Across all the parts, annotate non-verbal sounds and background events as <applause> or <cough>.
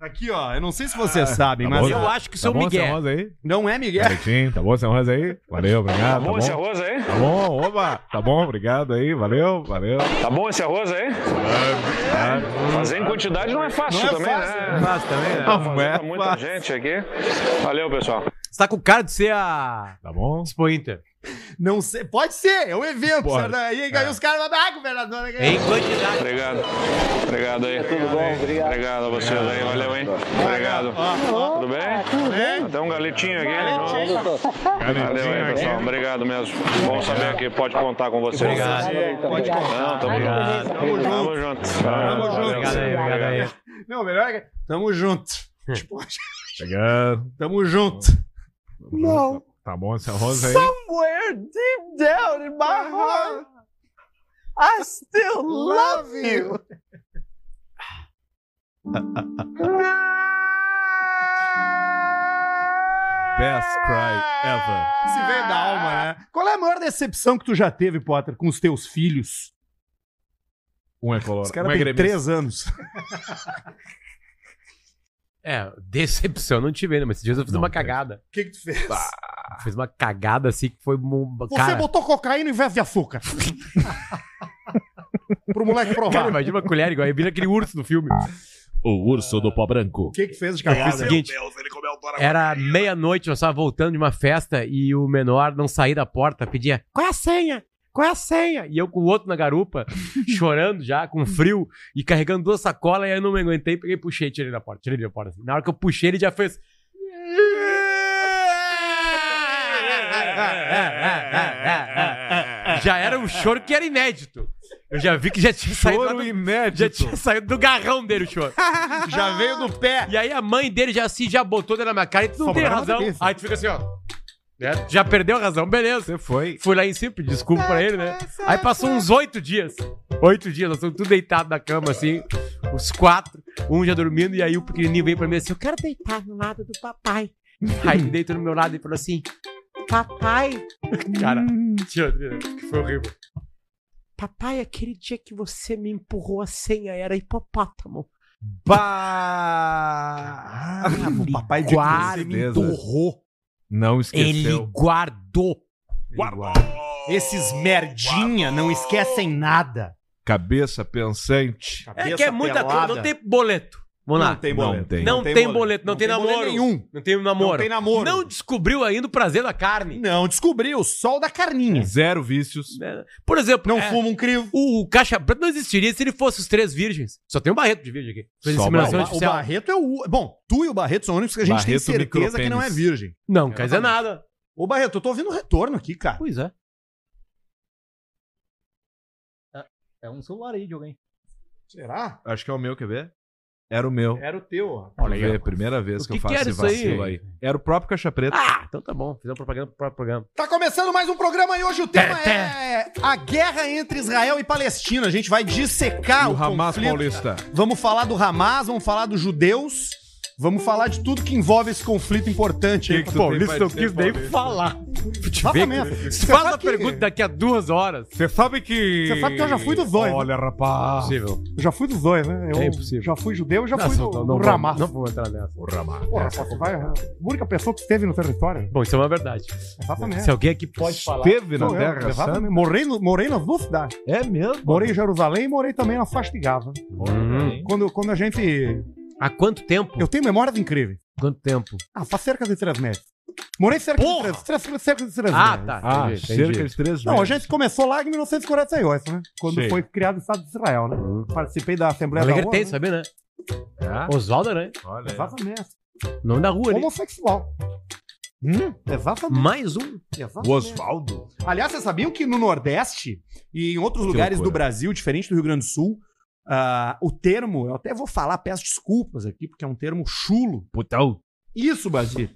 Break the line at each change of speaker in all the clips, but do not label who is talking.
Aqui, ó, eu não sei se vocês sabem,
tá
mas
bom,
eu
tá-
acho que
Tá
são
bom,
Miguel.
seu Rosa aí?
Não é Miguel?
Direitinho, tá bom, seu Rosa aí? Valeu,
Tá
obrigado. Tá
bom esse
bom,
arroz aí?
tá bom, oba, tá bom, obrigado aí, valeu, valeu.
Tá bom esse arroz aí? Fazer em quantidade não é fácil
Não é
também,
fácil,
né?
não é fácil também, né?
Tá fazendo
Não é
pra muita
fácil.
gente aqui. Valeu, pessoal.
Você tá com cara de ser a
Tá bom?
Expo Inter.
Não sei. Pode ser, é um evento.
Pode.
certo? Aí
Tá.
é,
aí os caras vão. Ah, governador.
né, É
Em quantidade.
Obrigado. Obrigado aí. Tá Tudo bom? Obrigado. Obrigado a vocês aí. Valeu, hein? Obrigado. Tudo bem? Até um galetinho aqui. Valeu aí,
Garotinho
pessoal.
aqui.
Obrigado mesmo. Bom saber que pode contar com vocês.
Obrigado.
Pode
Não,
contar.
tamo junto. Tamo junto. Tamo junto.
Tamo
Valeu,
junto.
Obrigado aí, obrigado aí.
Não, melhor é que. Tamo junto.
Hum.
Tipo, <laughs>
Chegando.
tamo junto.
Não. Tá bom, seu Rosa aí?
Somewhere deep down in my heart, I still love you.
Best cry ever.
Se vê da alma, né? Qual é a maior decepção que tu já teve, Potter, com os teus filhos?
Um é colorado.
Os
um
caras
é
têm
gremista.
três anos.
É, decepção, não tive ainda, mas esses dias eu fiz
Não,
uma
cara.
cagada.
O que, que tu fez?
Fiz uma cagada assim que foi. mo-
Você
Cara,
botou cocaína em vez de açúcar. Pro moleque provar.
cara, imagina uma colher igual aí, vira aquele urso do filme.
O urso do pó branco. É
O que que fez de
Foi É o
cagada?
seguinte: era meia-noite, eu estava voltando de uma festa e o menor não saía da porta, pedia: qual é a senha? Qual é a senha? E eu com o outro na
<laughs>
garupa, chorando já, com frio, e carregando duas sacolas, e aí eu não me aguentei, peguei e puxei, tirei da porta, tirei da porta. assim. Na hora que eu puxei, ele já fez. <laughs> Já era um choro que era inédito. Eu já vi que já tinha saído, lá
Choro
do,
inédito.
já tinha saído do garrão dele o choro.
Já veio do pé.
E aí a mãe dele já se já botou dentro da minha cara e tu não
Só
tem
pra dar uma
razão.
delícia.
Aí tu fica assim, ó. né? Tu Já perdeu a razão, beleza.
Você foi.
Fui lá em cima, pedi desculpa pra ele, né? Aí passou uns oito dias. Oito dias, nós estamos tudo deitados na cama, assim, os quatro, um já dormindo, e aí o pequenininho veio pra mim assim, eu quero deitar no lado do papai. Aí ele deitou no meu lado e falou assim, papai... Cara, tira, tira, que foi horrível. Papai, aquele dia que você me empurrou a senha era hipopótamo.
Bah!
Ele
papai de
certeza.
guardou.
Não
Ele
esqueceu.
guardou.
Esses merdinha não esquecem nada.
Cabeça pensante.
É que é muita coisa, não tem boleto. Vamos lá.
Não tem
Não
boleto.
tem.
Não tem boleto, não tem namoro.
nenhum.
Não tem namoro.
Não tem namoro.
Não descobriu ainda o prazer da carne.
Não descobriu. Sol da carninha.
É. Zero vícios.
É, Por exemplo,
Não
é,
fuma um crivo.
o, o Caixa Preta não existiria se ele fosse os três virgens. Só tem o Barreto de virgem aqui. Foi
Só
Não, o
inseminação
Ba- o
artificial.
Barreto é o. Bom, tu e o Barreto são únicos que a gente tem
Barreto
certeza que não é
micropênis.
virgem.
Não, quer dizer nada.
Ô, Barreto, eu tô ouvindo um retorno aqui, cara.
Pois é.
É um celular aí de alguém.
Será?
Acho que é o meu, quer ver? Era o meu.
Era o teu, ó.
Olha aí, ó. primeira vez
O
que,
que
eu
que
faço
era
esse
isso aí?
vacilo aí? Era o próprio Caixa Preta.
Ah, então tá bom. Fizemos propaganda pro próprio programa.
Tá começando mais um programa e hoje o tema é a guerra entre Israel e Palestina. A gente vai dissecar
E
o,
o Hamas
conflito.
paulista.
Vamos falar do Hamas, vamos falar dos judeus, vamos falar de tudo que envolve esse conflito importante. aí.
Que que tu
Bom,
tem
isso
pra
não
dizer,
quis nem
Paulista?
falar.
Exatamente. Você
Faz
sabe
a
que-
pergunta daqui a duas horas.
Você sabe que.
Você sabe que eu já fui dos dois, né?
Olha, rapaz.
Possível.
Eu já fui dos dois, né? Eu
É impossível.
já fui judeu e já fui do,
não,
do
não,
Hamas.
não vou entrar nessa.
O Ramar.
Porra, Foco, vai, a única pessoa que esteve no território.
Bom, isso é uma verdade.
Exatamente.
Se alguém aqui pode falar.
Esteve na
Sou eu,
Terra Santa?
exatamente. Morei, no- morei nas duas cidades.
É mesmo?
Morei em Jerusalém e morei também na Faixa de Gaza.
Hum.
Quando, quando a gente.
Há quanto tempo?
Eu tenho memórias incríveis.
Quanto tempo?
Ah, faz cerca de três meses. Morei cerca
Porra!
de três, três- cerca de três
Ah,
meses.
tá.
Ah,
Entendi,
cerca
entendi.
de três
Não, a
meses.
gente começou lá em 1948, né? Quando
Sim. Uhum.
foi criado o Estado de Israel, né? Participei da Assembleia da
Alegre
ONU.
tem,
Né?
sabia, né?
É?
Oswaldo Aranha.
Olha aí.
Exatamente.
Nome da rua né? ali.
Homossexual. Hum, é Exatamente.
Mais um.
O
Exatamente.
Oswaldo?
É Aliás, vocês sabiam que no Nordeste e em outros
Que
lugares
loucura.
do Brasil, diferente do Rio Grande do Sul, ah, o termo, eu até vou falar, peço desculpas aqui, porque é um termo chulo.
Putão.
Isso, Basílio,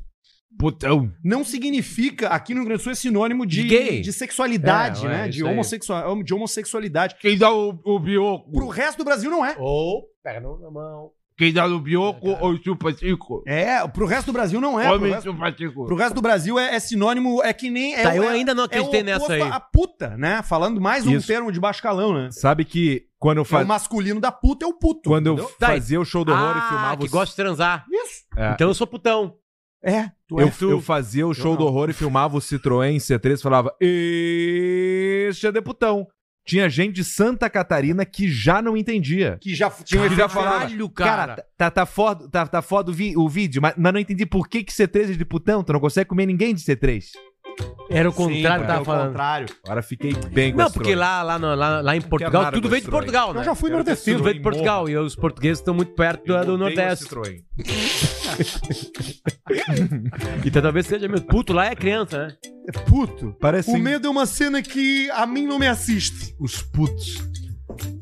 Putão.
não significa, aqui no Rio Grande do Sul é sinônimo de,
De gay.
de sexualidade,
É,
né?
é,
de,
isso aí.
homossexual, de homossexualidade.
Quem dá o, o
Pro
bioco?
resto do Brasil não é.
Ou pega na mão. É,
Quem dá o bioco ou chupa cinco?
É, pro resto do Brasil não é. Pro
Homem
resto,
chupa cinco.
pro resto do Brasil é, é sinônimo, é que nem. É,
Tá, eu
é-
ainda não
é o
acreditei nessa
oposto
aí.
A puta, né? Falando mais um
Isso.
termo de baixo calão, né?
Sabe que Quando eu,
É
fa-
o masculino da puta é o puto.
Quando eu
entendeu?
Tá,
fazia o show do horror e
Ah,
filmava
que
os-
gosta de transar.
Isso.
É.
Então eu sou putão.
É. Tu
Eu,
é.
eu fazia o show do horror e filmava o Citroën C3 e falava: Este é deputão. Tinha gente de Santa Catarina que já não entendia.
Que já tinha
Que
um
já
efeito
falava.
caralho.
Caralho,
Cara,
cara.
tá- tá, tá foda, tá, tá foda o, vi- o vídeo, mas, mas não entendi por que, que C3 é de putão. Tu não consegue comer ninguém de C3.
Era o
Sim,
contrário que
cara,
tava
é o
falando.
contrário.
Agora fiquei bem com
Não,
esse
porque
troço.
lá, lá, no- lá, lá em Portugal,
nada
tudo veio de
constrói.
Portugal, né?
Eu já fui
Quero
nordestino.
Tudo veio de
Destruir
Portugal. E os portugueses estão muito perto do,
Eu
do
odeio
Nordeste.
Citroën.
<laughs> Então talvez seja mesmo. Puto lá é criança, né?
Puto.
Parece
O medo é uma cena que a mim não me assiste.
os putos.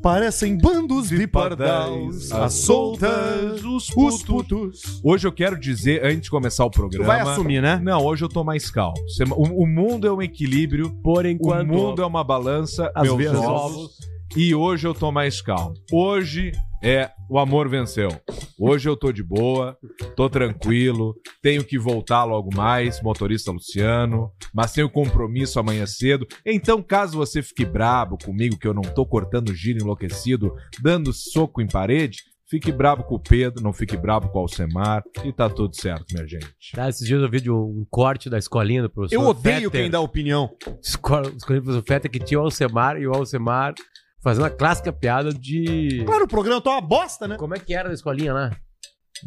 Parecem bandos de,
pardais,
pardais, as soltas,
os
os
putos.
putos.
Hoje eu quero dizer, antes de começar o
Tu
programa.
vai assumir, né?
Não, hoje eu tô mais calmo. Sema- O, o mundo é um equilíbrio,
Por
o mundo é uma balança,
Às
meus
vezes.
ovos. E hoje eu tô mais calmo. Hoje é o amor venceu. Hoje eu tô de boa, tô tranquilo, tenho que voltar logo mais, motorista Luciano, mas tenho compromisso amanhã cedo. Então, caso você fique brabo comigo que eu não tô cortando giro enlouquecido, dando soco em parede, fique brabo com o Pedro, não fique brabo com o Alcemar e tá tudo certo, minha gente.
Tá, esses dias eu vi de um corte da escolinha do professor
Eu odeio
Fetter.
quem dá opinião.
Escola, escolinha do professor Fetter que tinha o Alcemar e o Alcemar fazendo a clássica piada de...
Claro, o programa tá uma bosta, né?
Como é que era da escolinha lá?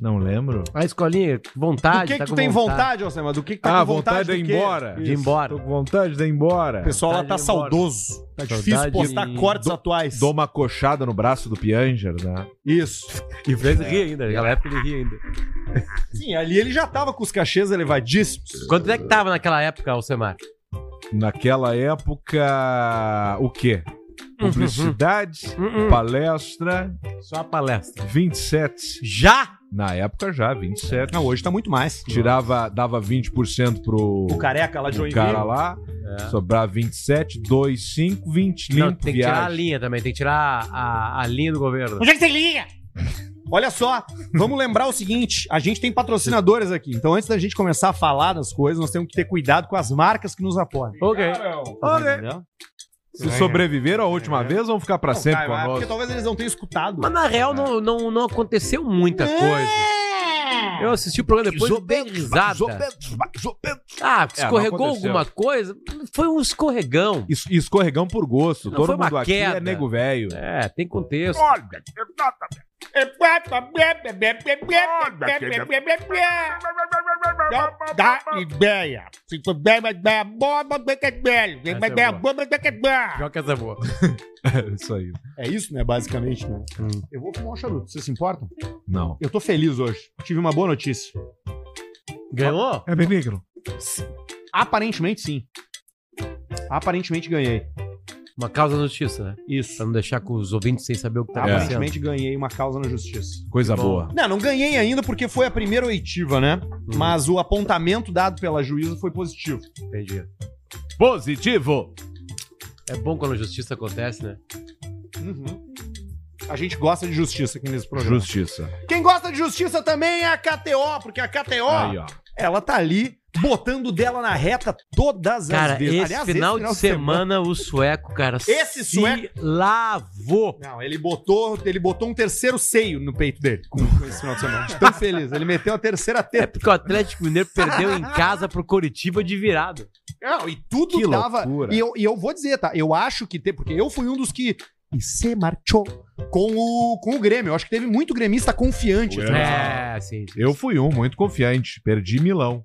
Não lembro.
A escolinha,
Do
vontade,
que,
tá
que
com
tu tem vontade, Alcema? Do que, que tá
Ah,
com vontade,
vontade de ir
do quê?
embora.
De ir embora.
Tô com vontade de ir embora.
O pessoal lá tá
Vontade de ir embora.
saudoso. Tá
Saudade
difícil postar
de-
cortes atuais.
Dou uma coxada no braço do Pianger, né?
<laughs>
Isso.
E o Fred ria ainda, naquela época ele ria ainda.
Sim, ali ele já tava com os cachês elevadíssimos.
Quanto é que tava naquela época, Alcemar?
Naquela época, o quê?
Uhum.
Publicidade, palestra,
Só a palestra.
27.
Já?
Na época já, 27.
Não, hoje tá muito mais.
Tirava, dava 20% pro
O careca lá de
o
Joinville.
Um cara lá, sobrar 27, 2, 5, 20 limpo,
É. Não, tem que tirar a linha também, tem que tirar a, a linha do governo.
é Olha só, vamos lembrar o seguinte: a gente tem patrocinadores aqui. Então, antes da gente começar a falar das coisas, nós temos que ter cuidado com as marcas que nos apoiam.
Ok.
Entendeu?
Se sobreviver a última vez, vão ficar pra
É. Não,
sempre
cara, mas Porque
conosco.
talvez eles não tenham escutado.
Mas na real não, não, não aconteceu muita coisa. Eu assisti o programa depois dei risada.
É,
Ah, escorregou
não aconteceu.
alguma coisa? Foi um escorregão.
Es- Escorregão por gosto.
Não,
Todo
foi uma
mundo aqui é
queda.
nego velho.
É, tem contexto.
Dá ideia. Se tu bebe a bomba, beca bebe.
Essa é
Bebe a
boa.
bomba, beca bebe.
Joga essa boa.
É <laughs> isso aí. Hum.
É isso, né? Basicamente, né? Eu vou fumar um charuto, vocês se importam?
Não.
Eu tô feliz hoje. Tive uma boa notícia.
Ganhou?
É benigno.
Aparentemente, sim. Aparentemente ganhei.
Uma causa da justiça, né? Pra
Isso.
não deixar com os ouvintes sem saber o que tá acontecendo.
Aparentemente ganhei uma causa na justiça.
Coisa
Bom.
boa. Hum.
Não, não ganhei ainda porque foi a primeira oitiva, né? Mas o apontamento dado pela juíza foi positivo.
Entendi.
Positivo.
É bom quando a justiça acontece, né?
A gente gosta de justiça aqui nesse programa.
Justiça.
Quem gosta de justiça também é a KTO, porque a KTO,
Aí, ó.
ela tá ali botando dela na reta todas
Cara,
as vezes.
esse,
Aliás,
final de semana, o sueco, cara,
Esse
se
sueco-
lavou.
Não, ele botou, ele botou um terceiro seio no peito dele com, com esse final de semana. De Tão feliz. Ele meteu a terceira
É
teta.
porque o Atlético Mineiro perdeu em casa pro Coritiba de virado.
Não, e tudo
Que
dava.
loucura.
E eu, e eu vou dizer, tá? Eu acho que tem, porque eu fui um dos que. E se marchou com o, com o Grêmio. Eu acho que teve muito gremista confiante.
Ué.
É, sim. É.
Eu fui um muito confiante. Perdi Milão.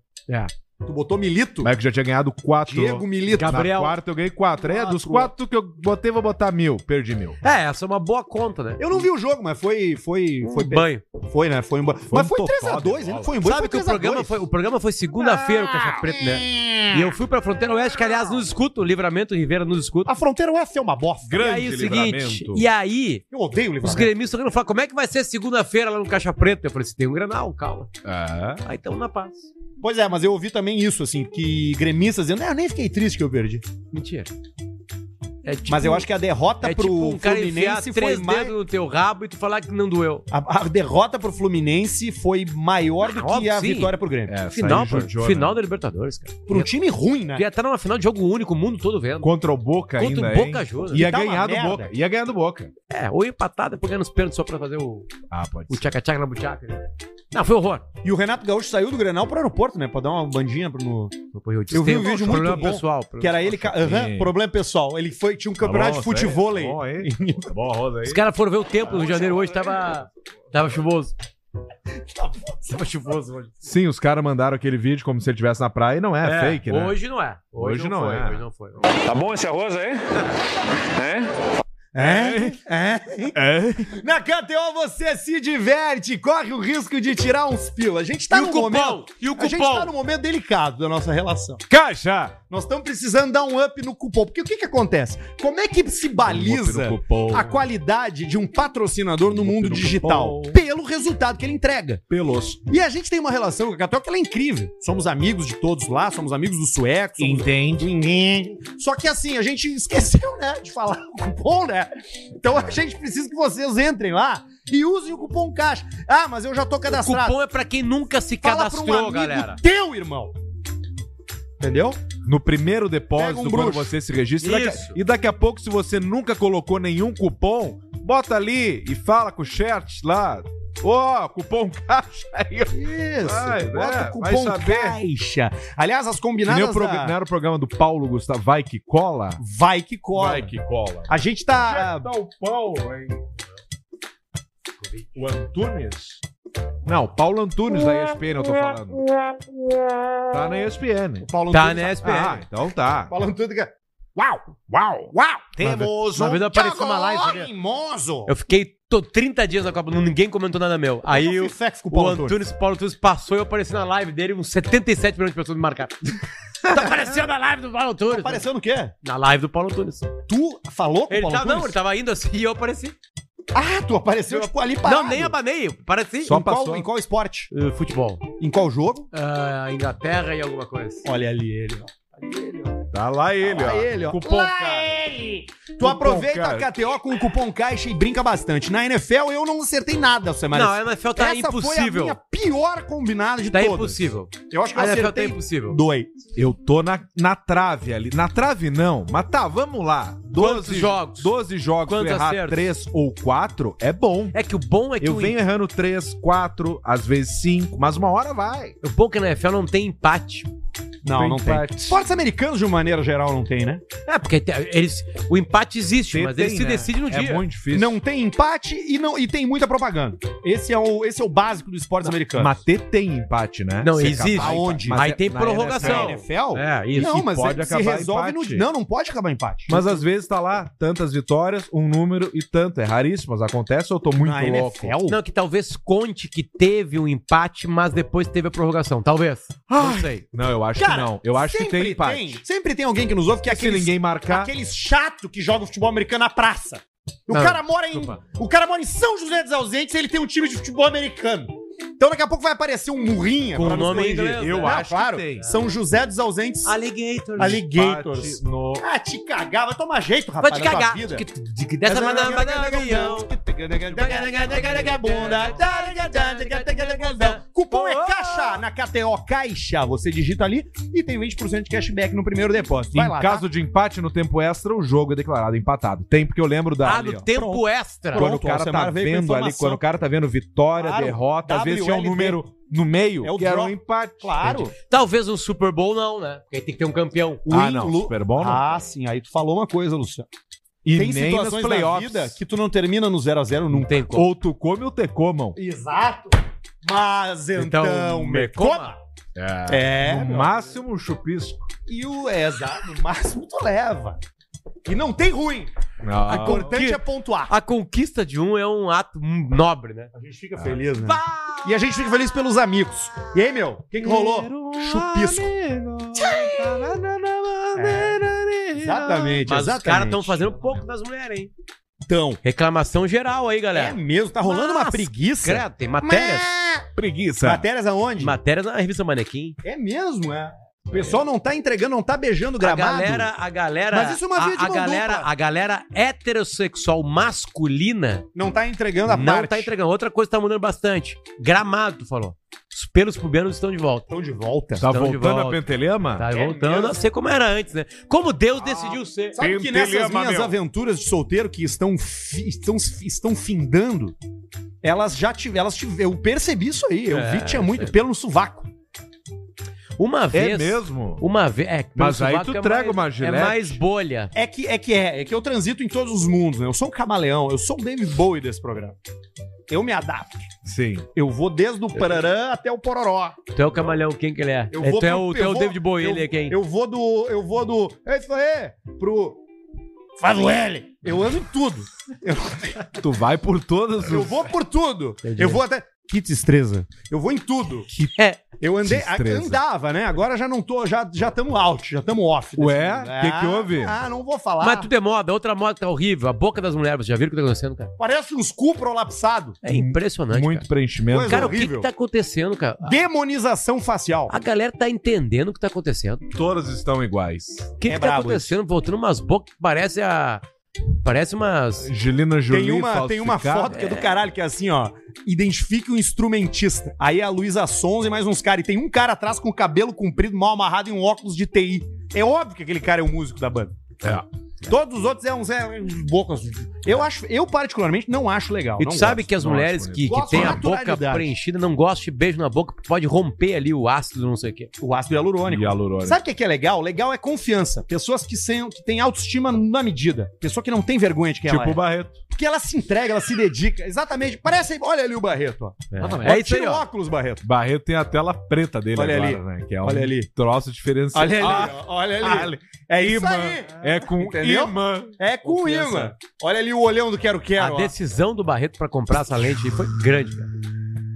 Tu botou Milito.
Mas que já tinha ganhado quatro.
Diego Milito.
Na
Gabriel.
quarta eu ganhei quatro. É, dos
Quatro.
quatro que eu botei, vou botar mil. Perdi mil.
É, essa é uma boa conta, né?
Eu não vi o jogo, mas foi. Foi, foi,
Um banho.
foi né? Foi embora. Mas
um
foi
totó
3x2,
de
ele
bola.
foi embora.
Sabe
foi
que o
3 a 2.
programa foi, o programa foi segunda-feira, o Caixa Preto, né? E eu fui pra Fronteira Oeste, que aliás nos escuta, o Livramento Rivera nos escuta.
A fronteira Oeste é uma bosta.
e aí o seguinte, e aí
Eu odeio o
os
livramento.
gremistas querendo falar, como é que vai ser segunda-feira lá no Caixa Preto? Eu falei, se tem um Granal, calma.
Ah,
Aí tamo na paz.
Pois é, mas eu ouvi também isso, assim, que gremistas dizendo, "Ah, eu nem fiquei triste que eu perdi.
Mentira. É tipo-
Mas eu acho que a derrota
é
pro
tipo um cara enfiar
Fluminense foi
três
mais.
dedos no teu rabo e tu falar que não doeu.
A, a derrota pro Fluminense foi maior do que
Óbvio,
a
sim.
vitória pro Grêmio.
Ah, É,
Final,
saiu
pô,
judiou,
final
né?
da Libertadores, cara.
Pra um time ruim, né?
Ia estar numa final de jogo único, o mundo todo vendo.
Contra o Boca
Contra
ainda,
o Boca
hein?
Júnior.
Ia
Tá uma
ganhar do
merda.
Boca. Ia ganhar do Boca.
É, ou empatar, depois ganhar nos pênaltis só pra fazer o,
Ah, pode
o
ser.
tchaca-tchaca na
<laughs>
buchaca. né? Não, foi horror.
E o Renato Gaúcho saiu do Grenal pro aeroporto, né? Pra dar uma bandinha pro. No...
Eu,
Eu vi um vídeo muito
problema
bom,
pessoal. Tá
Que era ele. ca- Aham,
Sim.
problema pessoal. Ele foi, tinha um campeonato de
é?
futebol aí.
Bom, hein? Tá Bom, roda aí.
Os caras foram ver o tempo no Rio de Janeiro hoje, tá- tava, tava chuvoso. tava chuvoso hoje.
Sim, os caras mandaram aquele vídeo como se ele estivesse na praia e não é, fake, né?
Hoje não é.
Hoje não
foi,
é.
Hoje não foi.
Tá bom esse arroz aí? Hein?
É, é. Na KTO você se diverte, corre o risco de tirar uns pila. A gente tá
E o
num
cupom?
momento.
E o
A gente
cupom?
tá num momento delicado da nossa relação.
Caixa!
Nós estamos precisando dar um up no cupom. Porque o que, que acontece? Como é que se baliza
Um up no cupom.
a qualidade de um patrocinador no
Um up
mundo
no
digital?
cupom.
Pelo resultado que ele entrega.
Pelos.
E a gente tem uma relação com a KTO que ela é incrível. Somos amigos de todos lá, somos amigos do sueco, somos
Entende?
Ninguém. Só que assim, a gente <laughs> esqueceu, né, de falar o cupom, né? Então a gente precisa que vocês entrem lá e usem o cupom caixa. Ah, mas eu já tô
O
cadastrado.
cupom é pra quem nunca se
Fala pra um
cadastrou,
amigo
galera.
Teu irmão. Entendeu?
No primeiro depósito,
Pega um
quando
bruxo.
você se registra. daqui-
Isso.
e daqui a pouco, se você nunca colocou nenhum Um cupom, bota ali e fala com o chat lá. Ó, cupom caixa aí.
Isso.
Vai,
Bota
né?
o
Vai
cupom
saber.
caixa. Aliás, as
Que nem o
combinadas
prog-
da...
Não era o programa do Paulo Gustavo, vai que cola?
Vai que cola.
Vai que cola.
A gente tá...
tá o Paulo, hein? O Antunes? Não, Paulo Antunes da ESPN eu tô falando. Tá na ESPN.
Paulo
Tá,
Antunes-
né,
Ah,
SPR?
então tá.
Paulo Antunes que...
Uau, uau, uau.
Temos
uma vez apareceu uma live, né?
Charmoso.
Eu fiquei tô 30 dias na Copa, ninguém comentou nada meu. Aí eu,
Eu fiz sexo com o
o
Paulo Antunes.
Antunes, Paulo Antunes passou e eu apareci na live dele, uns 77 milhões de pessoas me
<laughs>
marcaram. tá aparecendo na live do Paulo Antunes. né?
Apareceu no Tá quê?
Na live do Paulo Antunes.
Tu falou com o
Ele
Paulo
tava, não,
Antunes?
ele tava indo assim e eu apareci.
Ah, tu apareceu,
Eu-
tipo, ali parado.
Não, nem abanei, eu apareci.
Só
em, qual,
passou. Eh,
em qual esporte?
Uh, futebol.
Em qual jogo?
Ah, Inglaterra e alguma coisa. assim.
Olha ali ele, ó.
Tá lá ele, ó.
Olha ele, ó.
Cupom caixa.
Tu aproveita
Caixa.
a KTO com o cupom caixa e brinca bastante. Na NFL eu não acertei nada essa semana.
Não, a NFL tá
Essa
impossível.
foi a minha pior combinada de
Tá
todas.
impossível.
Eu acho que eu
A NFL tá
acertei
impossível.
dois.
Eu tô na, na trave ali. Na trave não, mas tá, vamos lá. 12
Quantos jogos?
12 jogos,
Quantos
tu errar
acertos?
3 ou 4 é bom.
É que o bom é que
Eu
o,
venho errando 3, 4, às vezes 5, mas uma hora vai.
o bom é que na NFL não tem empate.
Não, não tem.
empate.
Esportes americanos, de uma maneira geral, não tem, né?
É, porque te- eles, o empate existe,
Você
mas
tem,
ele se
né?
decide no dia.
É muito difícil.
Não tem empate e, não, e tem muita propaganda. Esse é o, esse é o básico dos esportes americanos.
Matê tem empate, né?
Não,
Você
existe.
acabar empate.
Aonde?
Mas
Aí
é-
tem
na
prorrogação.
NFL.
NFL?
É, isso.
Não,
E
mas
pode
é, se
acabar
resolve
empate.
no. Não, não pode acabar empate.
Mas às vezes tá lá, tantas vitórias, um número e tanto. É raríssimo, mas acontece ou eu tô muito
Na
louco?
NFL?
Não, que talvez conte que teve um empate, mas depois teve a prorrogação. Talvez. não sei.
Não, eu acho que não. Eu acho que
sempre
tem empate.
sempre tem alguém que nos ouve que é
Se
aqueles,
ninguém marcar,
aqueles chato que joga futebol americano na praça. O
Não,
cara mora em
desculpa.
o cara mora em São José dos Ausentes, e ele tem um time de futebol americano. Então daqui a pouco vai aparecer um murrinha
Com
pra
o
nos
nome em
corrigir.
inglês,
Eu
né?
acho claro.
que tem.
São José dos Ausentes
Alligator.
Alligators.
empate no
Ah, te cagar, vai tomar jeito,
Vai
rapaz.
te
da tua
cagar.
vida. é
Que- de- que Dessa maneira vai dar avião.
Cupom é caixa na KTO Caixa. Você digita ali e tem 20% de cashback no primeiro depósito. Vai
em
lá. tá?
caso de empate no tempo extra, o jogo é declarado empatado. Tem, porque eu lembro da.
Ah,
ali,
no
ó.
tempo
Pronto.
extra.
Quando
Pronto,
o cara
Alcemar
tá
veio com
vendo ali,
informação.
quando o cara tá vendo vitória,
Claro,
derrota, às vezes tinha um
WLT.
número no meio,
É o
que era um
draw.
empate.
Claro.
Talvez um Super Bowl não, né? Porque aí tem que ter um campeão.
O
Ah,
in-
não.
Lu-
Super Bowl não.
Ah, sim. Aí tu falou uma coisa, Luciano.
e
tem
nem nos
situações da
playoffs.
vida que tu não termina no 0x0
Não
nunca.
tem como.
Ou tu come ou te comam.
Exato. Mas então,
Então,
me
me
coma. É.
no máximo, um chupisco.
E o é, exato. No máximo tu leva. E não tem ruim. O
Ah,
importante
que-
é pontuar.
A conquista de um é um ato nobre, né?
A gente fica feliz, né? E a gente fica feliz pelos amigos. E aí, meu? O que, que rolou? Chupisco. É, Exatamente,
Mas os
exatamente.
caras estão fazendo pouco das mulheres, hein?
Então,
Reclamação geral aí,
é
galera.
mesmo, tá rolando uma
Mas,
preguiça.
Credo, tem matérias.
preguiça.
Matérias aonde?
Matérias na revista Manequim.
É mesmo, é. O pessoal não tá entregando, não tá beijando o
A
gramado.
galera, a galera,
Mas isso é uma
a-
via de
a,
mão
galera,
dupla.
a galera heterossexual masculina
Não tá entregando a
não
parte.
tá entregando. Outra coisa que tá mudando bastante. Gramado, tu falou. Os pelos pubianos estão de volta.
Estão de volta.
Tá
Estão de
voltando a
volta.
pentelema?
Tá voltando a ser como era antes, né? Como Deus decidiu ser.
Ah. Sabe que
Pentelhama,
nessas minhas
meu.
aventuras de solteiro que estão, fi- estão, estão findando, elas já tiveram. Elas tive- eu percebi isso aí. Eu
É,
vi que tinha muito pelo no sovaco.
Uma vez.
É mesmo?
Uma vez. É, pelo
Mas aí
sovaco
tu
é
traga
mais-
uma
É
gilete.
mais bolha.
É que é que é, é que eu transito em todos os mundos, né? Eu sou um camaleão, eu sou o David Bowie desse programa. Eu me adapto.
Sim.
Eu vou desde o parará até o pororó.
Tu é o camalhão, quem que ele é?
Eu
É,
vou
tu é
pro-
o, tu
eu
é o
vou-
David Bowie,
eu,
ele é quem?
Eu vou do. Eu vou do. É isso aí! Pro. Faz o L! Eu ando em tudo.
Tu vai por todas
Eu
as.
vou por tudo.
Entendi.
Eu vou até. Que destreza. Eu vou em tudo.
É,
Eu andei.
Destreza.
Andava, né? Agora já não tô. Já já estamos out, já estamos off. desse
Ué?
mundo.
Que que
Ah,
houve?
Ah, não vou falar.
mas tudo é moda. Outra moda que tá horrível. A boca das mulheres. Vocês já viram o que tá acontecendo, cara?
Parece uns cu prolapsado.
É impressionante,
Muito preenchimento.
Coisa
cara. Cara, o que
horrível.
que tá acontecendo, cara? A-
Demonização facial.
A galera tá entendendo o que tá acontecendo.
Todas estão iguais.
O que,
É
que tá
brabo
acontecendo? Voltando umas bocas que parece a. Parece umas.
Angelina Jolie
Tem uma, tem uma
falsificada.
foto que é do caralho, que é assim, ó. Identifique o instrumentista. Aí é a Luísa Sons e mais uns caras. E tem um cara atrás com o cabelo comprido, mal amarrado e um óculos de TI. É óbvio que aquele cara é o músico da banda. É. Todos os outros é uns, é, uns bocas. Eu acho, eu particularmente não acho legal.
E
não
tu sabe
gosto.
que as
não
mulheres
acho
que, que
bonito.
têm a
Gosto da
boca
naturalidade.
preenchida não gostam de beijo na boca, porque pode romper ali o ácido, não sei o quê.
o ácido hialurônico.
Hialurônico.
Sabe o que é que é legal? Legal é confiança. Pessoas que, sem, que têm autoestima na medida. Pessoa que não tem vergonha de quem
Tipo
ela
o
é.
Barreto.
Porque ela se entrega, ela se dedica. Exatamente. Parece. Olha ali o Barreto, ó.
É, isso aí,
Tira o
ó.
óculos, Barreto.
Barreto tem a tela preta dele
Olha
agora, né? Que é
Olha
um
ali.
troço diferenciado.
Olha ali,
Ah,
ó, olha ali.
ali.
É
Isso
imã.
aí. É com
Entendeu?
imã.
É com
Confiança.
imã. Olha ali o olhão do Quero
A
Quero. ó.
decisão do Barreto pra comprar essa lente aí foi grande, cara.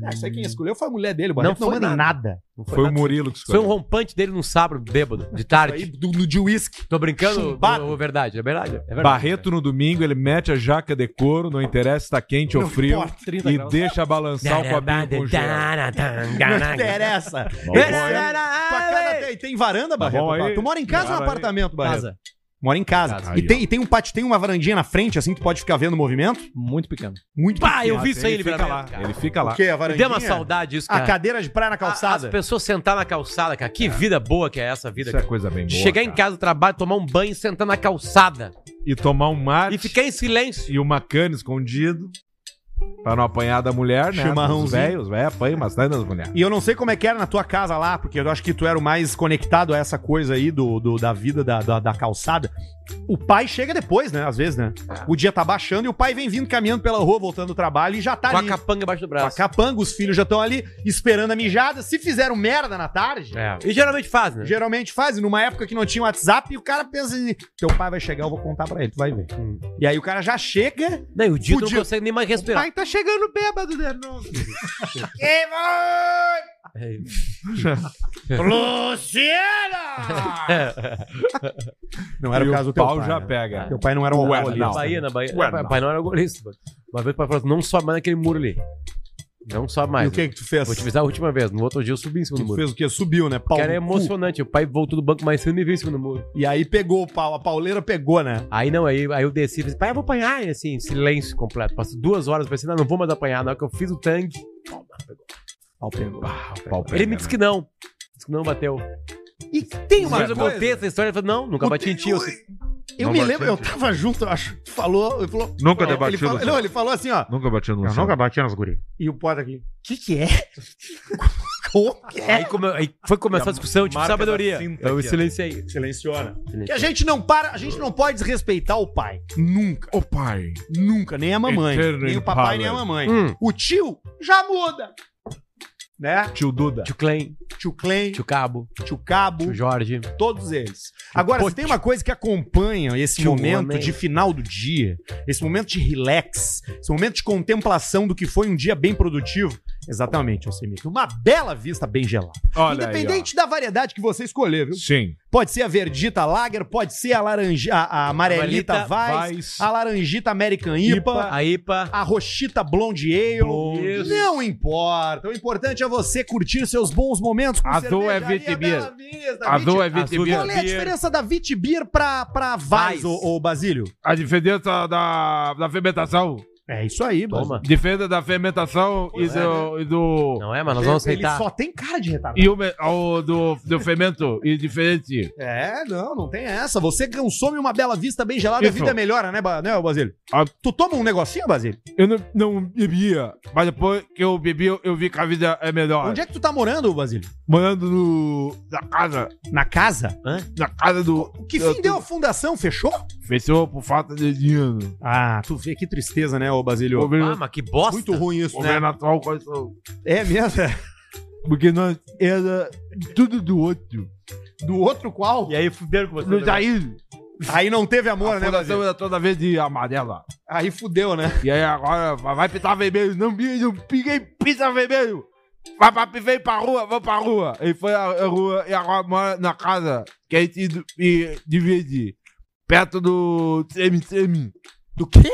Ah, isso aí quem escolheu foi a mulher dele, o
Não
Barreto
foi
manda em é nada.
Não
Foi o
nada.
Murilo que
Foi um
escolheu.
rompante dele num sábado bêbado, de
Aí,
tarde.
do, do- de uísque.
Tô brincando?
Chumbado.
Ou- ou verdade, é verdade. É verdade.
Barreto no domingo, ele mete a jaca de couro, não interessa se tá quente ou frio, e deixa balançar o copinho com gelo.
Não <laughs> interessa. Esse- É. Tua casa tem, tem varanda, Barreto?
bom aí.
tu mora em casa ou no
Cara,
apartamento, Barreto?
Casa.
Mora em casa.
Casa.
E, tem, e tem um pátio, tem uma varandinha na frente, assim, que tu pode ficar vendo o movimento?
Muito pequeno.
Muito
Pá, eu vi isso aí,
Ah, ele fica lá.
cara.
Ele fica lá.
Porque a
Me
varandinha... Ah,
deu uma saudade isso,
A
cara.
cadeira de praia na
A- As
calçada.
pessoas sentar na calçada, cara. Que vida boa que é essa vida,
Isso é
cara.
coisa bem
De
boa.
chegar em
cara.
casa do trabalho, tomar um banho e sentar na calçada.
E tomar um mate
E ficar em silêncio.
e uma cana escondido pra não apanhar da mulher, né?
Chimarrãozinho.
Os velhos, velho, apanha bastante das mulheres.
E eu não sei como é que era na tua casa lá, porque eu acho que tu era o mais conectado a essa coisa aí do, do- da vida da, da, da calçada. O pai chega depois, né? Às vezes, né?
É.
O dia tá baixando e o pai vem vindo caminhando pela rua, voltando do trabalho e já tá
Com a
ali.
capanga embaixo do
Com a
braço.
capanga, os filhos já estão ali esperando a mijada. Se fizeram merda na tarde,
É. E geralmente faz, né?
geralmente faz. E numa época que não tinha WhatsApp, e o cara pensa assim: teu pai vai chegar, eu vou contar pra ele, tu vai ver.
Hum.
E aí o cara já chega.
Não, e o Dito
Fudido.
não consegue nem mais respirar.
Pai tá chegando bêbado, né? <laughs> Não-
É.
<laughs> Não era
e
o caso
o
do teu
pau
pai.
já
né?
pega.
Teu pai não era um
Ué,
alcoólatra.
Não.
Na Bahia, na Bahia.
Ué,
Meu
não.
pai não era golista. Uma vez o pai falou assim, não sobe mais naquele muro ali. Não sobe
E
mais.
o que que tu fez?
Vou te avisar a última vez. No outro dia eu subi em cima do
Tu
muro.
fez o quê? Subiu, né? Pau
Porque era
no cu.
emocionante. O pai voltou do banco mais cedo e me viu em cima do muro.
E aí pegou o pau, a pauleira pegou, né?
Aí não, aí, aí eu desci e falei, pai, eu vou apanhar. E assim, silêncio completo. Passo duas horas pensei, não, não vou mais apanhar. Na hora que eu fiz o tanque.
Pau pegou.
Pau
Ele me
pega,
disse que não. Disse que não bateu.
E tem
Uma
uma
vez eu
coisa.
contei essa história e falei, não, nunca bati em ti. Eu sei.
Eu me lembro, eu tava junto, eu acho. Tu falou, ele falou.
Nunca
Não, ele falou, não, ele falou assim, ó.
Nunca bateu no chão.
bati nas guri.
E o pote aqui. Que que é? <laughs> Como que é?
Aí, come- aí foi começar a discussão, tipo,
marca da
sabedoria.
cinta
Eu
aqui, ó.
silenciei.
Silenciona. Que a
Silenciei.
gente não para, a gente não pode desrespeitar o pai. Nunca,
Ô pai.
nunca. Nem a mamãe.
Eterno
nem o
Impala.
papai, nem a mamãe.
Hum.
O tio já muda. Né?
Tio Duda.
Tio Clem,
Tio Clem,
tio Cabo,
tio Cabo.
tio Jorge.
todos eles. Agora, se
Pote.
tem uma coisa que acompanha esse
Tio
momento
homem.
de final do dia, esse momento de relax, esse momento de contemplação do que foi um dia bem produtivo, Exatamente, Alcemito. Uma bela vista bem gelada.
Olha
Independente da variedade que você escolher,
aí, ó.
viu?
Sim.
Pode ser a verdita lager, pode ser a laranja, a, a amarelita
Amarelita
Weiss,
Weiss,
a laranjita American IPA,
A IPA.
a rochita Blonde Ale.
Blonde.
Não importa. O importante é você curtir seus bons momentos com
Azul é
cervejaria
Vitibir.
Bela Vista,
Azul é
Viti-
Vitibir.
Qual é a diferença da Vitibir pra, pra
Weiss.
Vaz, ô, ô Basílio?
A diferença da, da fermentação.
É isso aí,
Toma. é, né?
Diferença da fermentação e do. E do,
Não é, mas nós vamos
Ele
aceitar.
só tem cara de retardado.
e o, me- o do, do fermento. E diferente.
É, não, não tem essa. Você consome uma bela vista bem gelada,
Isso.
a vida melhora, né, Ba- né, ô, Basílio?
Ah.
Tu toma um negocinho, Basílio?
Eu não, não bebia, mas depois que eu bebi, eu, eu vi que a vida é melhor.
Onde é que tu tá morando, Basílio?
Morando no, na casa.
Na casa?
Na casa do.
O que
Eu tô-
fim deu a fundação? Fechou?
Fechou por falta de dinheiro.
Ah, tu vê que tristeza, né, ô Basílio?
Ah,
Governo,
mas que bosta.
Muito ruim isso, né?
governo atual, quais são?
É mesmo?
Porque nós era tudo do outro.
Do outro qual?
E aí fuderam com você.
No
né?
Jair,
Aí não teve amor,
a
né,
fundação
Basílio?
era toda vez de amarela.
Aí fudeu, né?
E aí agora vai vai pintar vermelho. Não, pi- não pinguei pinta vermelho. Vai pra, vem pra rua, vamos pra rua. E foi a, a rua e agora mora na casa que a gente du- e divide. Perto do treme treme.
Do quê?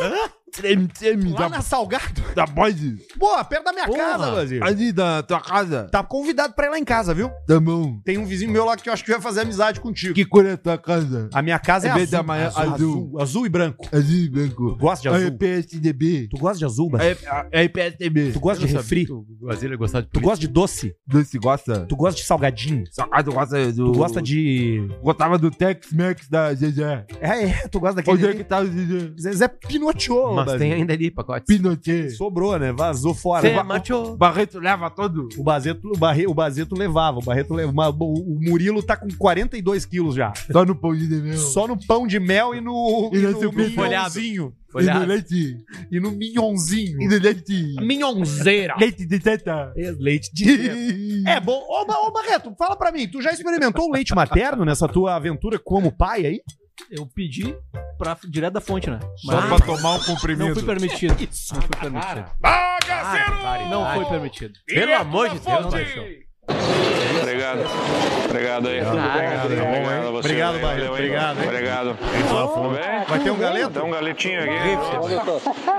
Treme treme
Lá
da,
na Salgado?
da Boyd.
Boa, perto da minha
Porra.
casa, Basílio.
Ali da tua casa.
Tá convidado pra ir lá em casa, viu?
Tá bom.
Tem um vizinho meu lá que eu acho que vai fazer amizade contigo.
Que cor é a tua casa?
A minha casa é,
É verde,
azul,
amarelo,
azul,
azul.
azul. Azul e branco.
Azul e branco.
Tu gosta de azul?
É PSDB.
Tu gosta de azul, Basílio?
É, é PSDB.
Tu gosta de refri?
O é Brasília gostava de
Tu gosta de doce?
Não se gosta?
Tu gosta de salgadinho?
Sacado gosta do.
Tu gosta de.
Gostava do Tex-Mex da GG.
É, é, tu gosta daquele.
Onde é que tá o GG?
Zezé pinoteou,
Mas tem
Basílio.
ainda ali pacote.
Pinochet.
Sobrou, né? Vazou fora.
Você
O, ba...
macho.
Barreto leva todo.
o, Bazeto, o, Barre... o Bazeto levava. O Barreto levava. Mas O o Murilo tá com 42 quilos já.
Só no pão de mel.
Só no pão de mel e no.
E no seu
minhonzinho.
e no
Olhado.
leite.
E no minhonzinho.
E no leite.
Minhonzeira.
Leite de seta.
Leite de.
<laughs>
É bom. Ô, Ba- ô, Barreto, fala pra mim. Tu já experimentou o leite materno nessa tua aventura como pai aí?
Eu pedi pra, direto da fonte, né?
Só
Mas
pra tomar um
não fui
comprimido.
permitido. Não foi permitido. Não foi permitido.
Pelo amor de Deus, Baixão.
Obrigado. Obrigado aí.
Obrigado,
Obrigado, obrigado a você.
Obrigado,
aí.
Bahia.
Valeu, hein?
Obrigado, hein?
Obrigado. Tudo bem?
Vai ter um galeto?
Tem um galetinho aqui. Valeu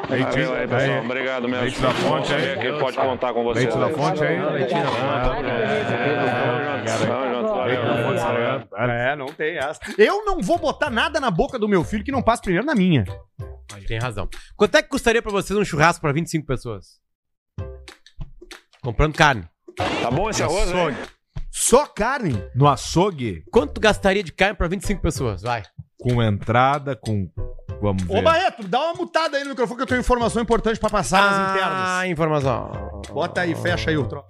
aí, pessoal. Obrigado mesmo.
Leite da fonte aí.
Saber que pode contar com né? vocês.
Leite da fonte aí.
Ah, tamo junto. Tamo junto. Valeu. Obrigado.
É, não tem essa. Eu não vou botar nada na boca do meu filho que não passe primeiro na minha.
Tem razão. Quanto é que custaria pra vocês um churrasco pra 25 pessoas? Comprando carne.
Tá bom esse arroz, hein?
Só carne.
No açougue,
Quanto tu gastaria de carne pra 25 pessoas? Vai.
com entrada, com. Vamos
Ô,
ver.
Barreto, é, dá uma mutada aí no microfone que eu tenho informação importante pra passar nas internas.
Ah, informação.
Bota aí, fecha aí o troço.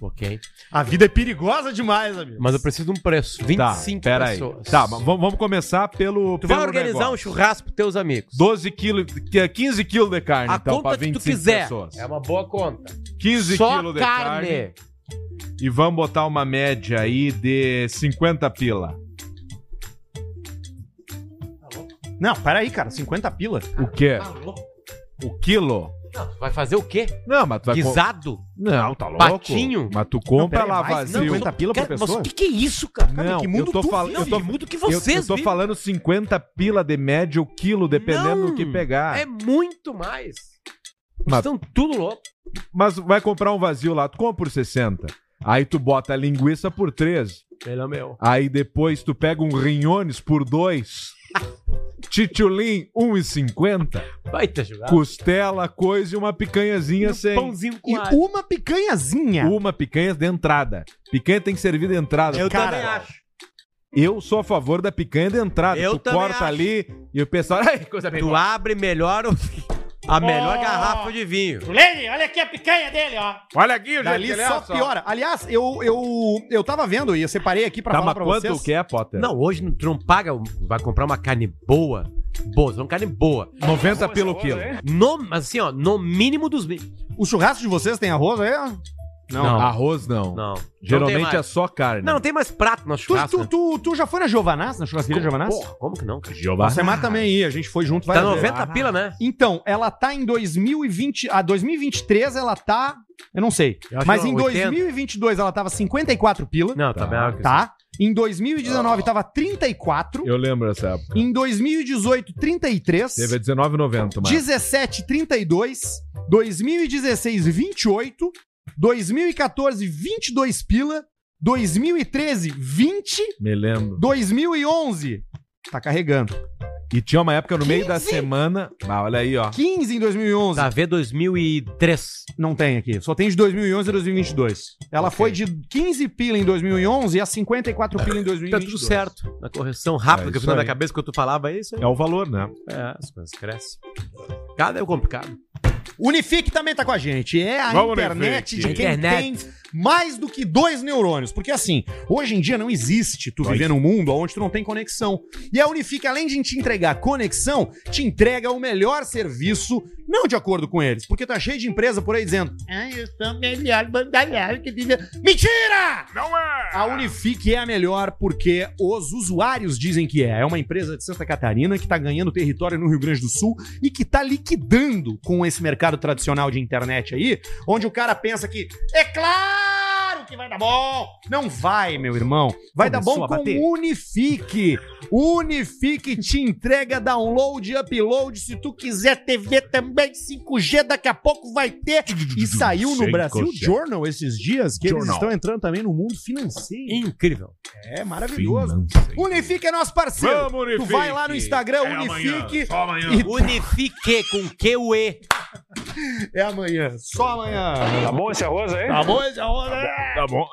Ok.
A vida é perigosa demais, amigo.
Mas eu preciso de um preço.
Tá,
25
pera aí.
pessoas.
Tá, mas vamos vamos começar pelo.
Tu vai organizar um churrasco pros teus amigos.
12 quilos, 15 quilos de carne,
A
então, pra
conta que tu
25
quiser.
pessoas.
É uma boa conta.
15
Só
quilos de carne.
carne.
E vamos botar uma média aí de 50 pila.
Não, peraí, cara. 50 pila.
O quê?
Tá louco?
O quilo?
Não, Vai fazer o quê?
Não, mas tu vai... com-
Guisado?
Não, tá louco.
Patinho?
Mas tu compra
Não,
lá
peraí, mais? Não,
vazio.
mas- 50 pila por
Cara,
pessoa?
Mas o que, que é isso, cara?
Não,
Cara, que mundo
eu tô
tu
falando...
vive?
Eu tô...
Que mundo que
Eu,
vocês
eu tô
vivem.
falando 50 pila de média o quilo, dependendo
Não,
do que pegar.
É muito mais. Vocês
Mas-
estão tudo louco.
Mas vai comprar um vazio lá, tu compra por 60. Aí tu bota a linguiça por 3.
Pelo meu.
Aí depois tu pega um rinhones por
<laughs>
2. Titulim 1,50.
Baita jogar.
Costela, coisa e uma picanhazinha sem.
Pãozinho com
E
alho.
uma picanhazinha.
Uma picanha de entrada. Picanha tem que servir de entrada.
Eu
Cara,
também acho.
Eu sou a favor da picanha de entrada.
Eu
tu
também
corta
acho.
ali e o pessoal. <laughs> Ai, coisa bem
Tu
boa.
abre melhor o- a melhor garrafa de vinho.
Lene, olha aqui a picanha dele, ó.
Olha aqui,
Dali
olha
só piora. Aliás, eu, eu, eu tava vendo e eu separei aqui pra
Tá,
falar
mas
pra
quanto
vocês.
que é, Potter?
Não, hoje não- tu não paga, vai comprar uma carne boa. Boa, uma carne boa.
90
é?
pelo quilo.
No, assim, ó, no mínimo dos mínimos.
é- O churrasco de vocês tem arroz aí? ó?
Não.
Arroz não.
Não.
Geralmente
não tem
é
mais.
só carne.
Não, não tem mais prato na
Tu,
churrasco. né?
tu, tu, tu já foi na Giovanás, na churrasqueira Giovanás?
Porra, como que não? cara?
A
Giovanna.
Semar é também ia, a gente foi junto.
Tá
várias
90
vezes.
pila, né?
Então, ela tá em 2020. A 2023 ela tá. Eu não sei.
Eu acho
Mas
que
em
é
não, 80.
2022 ela tava 54 pila.
Não, tá, bem. alto.
Tá? Em 2019 tava 34.
Eu lembro dessa época.
Em 2018, 33.
Teve a 19,90, mas...
17, 32. 2016, 28. 2014, 22 pila. 2013, 20.
Me lembro.
2011, tá carregando.
E tinha uma época no meio da semana... Ah, olha aí, ó.
15 em 2011,
Tá, V2003.
não tem aqui. Só tem de 2011 e 2022. Ela foi de 15 pila em 2011 a 54 pila em 2022.
Tá tudo certo. Na correção rápida
É
que eu
isso
fiz na minha
aí.
cabeça que eu tu falava, é isso aí.
É o valor, né?
É, as coisas crescem. Cada é complicado.
Unifique também tá com a gente. É a
Vamos,
internet
Unifique.
de quem
Internet.
tem mais do que dois neurônios. Porque assim, hoje em dia não existe tu viver num mundo onde tu não tem conexão. E a Unifique, além de te entregar conexão, te entrega o melhor serviço, não de acordo com eles. Porque tá cheio de empresa por aí dizendo:
Ah, eu sou melhor bandalhão que diz.
Mentira! Não é! A Unifique é a melhor porque os usuários dizem que é. É uma empresa de Santa Catarina que está ganhando território no Rio Grande do Sul e que está liquidando com esse mercado tradicional de internet aí, onde o cara pensa que é claro que vai dar bom. Não vai, meu irmão. Vai
Começou
dar bom
a
com
bater.
Unifique. Unifique te entrega download, upload. Se tu quiser TV também, 5G, daqui a pouco vai ter. E saiu no Brasil Journal esses dias, que eles
Journal.
estão entrando também no mundo financeiro.
Incrível.
É maravilhoso. Unifique é nosso parceiro.
Vamos, Unifique.
Tu vai lá no Instagram,
É
Unifique.
amanhã, só amanhã.
E-
Unifique com QE.
<laughs> É amanhã, só amanhã.
Tá bom esse arroz aí?
Tá bom, esse arroz, né?
Tá bom.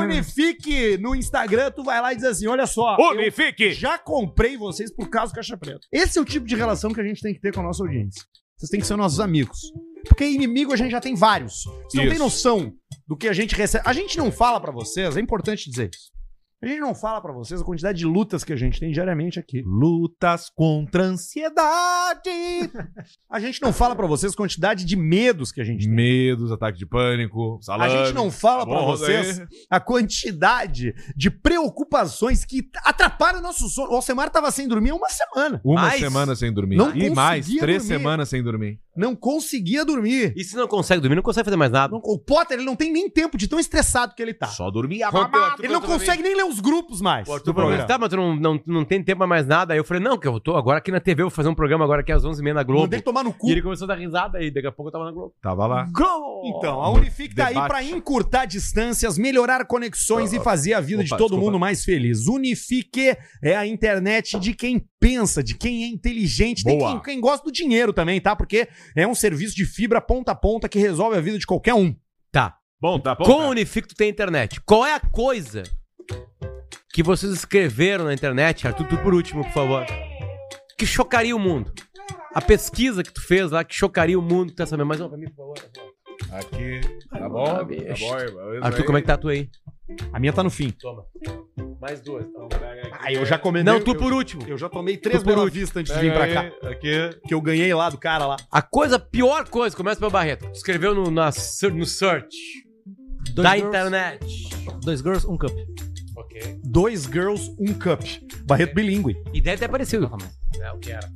Unifique no Instagram, tu vai lá e diz assim: olha só. eu
Unifique!
Já comprei vocês por causa do Caixa Preta. Esse é o tipo de relação que a gente tem que ter com a nossa audiência. Vocês têm que ser nossos amigos. Porque inimigo a gente já tem vários. Vocês não
Isso.
têm noção do que a gente recebe. A gente não fala pra vocês, é importante dizer isso. A gente não fala pra vocês a quantidade de lutas que a gente tem diariamente aqui.
Lutas contra a ansiedade.
A gente não fala pra vocês a quantidade de medos que a gente tem.
Medos, ataque de pânico,
A
salame.
gente não fala pra
Bom,
vocês
daí-
a quantidade de preocupações que atrapalham o nosso sono. O Alcemar tava sem dormir há uma semana.
Uma
Mais?
semana sem dormir.
Não
e mais,
conseguia
três
dormir.
semanas sem dormir.
Não conseguia dormir.
E se não consegue dormir, não consegue fazer mais nada.
Não- o Potter, ele não tem nem tempo de tão estressado que ele tá.
Só dormia
ele não consegue nem ler os grupos mais.
Tu
do
programa.
programa.
Tá, mas tu não, não, não tem tempo pra mais nada. Aí eu falei, não, que eu tô agora aqui na TV, eu vou fazer um programa agora aqui às 11h30 na Globo.
Mandei ele tomar no cu.
E ele começou a dar risada aí, daqui a pouco eu tava na Globo.
Tava lá.
Então, a Unifique tá aí
Debate.
pra encurtar distâncias, melhorar conexões e fazer a vida de
Opa,
todo
desculpa.
mundo mais feliz. Unifique é a internet de quem pensa, de quem é inteligente, tem
Boa.
quem, quem gosta do dinheiro também, tá? Porque é um serviço de fibra ponta a ponta que resolve a vida de qualquer um.
Tá.
Bom, tá bom.
Com o Unifique tu tem internet. Qual é a coisa que vocês escreveram na internet, Arthur? Tu por último, por favor. Que chocaria o mundo. A pesquisa que tu fez lá, que chocaria o mundo, tu tá sabendo? Mais uma pra mim, por favor.
Aqui. Tá bom? Tá bom. irmão.
Arthur, como é que tá tu aí?
A minha tá no fim.
Toma. Mais duas. Então,
Aí eu já comendo.
Não, tu por último.
Eu já tomei três
Tu por
Bela
último.
Vista antes de vir pra cá.
Aqui.
Que eu ganhei lá do cara lá.
A coisa, a pior coisa, começa pelo Barreto. Tu escreveu no, na ser- no search
Dois
da
girls,
internet.
Dois girls, um cup.
Ok.
Dois Girls, um Cup. Barreto bilíngue.
E deve ter aparecido. É, o que era?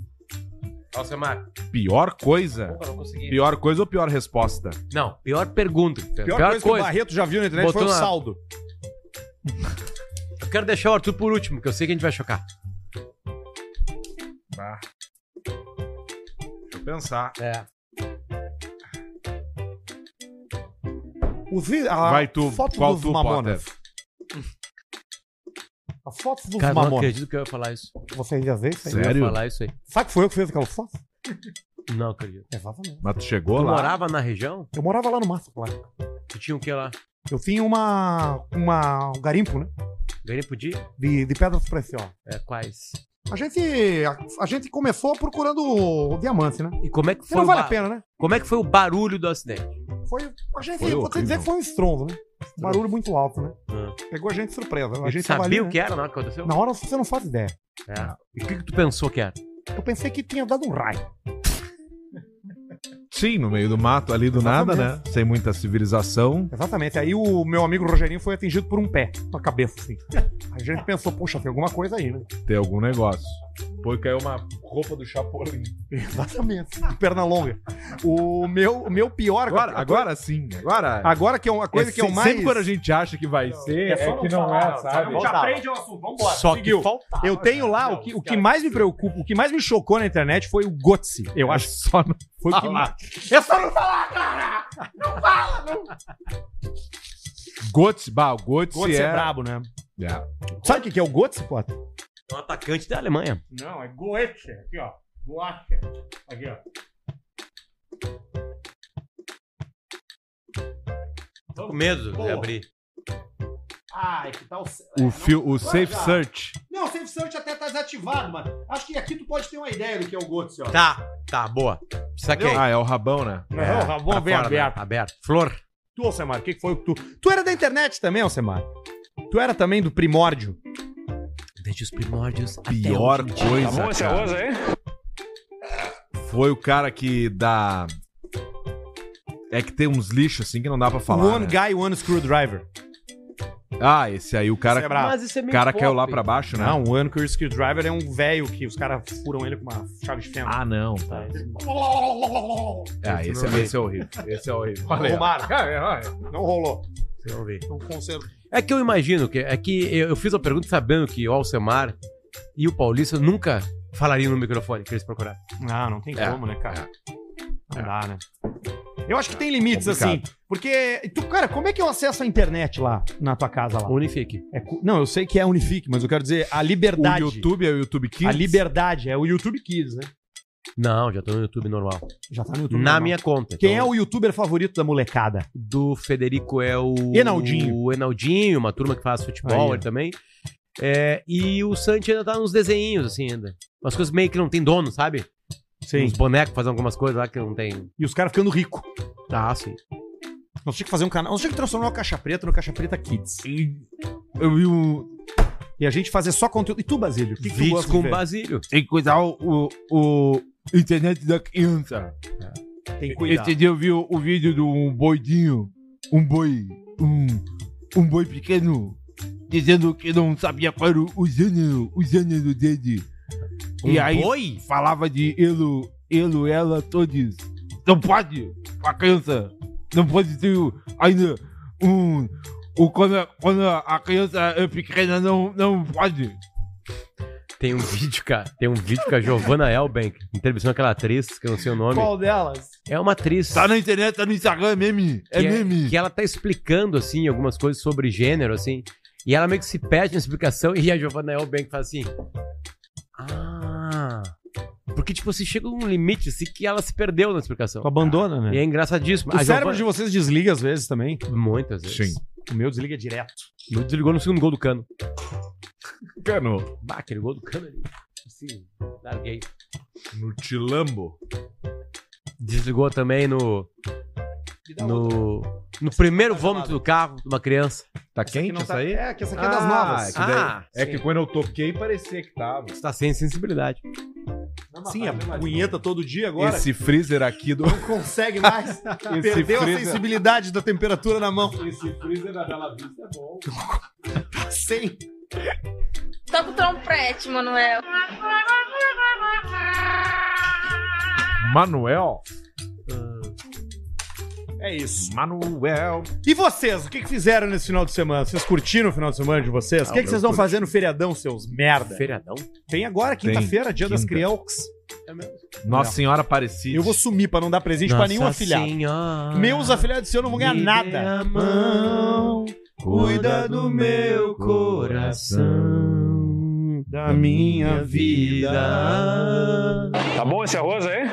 Alcemar.
Pior coisa?
Porra, não consegui.
Pior coisa ou pior resposta?
Não, pior pergunta. Pior,
Pior, coisa, que o
coisa.
Barreto já viu na internet
Botou
foi o
na-
saldo.
Eu quero deixar o Arthur por último, que eu sei que a gente vai chocar.
Deixa eu pensar.
É.
O vi- a
Vai tu,
foto
qual
do
tu,
Mamonas. A foto do
Cara, não
Mamonas.
acredito que eu ia falar isso.
Você já veio?
Eu ia
Sério?
falar isso aí.
Sabe que foi eu que fiz aquela foto?
Não acredito.
Exatamente.
Mas tu chegou
Tu
lá?
morava na região?
Eu morava lá no mato, claro.
Tu tinha o que lá?
Eu tinha uma, uma, um garimpo, né?
Ganhei por dia?
De, de pedras preciosas.
É, quais?
A gente, a, a gente começou procurando o diamante, né?
E como é que
Que
foi
não
o
vale a
ba-
pena, né?
Como é que foi o barulho do acidente?
Foi, a gente,
Foi
pode
horrível.
dizer que foi um estrondo, né? Um barulho muito alto, né?
Ah.
Pegou a gente de surpresa. A
E
gente
tu sabia
tava ali,
o que era na hora que aconteceu?
né? Na hora você não faz ideia.
É. E o que, que tu pensou que era?
Eu pensei que tinha dado um raio.
Sim, no meio do mato, ali do nada, né? Sem muita civilização.
Exatamente. Aí o meu amigo Rogerinho foi atingido por um pé, na cabeça, assim. A gente pensou, poxa, tem alguma coisa aí, né?
Tem algum negócio. Pô, caiu uma roupa do Chapolin.
<laughs> Exatamente. Perna longa. O meu, o meu pior.
Agora, agora sim. Agora.
Agora que é uma coisa
é
que eu
se-
mais.
Sempre quando a gente acha que vai ser, é, que não é, sabe?
aprende o assunto, vambora.
Só
Seguiu.
que faltava.
Eu tenho lá, o que, o que mais me preocupa, o que mais me chocou na internet foi o Gotze. Eu acho
Só não
foi o que mais.
Eu só não falo.
Götze, bah, o Götze,
Gotze é...
é...
brabo, né?
é.
Sabe o que que é o Gotze, Potter?
É um atacante da Alemanha.
Não, é goethe. Aqui, ó. Goethe. Aqui, ó.
Tô com medo de abrir.
Ah, é que tá o.
O, fio- o Safe Search.
Não, o Safe Search até tá desativado, mano. Acho que aqui tu pode ter uma ideia do que é o Gotze, ó.
Tá, tá, boa. Saquei.
Ah, é o rabão, né?
É, o Rabon
Tá
vem
fora, né?
aberto.
Aberto. Flor.
Tu, Alcemar, o que que foi o que tu. Tu era da internet também, Alcemar? Tu era também do primórdio.
Desde os primórdios até
Pior
hoje em dia.
Tá bom
coisa,
esse
é.
cara.
arroz aí?
Foi o cara que dá... É que tem uns lixos assim que não dá pra falar,
one
né?
guy, one screwdriver.
Ah, esse aí, o cara,
Esse é brabo.
Mas isso é
o
meio
cara
pop.
caiu lá pra baixo, né?
Não, o one screwdriver é um velho que os caras furam ele com uma chave de fenda.
Ah, não. Tá. É, esse, é, esse é horrível. Esse é horrível.
Arrumaram.
é,
Não rolou.
Deixa eu ver.
Não consertou.
É que eu imagino que. É que eu eu fiz a pergunta sabendo que o Alcemar e o Paulista nunca falariam no microfone que eles procuraram. é.
Ah, não tem
É,
como, né, cara? Não dá, né? Eu acho que tem limites,
Complicado.
assim. Porque, tu, cara, como é que eu acesso a internet lá, na tua casa lá?
Unifique.
É cu- não, eu sei que é a Unifique, mas eu quero dizer a
O
liberdade.
YouTube é o YouTube Kids.
A liberdade, é o YouTube Kids, né?
Não, já tô no YouTube normal.
Já tá no YouTube.
Na
normal.
minha conta.
Quem é
Então,
o youtuber favorito da molecada?
Do Federico é o.
Enaldinho.
O Enaldinho, uma turma que faz
Aí,
futebol
ó.
ele também. É, e o Santi ainda tá nos desenhinhos, assim, ainda. Umas coisas meio que não tem dono, sabe? Uns bonecos fazendo algumas coisas lá que não tem.
E os caras ficando rico.
Tá, sim.
Nós tinha que fazer um canal. Nós tinha que transformar o Caixa Preta no Caixa Preta Kids.
Eu vi um.
E a gente fazer só conteúdo. E tu, Basílio? O que, que tu
Vídeos
gosta
com
de ver?
Basílio.
Tem que cuidar o, o, o internet da criança.
É. Tem que cuidar.
Esse dia eu vi o, o vídeo de um boidinho. Um boi. Um, um boi pequeno. Dizendo que não sabia para o, o gênero, o gênero dele.
um
e aí
boi?
falava de ele, ele, ela, todos. Não pode, a criança. Não pode ter o- ainda um. O, quando, a- quando a criança é pequena, não, não pode.
Tem um vídeo, cara. Tem um vídeo com a Giovanna Elbank. Entrevistando aquela atriz, que eu não sei o nome.
Qual delas?
É uma atriz.
Tá na internet, tá no Instagram, é meme. É
que
meme.
Que ela tá explicando, assim, algumas coisas sobre gênero, assim. E ela meio que se perde na explicação <laughs> e a Giovanna Elbank fala assim. Ah. Porque, tipo, você chega num limite, assim, que ela se perdeu na explicação.
Tu abandona,
E
né?
é engraçadíssimo.
O cérebro de vocês desliga às vezes também.
de... Muitas vezes.
Sim.
O meu desliga direto.
Ele desligou no segundo gol do Cano.
Cano,
Bah, aquele gol do Cano ali. Assim, larguei.
no Tilambo.
Desligou também no... No, no primeiro vômito do carro de uma criança.
Tá quente
não
essa
tá-
aí?
É, que essa aqui é das novas.
que daí- Ah, é sim. que
quando eu toquei parecia que tava.
Você tá sem sensibilidade.
Sim, a punheta todo dia agora.
Esse freezer aqui do.
Não
<laughs>
consegue mais. Perdeu a
freezer-
sensibilidade da temperatura na mão.
Esse freezer da Bela Vista é
<laughs>
bom.
Sem.
Toca o trompete, Manuel.
Manuel?
É isso.
Manuel.
E vocês, o que, que fizeram nesse final de semana? Vocês curtiram o final de semana de
Ah,
vocês? O que, que vocês vão fazer no feriadão, seus merda?
Feriadão?
Tem agora,
Tem.
quinta-feira, dia das
Quinta.
crianças.
É Nossa Senhora Aparecida.
Eu vou sumir pra não dar presente pra nenhum afilhado. Meus afilhados esse ano não vão ganhar nada.
cuida do meu coração,
da minha
vida.
Tá bom esse arroz aí?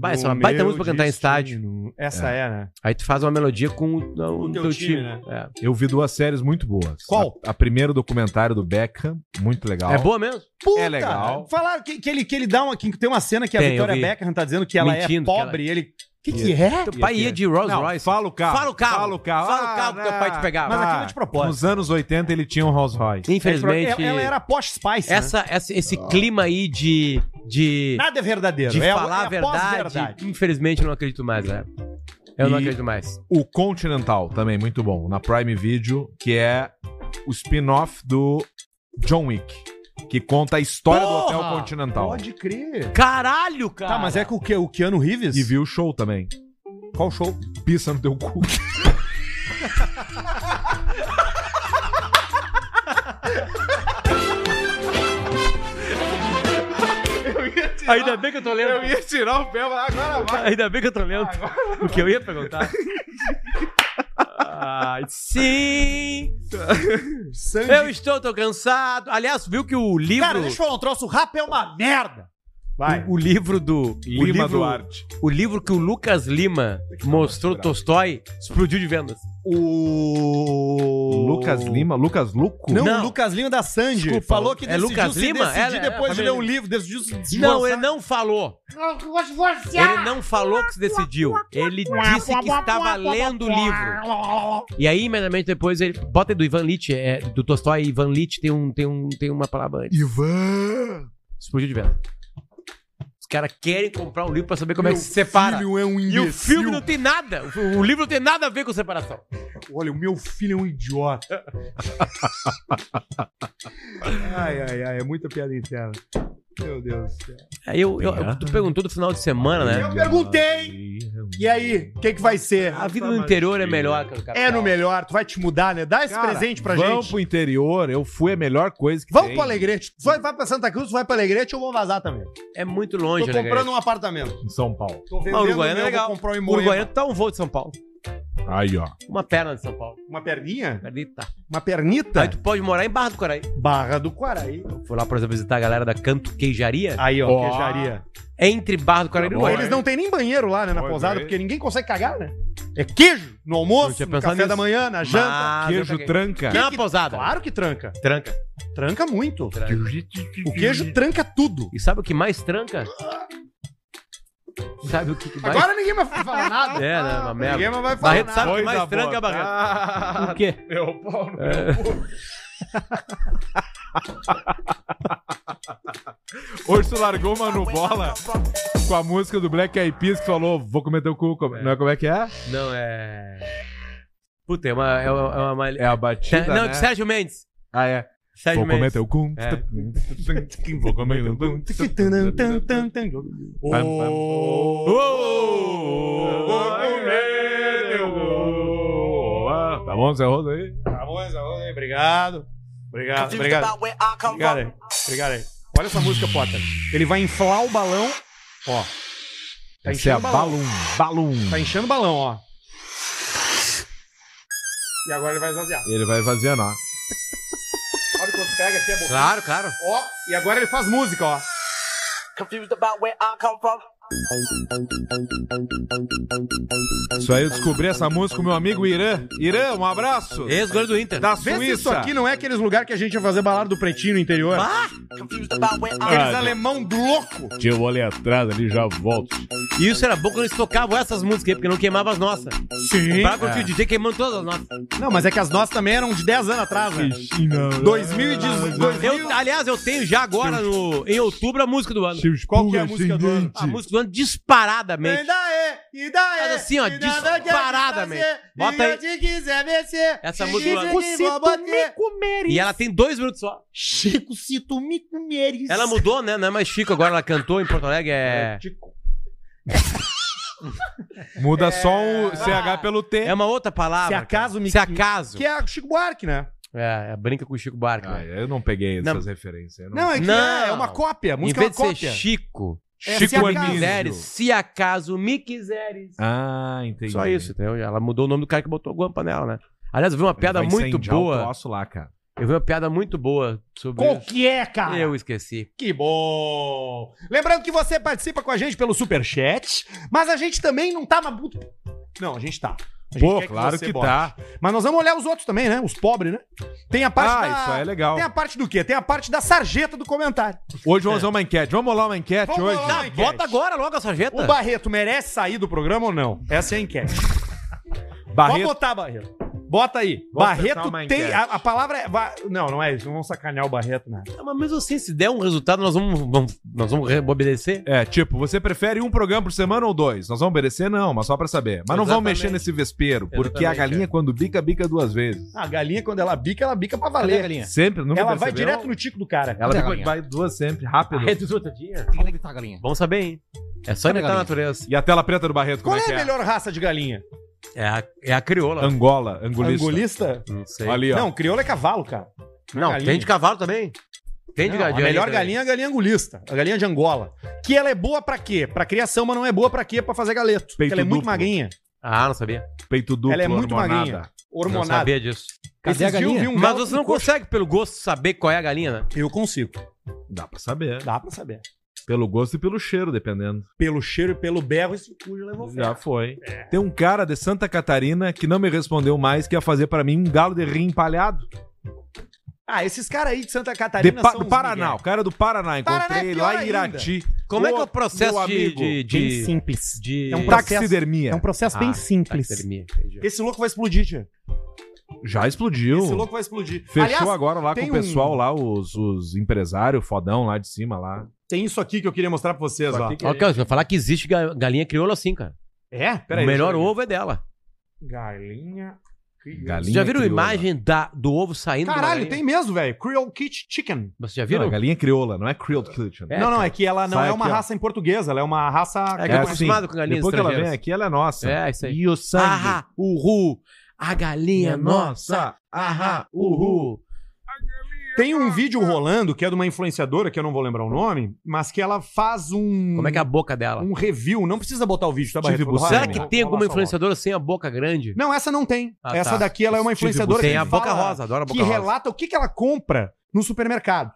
Vai, essa é uma baita música pra cantar em estádio.
Essa é, <laughs> né?
Aí tu faz uma melodia com o, o,
teu
teu,
time,
time.
né?
É.
Eu vi duas séries muito boas.
Qual?
A, a primeira, o documentário do Beckham, muito legal.
É boa mesmo?
Puta!
É legal.
Falaram que, que ele, que ele dá uma. Que tem uma cena que a
Tem, eu
Victoria
vi.
Beckham tá dizendo que ela
Mentindo
é
que ela-
pobre e ele. Que que é?
Teu pai ia de Rolls
Não,
Royce.
Fala o carro.
Fala o carro. Ah, né?
Fala o carro. Ah, né?
Fala o carro que teu pai te pegava.
Mas aquilo é de propósito.
Nos anos 80 ele tinha um Rolls Royce.
é,
Infelizmente.
Ela, ela era posh spice. né?
Ah. Essa, essa- esse clima aí de, de,
Nada é verdadeiro.
de
é,
falar
é
a verdade,
pós-verdade.
infelizmente eu não acredito mais, né? Eu não
E-
acredito mais.
O Continental também, muito bom. Na Prime Video, que é o spin-off do John Wick, que conta a história do
Porra!
Hotel Continental.
Pode crer.
Caralho, cara!
Tá, mas é com o que? O Keanu Reeves?
E viu o show também.
Qual show?
Pissa no teu cu.
Ainda bem que eu tô lendo.
ia tirar o pé, mas agora vai.
Ainda bem que eu tô lendo o que eu ia <laughs> perguntar. Ai, sim!
Sandy.
Eu estou tão cansado. Aliás, viu que o livro.
Cara, deixa eu falar um troço. O rap é uma merda. Vai.
o, o livro do. o
Lima
livro,
Duarte.
O livro que o Lucas Lima mostrou Tolstói explodiu de vendas.
O.
Lucas Lima, Lucas Luco?
Não,
Não.
o Lucas Lima da Sandy.
Desculpa.
Falou que
É Lucas
se
Lima?
decidir
Ela-
depois
é a
de
família-
ler um livro, decidiu se
Não,
desmanchar.
ele não falou. Ele não falou que se decidiu. Ele disse que estava lendo o
<laughs>
livro. E aí, imediatamente depois, ele bota do Ivan Lit, é, do Tolstói, Ivan Lit tem, um, tem, um, tem uma palavra antes.
Ivan!
Explodiu de venda. Os caras querem comprar um livro pra saber como é que se separa.
filho é um
E o
imbecil.
filme não tem nada. O fi- O livro não tem nada a ver com separação.
Olha, o meu filho é um idiota. ai, ai, ai. É muita piada interna. Meu Deus do céu.
Aí eu, eu- eu- tu perguntou do final de semana,
Eu
né?
perguntei. E aí, o que, que vai ser?
A vida no interior é melhor que no capital.
É no melhor. Tu vai te mudar, né? Dá esse presente pra
Vamos
gente.
pro interior, eu fui a melhor coisa que
Vamos
tem.
pro Alegrete. Vai, vai pra Santa Cruz, vai pra Alegrete ou vou vazar também.
É muito
Tô
longe, né?
comprando um apartamento.
Em São Paulo.
Tô
Mas o né? Uruguaiana
meu,
é legal.
vou comprar um
O
imóvel.
Uruguaiano tá um voo de São Paulo.
Aí, ó.
Uma perna de São Paulo.
Uma perninha?
Acredita.
Uma
Aí
pernita?
tu pode morar em Barra do Quaraí.
Barra do Quaraí.
Eu fui lá, por exemplo, visitar a galera da Canto Queijaria.
Aí, ó,
Ó.
queijaria.
Entre Barra do Quaraí e
Tá
Pô,
bom,
Uruguai.
eles não tem nem banheiro lá, né, na
Olha
pousada,
aí.
porque ninguém consegue cagar, né? É queijo no
Não
almoço,
tinha
no
pensado
café
nisso.
da manhã, na janta.
Mas eu
Queijo
caguei.
tranca.
Não, pousada.
Claro
<laughs>
que tranca. <laughs>
Tranca.
Tranca muito.
Tranca.
O queijo tranca tudo.
E sabe o que mais tranca? Sabe o que, que mais
Agora ninguém mais
<laughs>
vai falar nada.
É, né? Uma merda.
Ninguém mais vai falar
Barreto
nada.
sabe o que
Coisa
mais
boa.
tranca, Barreto.
Ah,
O quê?
meu pau no
É.
meu
<laughs>
cu. Hoje tu largou uma no bola com a música do Black Eyed Peas que falou vou comer teu cu. Como- Não é como é que é?
Não, é. Puta, é uma. É uma, é uma-
É a batida,
Não,
né?
de Sérgio Mendes.
Ah, é.
Sérgio
Vou comer
Mendes.
teu cu.
É.
Vou comer teu cu. Vou comer teu cu. Ah, Tá bom, Zé Rosa aí?
Obrigado. Obrigado, obrigado. Obrigado aí. Obrigado aí. Olha essa música, Potter. Ele vai inflar o balão. Ó. Tá
Essa é a
enchendo o balão.
Balloon. Balloon.
Tá enchendo o balão, ó. E agora ele vai esvaziar.
Ele vai vaziando, ó.
Olha quando pega aqui a boca.
Claro, claro.
Ó, e agora ele faz música, ó.
Isso aí eu descobri essa música com meu amigo Irã. Irã, um abraço.
Ex-goleiro do Inter.
Da
Vê
Suíça.
se isso aqui não é aqueles lugares que a gente ia fazer balada do pretinho no interior.
Ah,
tá Aqueles alemão do louco.
Tio, eu vou ali atrás ali, já volto.
e isso era bom quando eles tocavam essas músicas aí, porque não queimava as nossas.
Sim. É.
Pra curtir o DJ queimando todas as nossas.
Não, mas é que as nossas também eram de 10 anos atrás, né? 2018.
Eu, aliás, eu tenho já agora, no, em outubro, a música do ano.
Qual que é a música do ano?
A música do ano disparadamente.
E daí?
Mas assim, ó,
E nada que
disparadamente.
fazer,
Bota
e
aí.
eu te quiser vencer.
Essa
E
música do
dizer
ano.
que vou bater.
E ela tem dois minutos só.
Chico, se tu me comeres.
Ela mudou, né? Não é mais Chico agora, ela cantou em Porto Alegre. É, <laughs>
Muda só o CH pelo T.
é uma outra palavra.
Se acaso me-
Se acaso.
Que é Chico Buarque, né?
É, é brinca com o Chico Barco. né?
Ah, eu não peguei
essas
referências.
Não, é que
Não.
É, é uma cópia. A
Em
música é
vez
uma
de ser
cópia.
Chico,
É,
Chico
se acaso.
Anísio.
quiseres, se acaso me quiseres.
Ah, entendi.
Só isso, entendeu? Ela mudou o nome do cara que botou a guampa nela, né? Aliás, eu vi uma piada muito boa.
lá, cara.
Eu vi uma piada muito boa sobre
Qual
isso.
que é, cara?
Eu esqueci.
Que bom! Lembrando que você participa com a gente pelo Superchat, mas a gente também não tá na... bu- Não, a gente tá. A gente
Pô,
quer
claro
você
que,
bote.
tá.
Mas nós vamos olhar os outros também, né? Os pobres, né? Tem a parte
Ah,
da...
isso aí é legal.
Tem a parte do quê? Tem a parte da sarjeta do comentário. É.
Hoje vamos fazer uma enquete. Vamos rolar uma enquete
Vamos
hoje?
rolar.
Tá,
enquete. Um
bota agora logo essa jeta.
O Barreto merece sair do programa ou não? Essa é a enquete. Pode
<laughs> Barreto,
botar, Barreto. Bota aí.
Vou apertar
Barreto
uma
tem.
enquete.
A, a palavra é. va- Não, não é isso. Não vão sacanear o Barreto, né?
Ah, Mas mesmo assim, se der um resultado, nós vamos, vamos- nós vamos re- obedecer.
É, tipo, você prefere um programa por semana ou dois? Nós vamos obedecer? Não, mas só pra saber. Mas não vamos
Exatamente.
mexer nesse vespeiro, porque a
Exatamente,
galinha,
é.
quando bica, bica duas vezes.
Ah, A galinha, quando ela bica, ela bica pra valer.
galinha?
Sempre, nunca
ela vai
percebeu?
direto no tico do cara.
Ela
Cadê a
bica-
galinha?
vai duas sempre, rápido.
É dos outros dias.
Onde é que tá a galinha?
Vamos saber, hein? É só
Cadê a
imitar a
galinha?
natureza.
E a tela preta do Barreto, como
Qual
é,
é,
que
a
é?
melhor raça de galinha?
É a, é a crioula.
Angola, angolista.
Angolista?
Não sei.
Ali, ó.
Não, crioula é cavalo, cara.
não,
galinha.
tem de cavalo também. Tem de
Não, a
galinha
melhor
também.
galinha é a galinha angolista, a galinha de Angola. Que ela é boa pra quê? Pra criação, mas não é boa pra quê? Pra fazer galeto. Porque
Peito
ela é muito
duplo.
magrinha,
Ah, não sabia.
Peito duplo,
Ela é muito
hormonada.
magrinha.
Não
hormonada.
sabia disso.
Cadê a
Esses dias eu
galinha?
vi um
Mas
galo
você não
com coxa.
consegue, pelo gosto, saber qual é a galinha, né?
Eu consigo.
Dá pra saber.
Dá pra saber.
Pelo gosto e pelo cheiro, dependendo.
Pelo cheiro e pelo berro, é. esse cujo levou
Já
ferro.
foi. Tem um cara de Santa Catarina que não me respondeu mais que ia fazer pra mim um galo de rim empalhado.
Ah, esses caras aí de Santa
De
Catarina
Pa-
são
do
uns
Paraná,
migué.
o cara do Paraná. Encontrei
Paraná é pior
lá em
ainda.
Irati.
Como é
Ô,
que é o processo
meu
de,
amigo,
de,
Bem
de,
simples.
de-
É um processo-
Taxidermia.
É um processo bem
Ah,
simples.
taxidermia?
Esse louco vai explodir, tia.
Já explodiu.
Esse louco vai explodir.
Fechou
Aliás,
agora lá com
tem
o pessoal
um-
lá, os, os empresários fodão lá de cima lá.
tem isso aqui que eu queria mostrar pra vocês, ó.
Ó, Carlos, eu vou falar que é existe ga- galinha crioula sim, cara.
É?
o melhor ovo é dela.
Galinha.
Galinha
Vocês já viram a
crioula.
imagem da, do ovo saindo? da
Caralho,
galinha?
tem mesmo, velho. Creole Kit Chicken.
Vocês já
Não,
viram?
é galinha crioula, não é Creole Kitchen.
É,
não, não, é que ela não
Sai
é uma
aqui, ó.
raça em portuguesa, ela é uma raça.
É que
É
eu tô
assim,
acostumado com galinhas
Depois que ela vem
estrangeiras.
aqui, ela é nossa.
É, isso aí.
E o sangue
Ahá, uhu, a galinha
é
nossa.
nossa.
Ahá, uhu.
Tem um vídeo rolando que é de uma influenciadora, que eu não vou lembrar o nome, mas que ela faz um.
Como é que é a boca dela?
Um review. Não precisa botar o vídeo, tá, Barreto?
Tive
Rola,
Será
né?
que
Rola
tem alguma
só, rola.
influenciadora sem a boca grande?
Não, essa não tem.
Ah,
essa
tá.
daqui ela é uma influenciadora
Tem
que
a boca
fala-
rosa, adoro a boca
que
rosa.
relata o que, que ela compra no supermercado.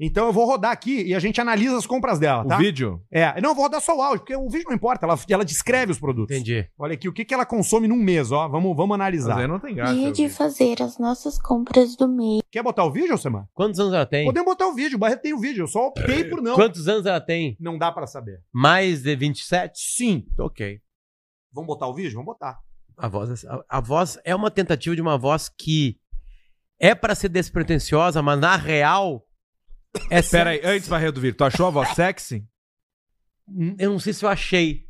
Então eu vou rodar aqui e a gente analisa as compras dela,
O
tá?
vídeo?
É, não, eu vou rodar só o áudio, porque o vídeo não importa, ela, ela descreve os produtos.
Entendi.
Olha aqui, o que, que ela consome num mês, ó, vamos, vamos
Mas
analisar.
aí não tem graça.
Dia de
eu vi.
fazer as nossas compras do mês.
Quer botar o vídeo, Alcemar?
Quantos anos ela tem?
Podemos botar o vídeo, o Barreto tem o vídeo, eu só optei por não.
Quantos anos ela tem?
Não dá pra saber.
Mais de 27?
Sim.
Ok.
Vamos botar o vídeo? Vamos botar.
A voz, a, a voz é uma tentativa de uma voz que é pra ser despretensiosa, mas na real é
Pera aí, antes, Barreto Vir, tu achou a voz sexy?
Hum, Eu não sei se eu achei,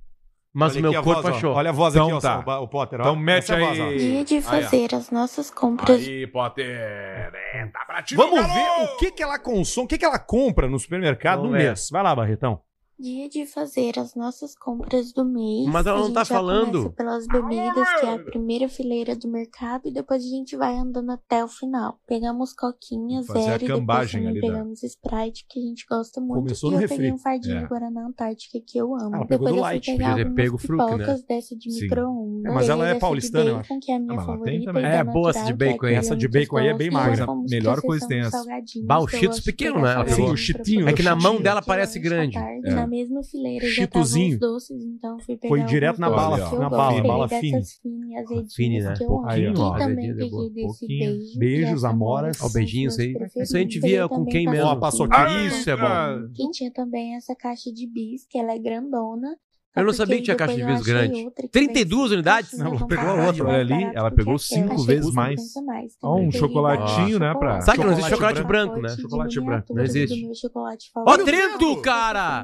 mas
Olha
o meu
aqui a
corpo
voz, ó.
achou.
Olha a voz
Então
aqui, ó,
tá.
o- o Potter. ó.
Então mete
Essa é a voz, ó.
aí.
Dia de fazer as nossas compras
Aí, Potter. É, dá pra ti,
Vamos
meu
ver
galo!
o que, que ela consome, o que, que ela compra no supermercado
Vamos
no
ver.
mês. Vai lá, Barretão.
Dia de fazer as nossas compras do mês.
Mas ela
A
não
gente
tá
já
falando.
Começa pelas bebidas, que é a primeira fileira do mercado, e depois a gente vai andando até o final. Pegamos coquinha,
Fazer a
zero, e depois
cambagem ali
também
da-
pegamos Sprite, que a gente gosta muito.
Começou
e
no
eu
refri.
peguei um fardinho
É.
de Guaraná Antártica que eu amo.
Ah, ela pegou do
depois eu fui
light.
pegar
Podia ter
algumas
pego fruc, né?
pipocas dessa de
Sim.
micro-ondas.
É, mas ela é
peguei essa
paulistana, eu
de bacon, que é a minha
Ah, mas ela tem
favorita.
também.
e da
É, boa essa de
Natural,
bacon
que
aí.
a
Essa de
que eu
bacon aí é
amo,
bem
e
magra.
nós fomos
Melhor
pra
coisa tem
sessão dos
essa.
salgadinhos,
Bah, o
então, que eu
Cheetos
gosto de
pequeno,
pegar
né? Ela
pegou
salgadinho
o
pra
Cheetinho,
poder
É que na
mão
comer
dela
de
parece
lanche à
grande.
tarde.
É.
Na mesma fileira já estavam
Cheetozinho.
os doces, então fui pegar
Foi direto na
alguns doces
bala,
que eu
na
gosto.
bala,
Peguei
bala fine.
dessas fine, azedinhas
Fine, né?
que eu amo.
Pouquinho, ó,
e também
azedinha é boa.
peguei desse
Pouquinho.
beijo.
Beijos,
e as
amoras.
amoras
Ó,
são os
beijinhos
meus
aí.
preferidos.
Isso a gente
Peguei
via com
também
quem
Ó,
mesmo.
a paçoquinha.
paçoquinha.
Isso é bom.
E tinha também essa caixa de bis, que ela é grandona. Tá
Eu não sabia que tinha caixa de bis grande. 32 unidades?
Não,
né?
ela pegou a outra, olha ali, ela pegou
é
cinco vezes mais. Ó, um chocolatinho, né, pra-
Sabe que não existe chocolate branco, né?
Chocolate
Chocolate
branco.
branco.
Não existe.
Ó,
Ó, Trento, cara!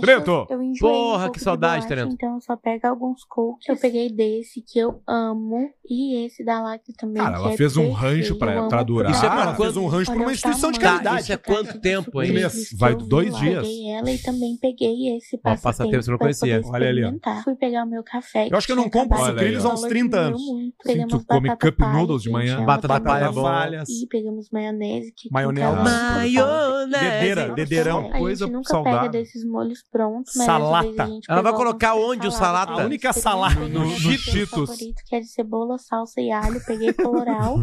Trento!
um
Porra, que saudade, Trento.
Então eu só pego alguns cookies. Eu peguei desse que eu amo. E esse da Lacta também.
Cara,
que
ela
é
fez um
perfeito,
rancho
eu
pra,
amo
pra durar.
Isso é pra
ela
quando-
fez um rancho pra
Olha
uma
o
instituição de
tamanho.
Tá,
caridade.
isso é quanto tempo,
Surpresa
hein?
mês.
que
Vai
eu
do dois
vi,
dias.
Larguei ela e também peguei esse passatempo.
passatempo você não
pra
conhecia.
poder
Olha ali, ó.
experimentar. Fui pegar o meu café.
Eu acho que eu não
tinha
compro
acabado,
sucrilhos
o
há uns
valor
30
diminuiu
anos.
muito.
Sim,
Pegamos
tu come
batata
cup
palha,
noodles de
que a gente
manhã.
chama
Batata
também.
palha é bom.
Falhas.
E pegamos maionese. Que
Maionese.
com calma.
Dedeira,
A
dederão.
gente
Coisa
nunca
saudável.
pega desses molhos prontos, mas
Salata.
às vezes a gente
Ela vai
pegou
colocar
alguns
onde o
saladas.
salata?
A única
Peguei
salada.
meu
No- no
favorito,
Cheetos.
<laughs>
que é de cebola, salsa e alho. Peguei colorau.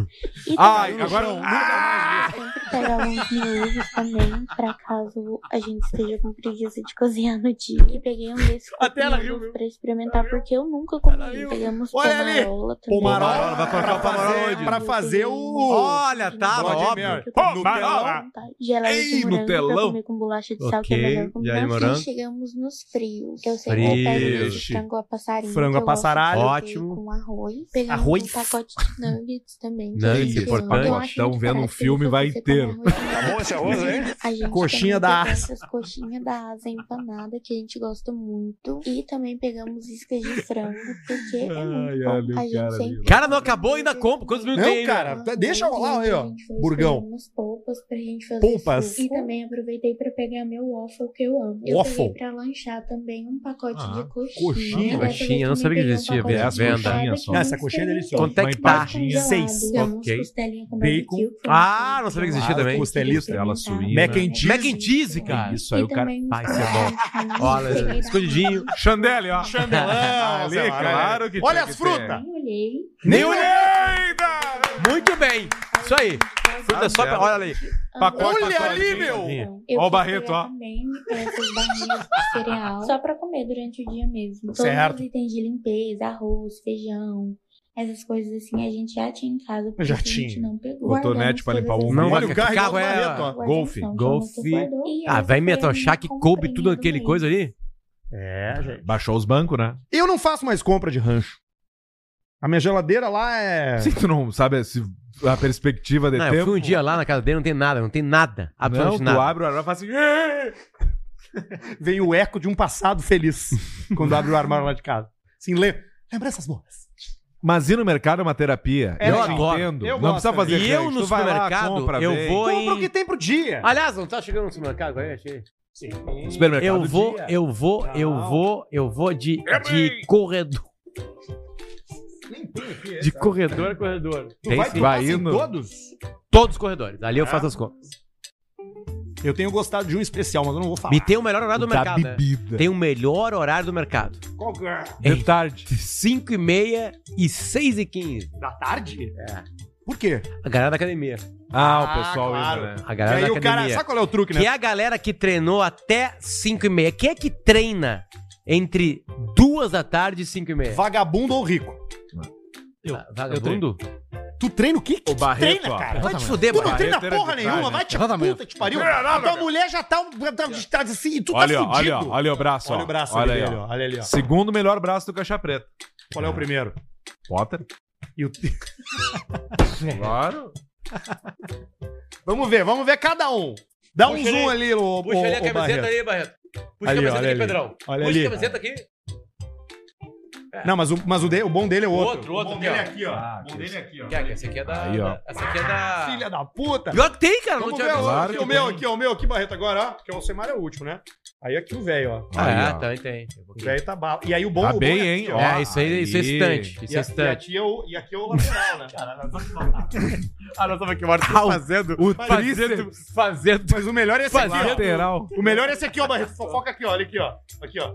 e
Ai,
Tá
também
agora-
peguei
Ah!
sempre Pega alguns miúdos também, pra caso a gente esteja com preguiça de cozinhar no dia. E peguei um desses
Até ela
cocumilhos pra experimentar, porque eu nunca comi. Pegamos
Olha ali!
pomarola também.
Pomarola,
vai colocar o pomarola onde?
pra fazer o.
Olha, tá,
Pode
óbvio.
mesmo.
Pô,
Pomarola!
Geleia de
Ei,
morango pra
Nutelão.
comer com bolacha de sal, que
Ok,
é melhor com
geleia de
bolacha.
morango.
E chegamos nos frios. Eu sei que eu pego
Frios.
esse frango a passarinho.
Frango
que
a
eu gosto de
passaralho.
fazer
Ótimo.
Com arroz. Pegamos
Arroz.
um pacote de nuggets também. que
Nuggets,
eu amo.
importante.
Eu acho
Estão
muito
vendo um
prático
filme,
você
vai
separar
inteiro.
arroz em
Bom esse arroz, hein?
a gente
Coxinha da
também pegou
asa.
essas coxinhas da asa empanada que a gente gosta muito. E também pegamos iscas de frango, porque é muito bom.
olha o
a gente
cara
sempre...
Cara, não acabou ainda compra. Quantos minutos
Não,
tem né? ainda?
cara, tá- deixa rolar aí, ó. Burgão.
Umas polpas pra gente fazer
Polpas.
suco. E também aproveitei pra pegar meu waffle que eu amo.
Waffle.
Eu peguei pra lanchar também um pacote
Ah,
de coxinha.
coxinha.
Daí também
Coxinha, eu não
peguei
sabia que
um
existia
pacote
essa
de empada
coxinha
que
só.
não
Essa coxinha é deliciosa.
Quanto é
Uma
que tá?
empadinha. Seis.
Ok.
Ok.
Costelinha com
Bacon.
barbecue, é que foi
Ah,
uma
não sabia que
coisa
existia
que eu
também.
Costelista,
ela
experimentava.
suína.
Mac and cheese.
Mac and cheese, cara.
Isso aí,
E
o cara.
também um
Pai,
uns
isso é bom.
pratinhos.
Olha,
Peguei da
escondidinho.
Chandelle, ó.
Ah,
Chandelão,
Ali,
é
sei lá, né?
claro que
Olha
tem que
as frutas!
ter.
Nem olhei.
Nem
Nenhum.
olhei.
Muito bem. Isso aí. Fruta só pra... Olha ali.
Pacote,
Olha
pacote,
ali,
hein?
meu!
Ah. Eu
Ó o
fui
Barreto,
pegar
ó.
Também é, essas barrinhas
<laughs>
de cereal. Só pra comer durante o dia mesmo. Todos
Certo.
os itens de limpeza, arroz, feijão, essas coisas assim, a gente já tinha em casa. porque
Já
a gente
tinha.
não pegou.
Cotonete
Guardamos
pra limpar o
todas
umbigo.
as- então,
Não,
Olha
que
o carro,
carro
igual
é-
a Barreto, ó.
Guardamos
golfe,
não,
golfe.
como tu guardou. E
Ah,
essa
vai
foi
meter
a
um
minha
chá que coube
comprinha
tudo
do
aquele
mês.
coisa ali?
É, gente.
Baixou os bancos, né?
Eu não faço mais compra de rancho. A minha geladeira lá é.
Se tu não sabe se a perspectiva de
Não, eu
tempo.
fui um dia lá na casa dele, não tem nada, não tem nada.
Não,
Absolutamente
tu
nada.
abre o armário e faz assim. "Ê!"
assim,
Vem o eco de um
<laughs>
passado feliz quando abre o armário lá de casa. Sim, lembra. Lembra essas boas.
Mas ir no mercado é uma terapia.
É,
eu
eu
te
adoro.
entendo.
Eu
não
gosto
precisa fazer
E eu
gente.
no
Tu vai lá,
supermercado,
compra,
eu
vem.
vou
Compra o
em...
que tem pro dia.
Aliás, não tá chegando no supermercado agora? Achei.
Supermercado
Eu vou,
dia.
eu vou, eu
Não.
vou, eu vou de, de corredor. De corredor a corredor.
Tu
Tem
vai
sim.
Vai
Passa em
indo.
todos?
Todos os corredores. Ali eu
É.
faço as contas.
Eu tenho gostado de um especial, mas eu não vou falar.
Me tem o melhor horário do
Da
mercado. né?
Tá bebida.
Tem o melhor horário do mercado.
Qual que é?
De tarde.
5 e meia e 6 e 15.
Da tarde? É. Por quê?
A galera da academia.
Ah,
Ah,
o pessoal
claro.
indo, né?
A galera
e aí
da
o cara.
academia.
Sabe qual é o truque, né?
Que é a galera que treinou até 5 e meia. Quem é que treina entre duas da tarde e 5 e meia?
Vagabundo ou rico?
Ah,
Tá
Vagabundo?
Tu treina o que? que
O Barreto,
treina,
ó.
cara.
Vai te fuder,
Tu não
Barreto.
treina
Barreto era de
porra nenhuma,
trás, né?
vai te
Exatamente.
puta, te pariu. Tua mulher já tá, tá, tá assim, tu
Olha,
tá
ó,
fudido.
olha, ó, olha o braço.
Olha
ó.
o braço
olha
ali,
aí,
dele, ó. Olha ali, ó.
Segundo melhor braço do Caixa Preta.
Qual é o primeiro?
Potter.
E o-
Claro.
<laughs> vamos ver, vamos ver cada um. Dá um
Puxa
zoom
ele.
ali, ô,
Puxa
ô,
ali a
ô,
camiseta
Barreto.
ali, Barreto. Puxa
Ali,
a camiseta
olha
aqui,
ali.
Pedrão.
Olha
Puxa
ali.
a camiseta aqui.
Não, mas o, mas o, de- o bom dele é o outro.
Outro, outro
o bom
aqui,
dele
ó.
é aqui, ó.
Ah,
o bom dele é aqui, ó.
Que é- Essa aqui é da.
Aí, ó.
da- Essa aqui é da.
Filha da puta.
Pior que tem, cara. não
Vamos ver
tinha
o-
visto.
Claro
aqui,
que
o meu
tem.
aqui, ó, o meu aqui, Barreto, agora, ó. Porque o Alcemar é o último, né? Aí aqui o velho, ó.
Ah,
Aí, ó.
é, tem, tem.
O velho tá bala. E aí o bom
Tá
o bom
bem,
é aqui,
hein?
ó.
É, isso aí, isso é
Aí.
estante. Isso é
E, aqui, e,
estante.
aqui é o, e aqui é o lateral, né? <laughs>
Ah, nós estamos aqui, Marcos. Fazendo. O fazendo. Fazendo.
Mas o melhor é esse aqui, ó.
Lateral.
O melhor é esse aqui, ó, Barreto. Fofoca aqui, ó. Olha aqui, ó. Aqui, ó.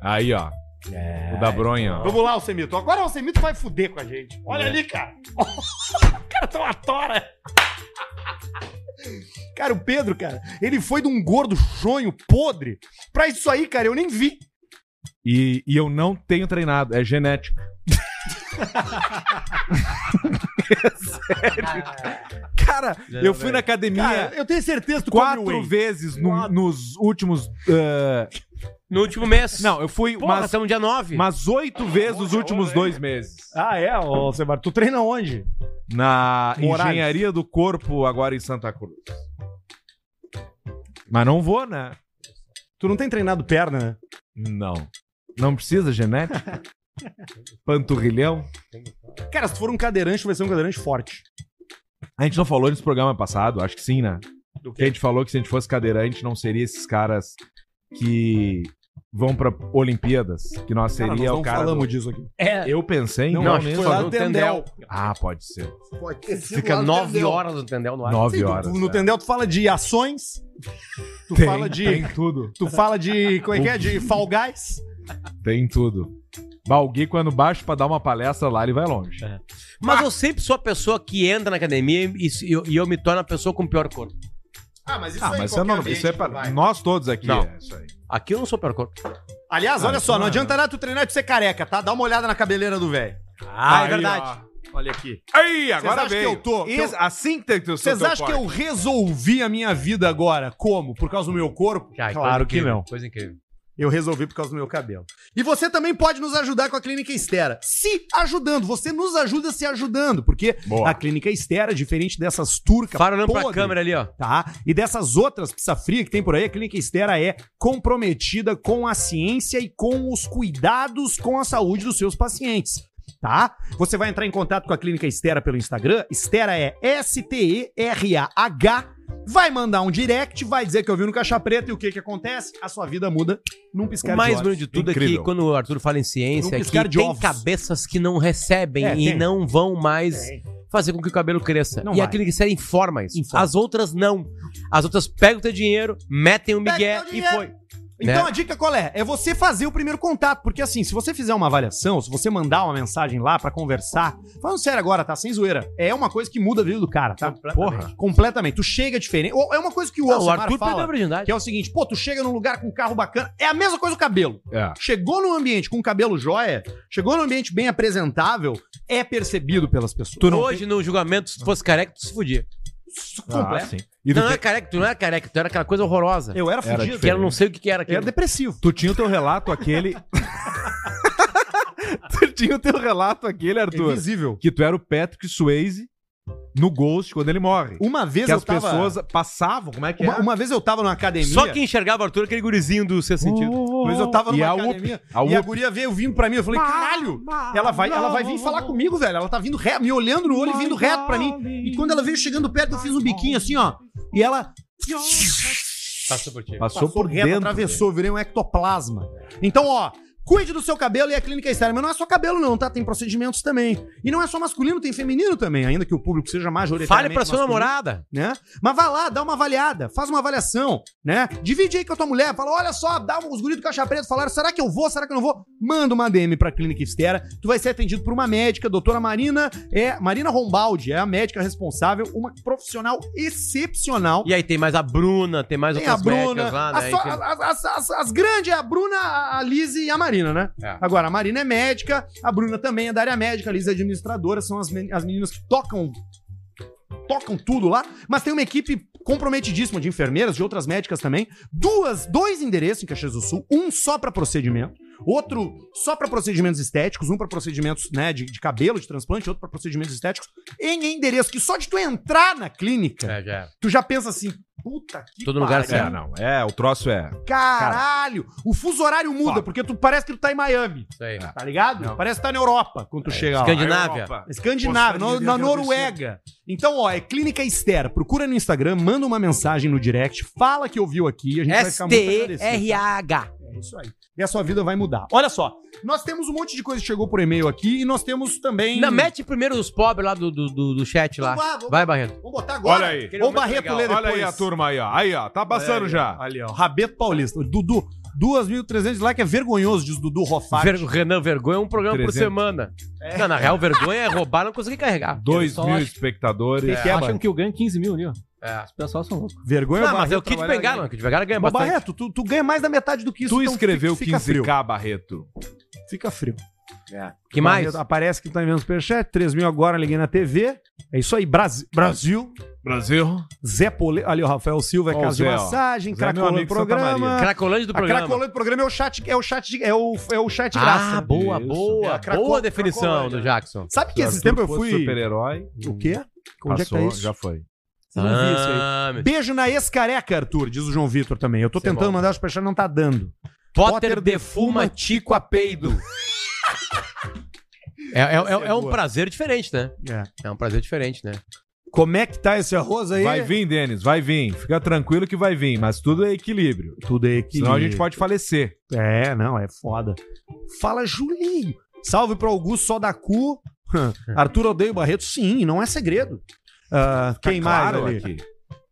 Aí, ó. O
É.
da bronha, ó.
Vamos lá, Alcemito. Agora o Alcemito vai fuder com a gente. Olha ali, cara. o <laughs> cara tá uma tora. Cara, o Pedro, cara, ele foi de um gordo chonho, podre, pra isso aí, cara, eu nem <laughs> vi.
E, e eu não tenho treinado, é genético. é sério. Cara, eu fui na academia
Cara, eu tenho certeza que tu
quatro
come whey.
vezes no- nos últimos. eh,
No último mês.
não, eu fui
Porra,
umas,
estamos dia 9.
umas oito vezes nos últimos dois meses.
Ah, é, ô, Sebastião. Tu treina onde?
Na
Morales.
engenharia do corpo, agora em Santa Cruz. Mas não vou, né?
Tu não tem treinado perna, né?
Não. Não precisa
<laughs>
genética? Panturrilhão?
Cara, se tu for um cadeirante, tu vai ser um cadeirante forte.
A gente não falou nesse programa passado, acho que sim, né? Que a gente falou que se a gente fosse cadeirante, não seria esses caras que vão pra Olimpíadas, que nós seria
nós não
o cara.
falamos
do-
disso aqui.
Eu pensei em
Não,
não,
acho que
mesmo.
foi lá
no
no
Tendel.
Tendel.
Ah, pode ser.
Pode ter sido
Fica
lá no
9
Tendel.
horas no Tendel no ar.
Sim,
9
tu-
horas.
tu- no
né?
Tendel tu fala de ações, tu
Tem,
fala de...
Tem tudo.
Tu fala de. Como é que é? De Fall Guys?
Tem tudo. Balgui, quando baixa pra dar uma palestra lá, ele vai longe.
Mas
Ah.
eu sempre sou a pessoa que entra na academia e, e eu, e eu me torno a pessoa com o pior corpo.
Ah, mas isso
Ah,
aí,
mas isso é
qualquer
normal. Isso é
ambiente
pra
tu vai.
nós todos aqui.
Não.
É isso aí.
Aqui eu não sou o pior corpo.
Aliás,
Ah,
olha
isso
só, não
não é,
adianta nada tu treinar e tu ser careca, tá? Dá uma olhada na cabeleira do velho. é
Ah,
Aí,
Olha aqui.
Aí, agora
acham que
veio.
eu tô- que
Esse-
eu-
Assim que tem que ter o seu
Vocês acham que eu resolvi a minha vida agora? Como? Por causa do meu corpo? claro que não.
Coisa incrível.
Eu resolvi por causa do meu cabelo. E você também pode nos ajudar com a Clínica Estera. Se ajudando. Você nos ajuda se ajudando. Porque
Boa.
a Clínica Estera, é diferente dessas turcas.
Fala olhando pra
podre,
câmera ali, ó.
Tá? E dessas outras pizza fria que tem por aí, a Clínica Estera é comprometida com a ciência e com os cuidados com a saúde dos seus pacientes. Tá? Você vai entrar em contato com a Clínica Estera pelo Instagram. Estera é S-T-E-R-A-H. Vai mandar um direct, vai dizer que eu vi no Caixa Preta e o que que acontece? A sua vida muda num piscar
O mais
de olhos.
bonito de tudo é
Incrível.
que quando o Arthur fala em ciência,
Um
é
piscar
que
de
tem
ovos.
cabeças que não recebem
É,
e
tem.
não vão mais
Tem.
fazer com que o cabelo cresça.
Não
e
vai.
a clínica séria informa isso.
Informa.
As outras não. As outras pegam teu dinheiro, metem o
Pega
migué
teu
e
dinheiro.
foi.
Então
né?
a dica qual é? É você fazer o primeiro contato, porque assim, se você fizer uma avaliação, se você mandar uma mensagem lá pra conversar, falando sério agora, tá? Sem zoeira. É uma coisa que muda a vida do cara, tá? Porra. Completamente. Tu chega diferente. Ou é uma coisa que o
Não, o
Alcimar
Arthur perdeu a
fala,
virgindade.
que é o seguinte, pô, tu chega num lugar com um carro bacana, é a mesma coisa o cabelo.
É.
Chegou num ambiente com um cabelo joia, chegou num ambiente bem apresentável, é percebido pelas pessoas.
Hoje, no julgamento, se tu fosse careca, tu se fudia.
Ah, sim. E tu,
Não, não
te-
era careca, tu não era careca, tu era aquela coisa horrorosa.
Eu era
Era
fudido.
que era não sei o que, que era
era
aquilo.
depressivo.
tu tinha o teu relato
<laughs>
aquele. tu tinha o teu relato aquele, Arthur.
É Invisível.
Que tu era o Patrick Swayze no Ghost quando ele morre.
Uma vez
Que
eu
as
tava...
pessoas passavam, como é que é?
Uma, uma vez eu tava numa academia... Oh,
Só quem enxergava o Arthur era aquele gurizinho do seu sentido.
Uma vez eu tava numa
E a
academia
UP, a
e a
UP.
guria veio vindo pra mim. Eu falei, caralho, ela vai, ela vai vir falar comigo, velho. Ela tá vindo reto, me olhando no olho e vindo reto pra mim. E quando ela veio chegando perto, eu fiz um biquinho assim, ó. E ela
Passou por ti.
Passou, por
reto,
dentro.
atravessou, virei um ectoplasma. Então, ó. Cuide do seu cabelo e a clínica estéreo. Mas não é só cabelo, não, tá? Tem procedimentos também. E não é só masculino, tem feminino também, ainda que o público seja
Fale
majoritariamente.
pra sua
masculino
namorada.
né? Mas vai lá, dá uma avaliada, faz uma avaliação, né? Divide aí com a tua mulher, fala, olha só, dá um, os guris do Caixa Preta falaram, será que eu vou, será que eu não vou? Manda uma DM pra Clínica Estera, tu vai ser atendido por uma médica, doutora Marina, é, Marina Rombaldi, é a médica responsável, uma profissional excepcional.
E aí tem mais a Bruna, tem mais
Tem a
outras
Bruna,
médicas lá,
as,
né?
só-
Enfim.
as- as- as- as grandes é a Bruna, a a Liz e a Marina, né?
É.
Agora, a Marina é médica, a Bruna também é da área médica, a Liz é administradora, são as, men- as meninas que tocam tocam tudo lá, mas tem uma equipe comprometidíssima de enfermeiras, de outras médicas também. Duas, dois endereços em Caxias do Sul, um só para procedimento, outro só para procedimentos estéticos, um para procedimentos, né, de, de cabelo, de transplante, outro para procedimentos estéticos, em endereço que só de tu entrar na clínica,
É, já era.
tu já pensa assim, puta que
Todo lugar
pariu.
É, não. É, o troço é.
Caralho! O fuso horário muda, porque tu parece que tu tá em Miami,
Isso
É.
aí.
tá ligado? Parece que tá na Europa quando tu chega lá.
Escandinávia.
Escandinávia, na, na
é um
Noruega. Então, ó, é Clínica Estera. Procura no Instagram, manda uma mensagem no direct, fala que ouviu aqui, a gente vai ficar muito agradecido.
S-T-E-R-A-H.
É isso aí. E a sua vida vai mudar. Olha só, nós temos um monte de coisa que chegou por e-mail aqui e nós temos também... Então
Não, mete primeiro os pobres lá do, do, do- do chat lá.
Vamos lá, vamos-
Vai, Barreto.
Vamos botar
Olha
agora.
aí.
Vamos Barreto ler depois.
Olha aí a turma aí, ó. Aí, ó. Tá passando já.
Olha, ó, Rabeto Paulista. Dudu, 2.300 lá que é vergonhoso, diz Dudu Rofati.
Ver, Renan, vergonha é um programa por
300.
semana. Não, na real, vergonha é roubar, não conseguir carregar.
Dois
Só
mil
acho-
espectadores.
Que é,
Acham
mano?
que eu ganho 15 mil ali, ó.
É.
Os pessoal são loucos.
Vergonha
Não, mas é o Kit
trabalhar
Bengala. O Kit Bengala ganha
Mas,
bastante.
Barreto, é, tu, tu ganha mais da metade do que isso.
Tu
então
escreveu
fica, fica
15K,
frio.
Barreto.
Fica frio.
que mais?
Barreto, Aparece que tá em menos superchat. 3 mil agora, liguei na TV. É isso aí. Brasi- Brasil.
Brasil.
Zé Pole... Ali, o Rafael Silva é
Ó,
casa de
Zé, ó.
massagem.
Zé é meu
Cracolando do
amigo de Santa
programa.
Maria.
Cracolândia do
A
programa.
cracolando do programa é o chat, é o chat, de- é o, é o chat de graça.
Ah, boa,
Isso.
boa.
É, cracol-
boa definição
cracolândia.
do Jackson.
é, né? Sabe que esses
Arthur
tempos eu
fosse
fui...
super-herói.
O quê? Onde é que
Passou,
tá isso?
já foi.
Eu não vi isso aí.
Ah, meu-
Beijo na ex-careca, Arthur, diz o João Vitor também. Eu tô
Isso é
tentando
bom.
mandar o superchat, não tá dando.
Potter defuma tico a peido. É, é- é- é um prazer diferente, né?
É.
É um prazer diferente, né?
Como é que tá esse arroz aí?
Vai vir, Denis, vai vir. Fica tranquilo que vai vir, mas tudo é equilíbrio.
Tudo é que...
Senão a gente pode falecer.
É, não, é
<laughs>
foda. Fala, Julinho. Salve pro Augusto só da cu. Arthur odeio Barreto, sim, não é segredo. Ah, quem mais
Tá claro
ali?
<laughs> aqui.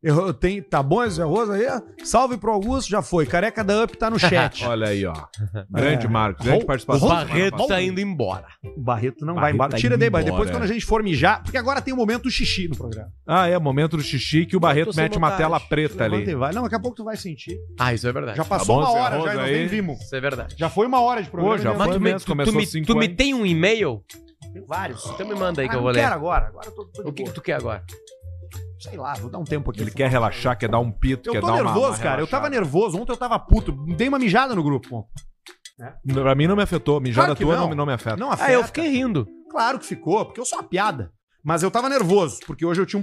Eu tenho, tá bom esse arroz aí? Salve pro Augusto, já foi. Careca da Up tá no chat.
Olha
<laughs>
aí, ó. Grande Marcos, grande
Rol-
participação.
Rol-
Barreto tá indo embora.
É. O Barreto não
<laughs>
vai
Barreto
embora.
tá
Tira
indo
daí, Barreto.
embora,
Depois, quando a gente for mijar, porque agora tem o momento do xixi no programa.
Ah, é, momento do xixi que o Barreto
sem
mete uma
vontade.
tela preta
Levanta e
ali. Tá
vai. Não, daqui a pouco tu vai sentir.
Ah, isso é verdade.
Já passou
bom
uma
esse
hora,
arroz
já, e nós
aí?
nem vimos.
Isso é verdade.
Já foi uma hora de programa.
Pô, já
né?
foi
Mas tu me,
mesmo,
tu-
começou
tu me-
cinco
tu me
anos.
tem um e-mail?
Tem vários.
Então me manda aí que
Ah,
eu vou
não quero
ler.
agora. Agora eu tô, tô de
O que, que
boa.
tu quer agora?
Sei lá, vou dar um tempo aqui.
Ele quer relaxar, quer dar um pito,
Eu
quer
tô
dar uma-
nervoso,
uma
cara. Eu tava
relaxada.
nervoso. Ontem eu tava puto. Dei uma mijada no grupo. ontem.
Pra mim não me afetou. Mijada
Claro que
tua
não.
não. me- não me afeta.
Não
Ah,
afeta.
eu fiquei rindo.
Claro que ficou, porque eu sou uma piada. Mas eu tava nervoso, porque hoje eu tinha um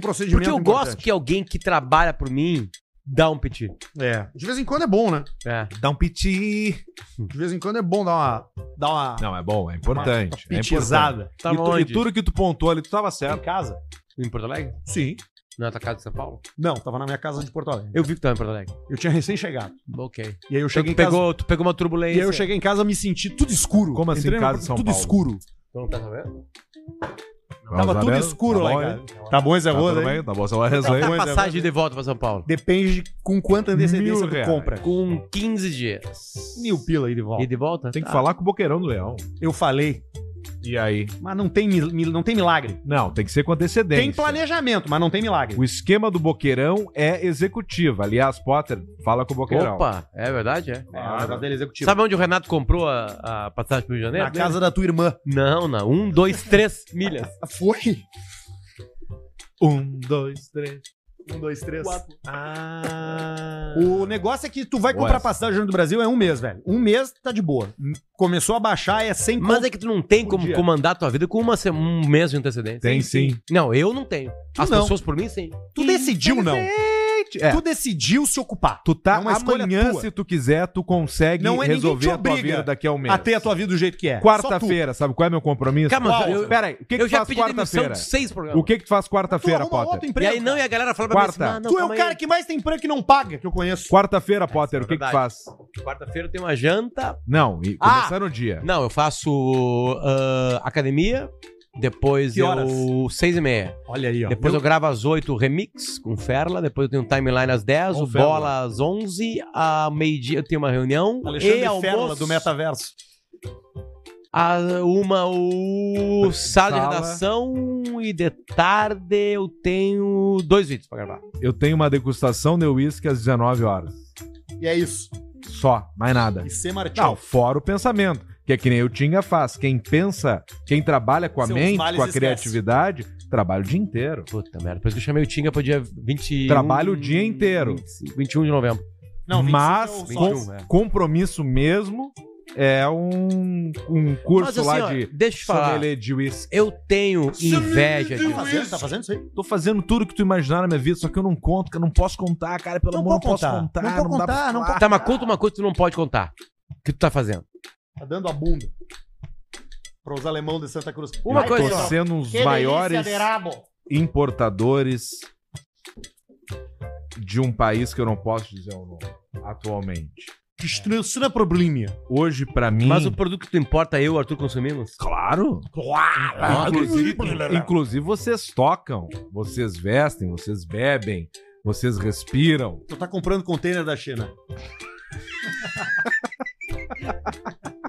Porque
procedimento
eu gosto
importante.
que alguém que trabalha por mim dá um piti.
É. De vez em quando é bom, né?
É.
Dá um piti.
De vez em quando é bom dar uma... Dar uma...
Não, é bom, é importante. É importante.
pitizada.
Tá
e, tu, e tudo que tu pontuou ali, tu tava certo.
Em casa?
Em Porto Alegre?
Sim.
Na tua casa de São Paulo?
Não, tava na minha casa de Porto Alegre.
Eu vi que tu tava em Porto Alegre.
Eu tinha recém-chegado.
Ok.
E aí eu
Então
cheguei
tu,
em casa...
pegou, tu pegou uma
E
turbulência.
aí eu cheguei em casa, me senti tudo escuro.
Como assim,
Entrei no-
casa de São
Tudo
Paulo?
escuro.
Tu não tá sabendo?
Tava tudo escuro lá em casa. Tá bom esse
Tá
arroz
tudo
aí?
bem, tá bom, você vai
Tá
resolver.
a passagem de volta pra São Paulo.
Depende de com quanta antecedência
Mil
tu
reais.
compra.
Com 15 dias.
Mil pila aí de volta. Ah.
E de volta?
Tem que
Tá.
falar com o boqueirão do leão.
Eu falei,
E aí?
mas não tem, mil- mil- não tem milagre.
Não, tem que ser com antecedência.
Tem planejamento, mas não tem milagre.
O esquema do boqueirão é executivo. Aliás, Potter, fala com o boqueirão.
Opa, é verdade, é.
É, o negócio dele é executivo.
Sabe onde o Renato comprou a, a passagem pro Rio de Janeiro?
Na casa da tua irmã.
Não, não. Um, dois, três milhas.
Foi?
Um, dois, três.
Um, dois, três.
Ah.
O negócio é que tu vai
Boa
comprar
essa.
passagem do Brasil é um mês, velho. Um mês tá de boa. Começou a baixar, é 100
Mas é que tu não tem
Por
como
Um dia.
comandar tua vida com uma se- um mês de antecedência.
Tem sim.
Não, eu não tenho.
Tu
As
não.
pessoas por mim, sim.
Tu decidiu, não.
É.
Tu decidiu se ocupar.
Tu tá
É uma escolha
amanhã,
tua.
se tu quiser, tu consegue
Não é- ninguém
resolver
te
a tua
obriga
vida daqui a um mês.
Até a tua vida do jeito que é.
Quarta-feira, sabe qual é meu compromisso?
Cara, mas
Qual?
eu-
Pera aí, o que, que
eu
tu
já
faz
pedi demissão
quarta-feira?
de seis programas.
O que que tu faz
Tu
quarta-feira,
arruma
Potter?
outro
E
emprego.
aí não, e
cara.
a galera fala pra mim assim,
Quarta.
ah, não,
Tu é o
calma
cara
aí.
que mais tem emprego que não paga, que eu conheço.
Quarta-feira, Potter,
é
o que que tu
verdade.
faz?
Quarta-feira tem uma janta.
Não, e
Ah!
começando o dia.
Não, eu faço ah, academia, depois
Que horas?
eu... Seis e meia.
Olha aí, ó.
Depois eu gravo às 8 o remix com o Ferla, depois eu tenho o timeline às 10,
Com
o
o Ferla.
bola às 11, a meio-dia eu tenho uma reunião
Tá
Alexandre
e
Ferla
almoço,
do Metaverso.
a uma o sala de
Sala.
redação e de tarde eu tenho dois vídeos pra gravar.
Eu tenho uma degustação de uísque às 19 horas.
E é isso.
Só, mais nada.
E ser
Não,
Martins.
fora o pensamento, que é que nem o Tinga faz. Quem pensa, quem trabalha com a
Seus
mente,
males
com a
esquece.
criatividade, trabalha o dia inteiro.
Puta merda, por isso que eu chamei o Tinga pro dia 21.
Trabalho o dia inteiro.
25, 21 de novembro.
Mas
é
com-
o sócio.
21, é.
compromisso mesmo é um, um curso
Mas, assim,
lá
ó,
de
deixa eu te falar.
sommelier de uísque.
Eu tenho inveja de
Tá fazendo, tá fazendo isso aí?
Tô fazendo tudo que tu imaginar na minha vida, só que eu não conto, que eu não posso contar, cara. Pelo
Então
Não
amor, não
pode
posso
contar.
contar.
Não pode
dá pra
contar, não
falar.
Tá, mas conta uma coisa que tu não pode contar. O que tu tá fazendo?
Tá dando a bunda. Para os alemão de Santa Cruz.
Uma
eu
coisa
assim,
tô
só.
sendo um dos
delícia
maiores
de rabo.
importadores de um país que eu não posso dizer o nome atualmente.
Que estranho, isso não é problema.
Hoje, pra mim.
Mas o produto que tu importa, eu, Arthur, consumimos?
Claro! Inclusive, inclusive, vocês tocam, vocês vestem, vocês bebem, vocês respiram.
Tu tá comprando container da China.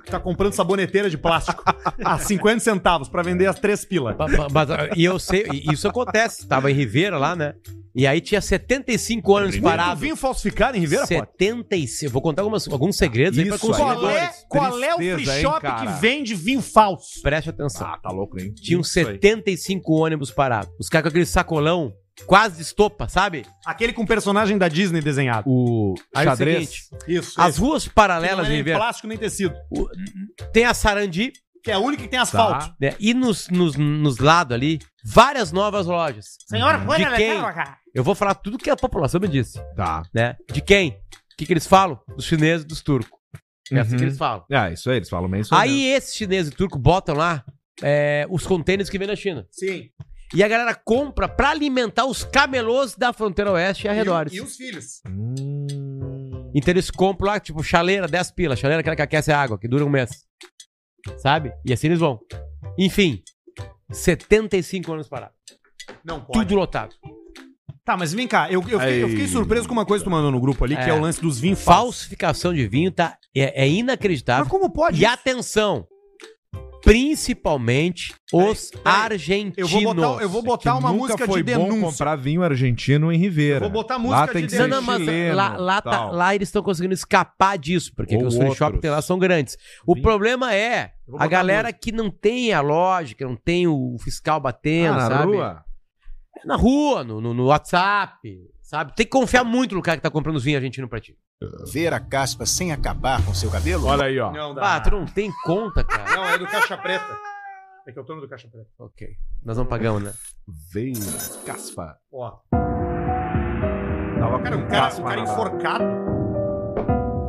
tá comprando saboneteira de plástico a 50 centavos pra vender as três pilas.
Ba- ba- Mas, ah, e eu sei, e isso acontece. Tava em Ribeira lá, né? E aí tinha 75 anos parado.
vinho falsificado em Rivera, pô.
75. Vou contar algumas, alguns segredos aí pra
Isso aí.
Qual
consumidores.
é, qual é o
Tristeza,
free
hein,
shop
cara?
que vende vinho falso?
Preste atenção.
tá louco, hein?
Tinham 75 ônibus parados. Os caras com aquele sacolão quase de estopa, sabe?
Aquele com personagem da Disney desenhado.
O
Aí é o
xadrez.
Isso. é
As ruas paralelas de
nem
Ribeira.
plástico nem tecido.
Tem a Sarandi,
Que é a única que
Tá.
tem asfalto.
né? E nos, nos, nos lados ali, várias novas lojas. Uhum.
Senhora,
De
olha
quem?
legal, cara.
Eu vou falar tudo que a população me disse,
Tá.
né? De quem? O que, que eles falam? Dos chineses e dos turcos. É assim que
Uhum.
eles falam.
É, isso aí, eles falam bem isso
aí
mesmo.
esses chineses e turcos botam lá é, os contêineres que vem da China.
Sim.
E a galera compra pra alimentar os camelôs da fronteira oeste e arredores.
os filhos.
Hum.
Então eles compram lá, tipo, chaleira, 10 pilas. Chaleira aquela que aquece a água, que dura um mês. Sabe? E assim eles vão. Enfim, 75 anos parados.
Não pode.
Tudo lotado.
Tá, mas vem cá, eu, eu fiquei, eu fiquei
Aí.
surpreso com uma coisa que tu mandou no grupo ali, que
É.
é o lance dos vinhos falsos.
Falsificação de vinho tá, é, é inacreditável.
Mas como pode?
E atenção, principalmente os argentinos.
Eu vou botar, um- eu vou botar uma
é nunca
música
foi
de denúncia.
bom comprar vinho argentino em Ribeira.
Vou botar música
Lá tem
de
que
denúncia.
ser
Não, não, mas
chileno,
lá, lá, tá-
tal.
lá eles estão conseguindo escapar disso, porque
Ou
os free
outros.
shops tem lá são grandes. O
Sim.
problema é
Eu vou
a
botar
galera que não tem a lógica, não tem o fiscal
Ah,
batendo,
na
sabe? É
rua?
Na rua, no, no- no WhatsApp, sabe? Tem que confiar muito no cara que tá comprando os vinhos argentinos pra ti.
Ver a caspa sem acabar com seu cabelo?
Olha aí, ó.
Não,
Ah, tu não tem conta, cara.
Não, é do Caixa Preta. É que é o dono do Caixa Preta.
ok. Nós não pagamos, né?
Veio, caspa.
Ó.
Tava
Cara,
com
um cara,
caspa
um cara
na-
enforcado.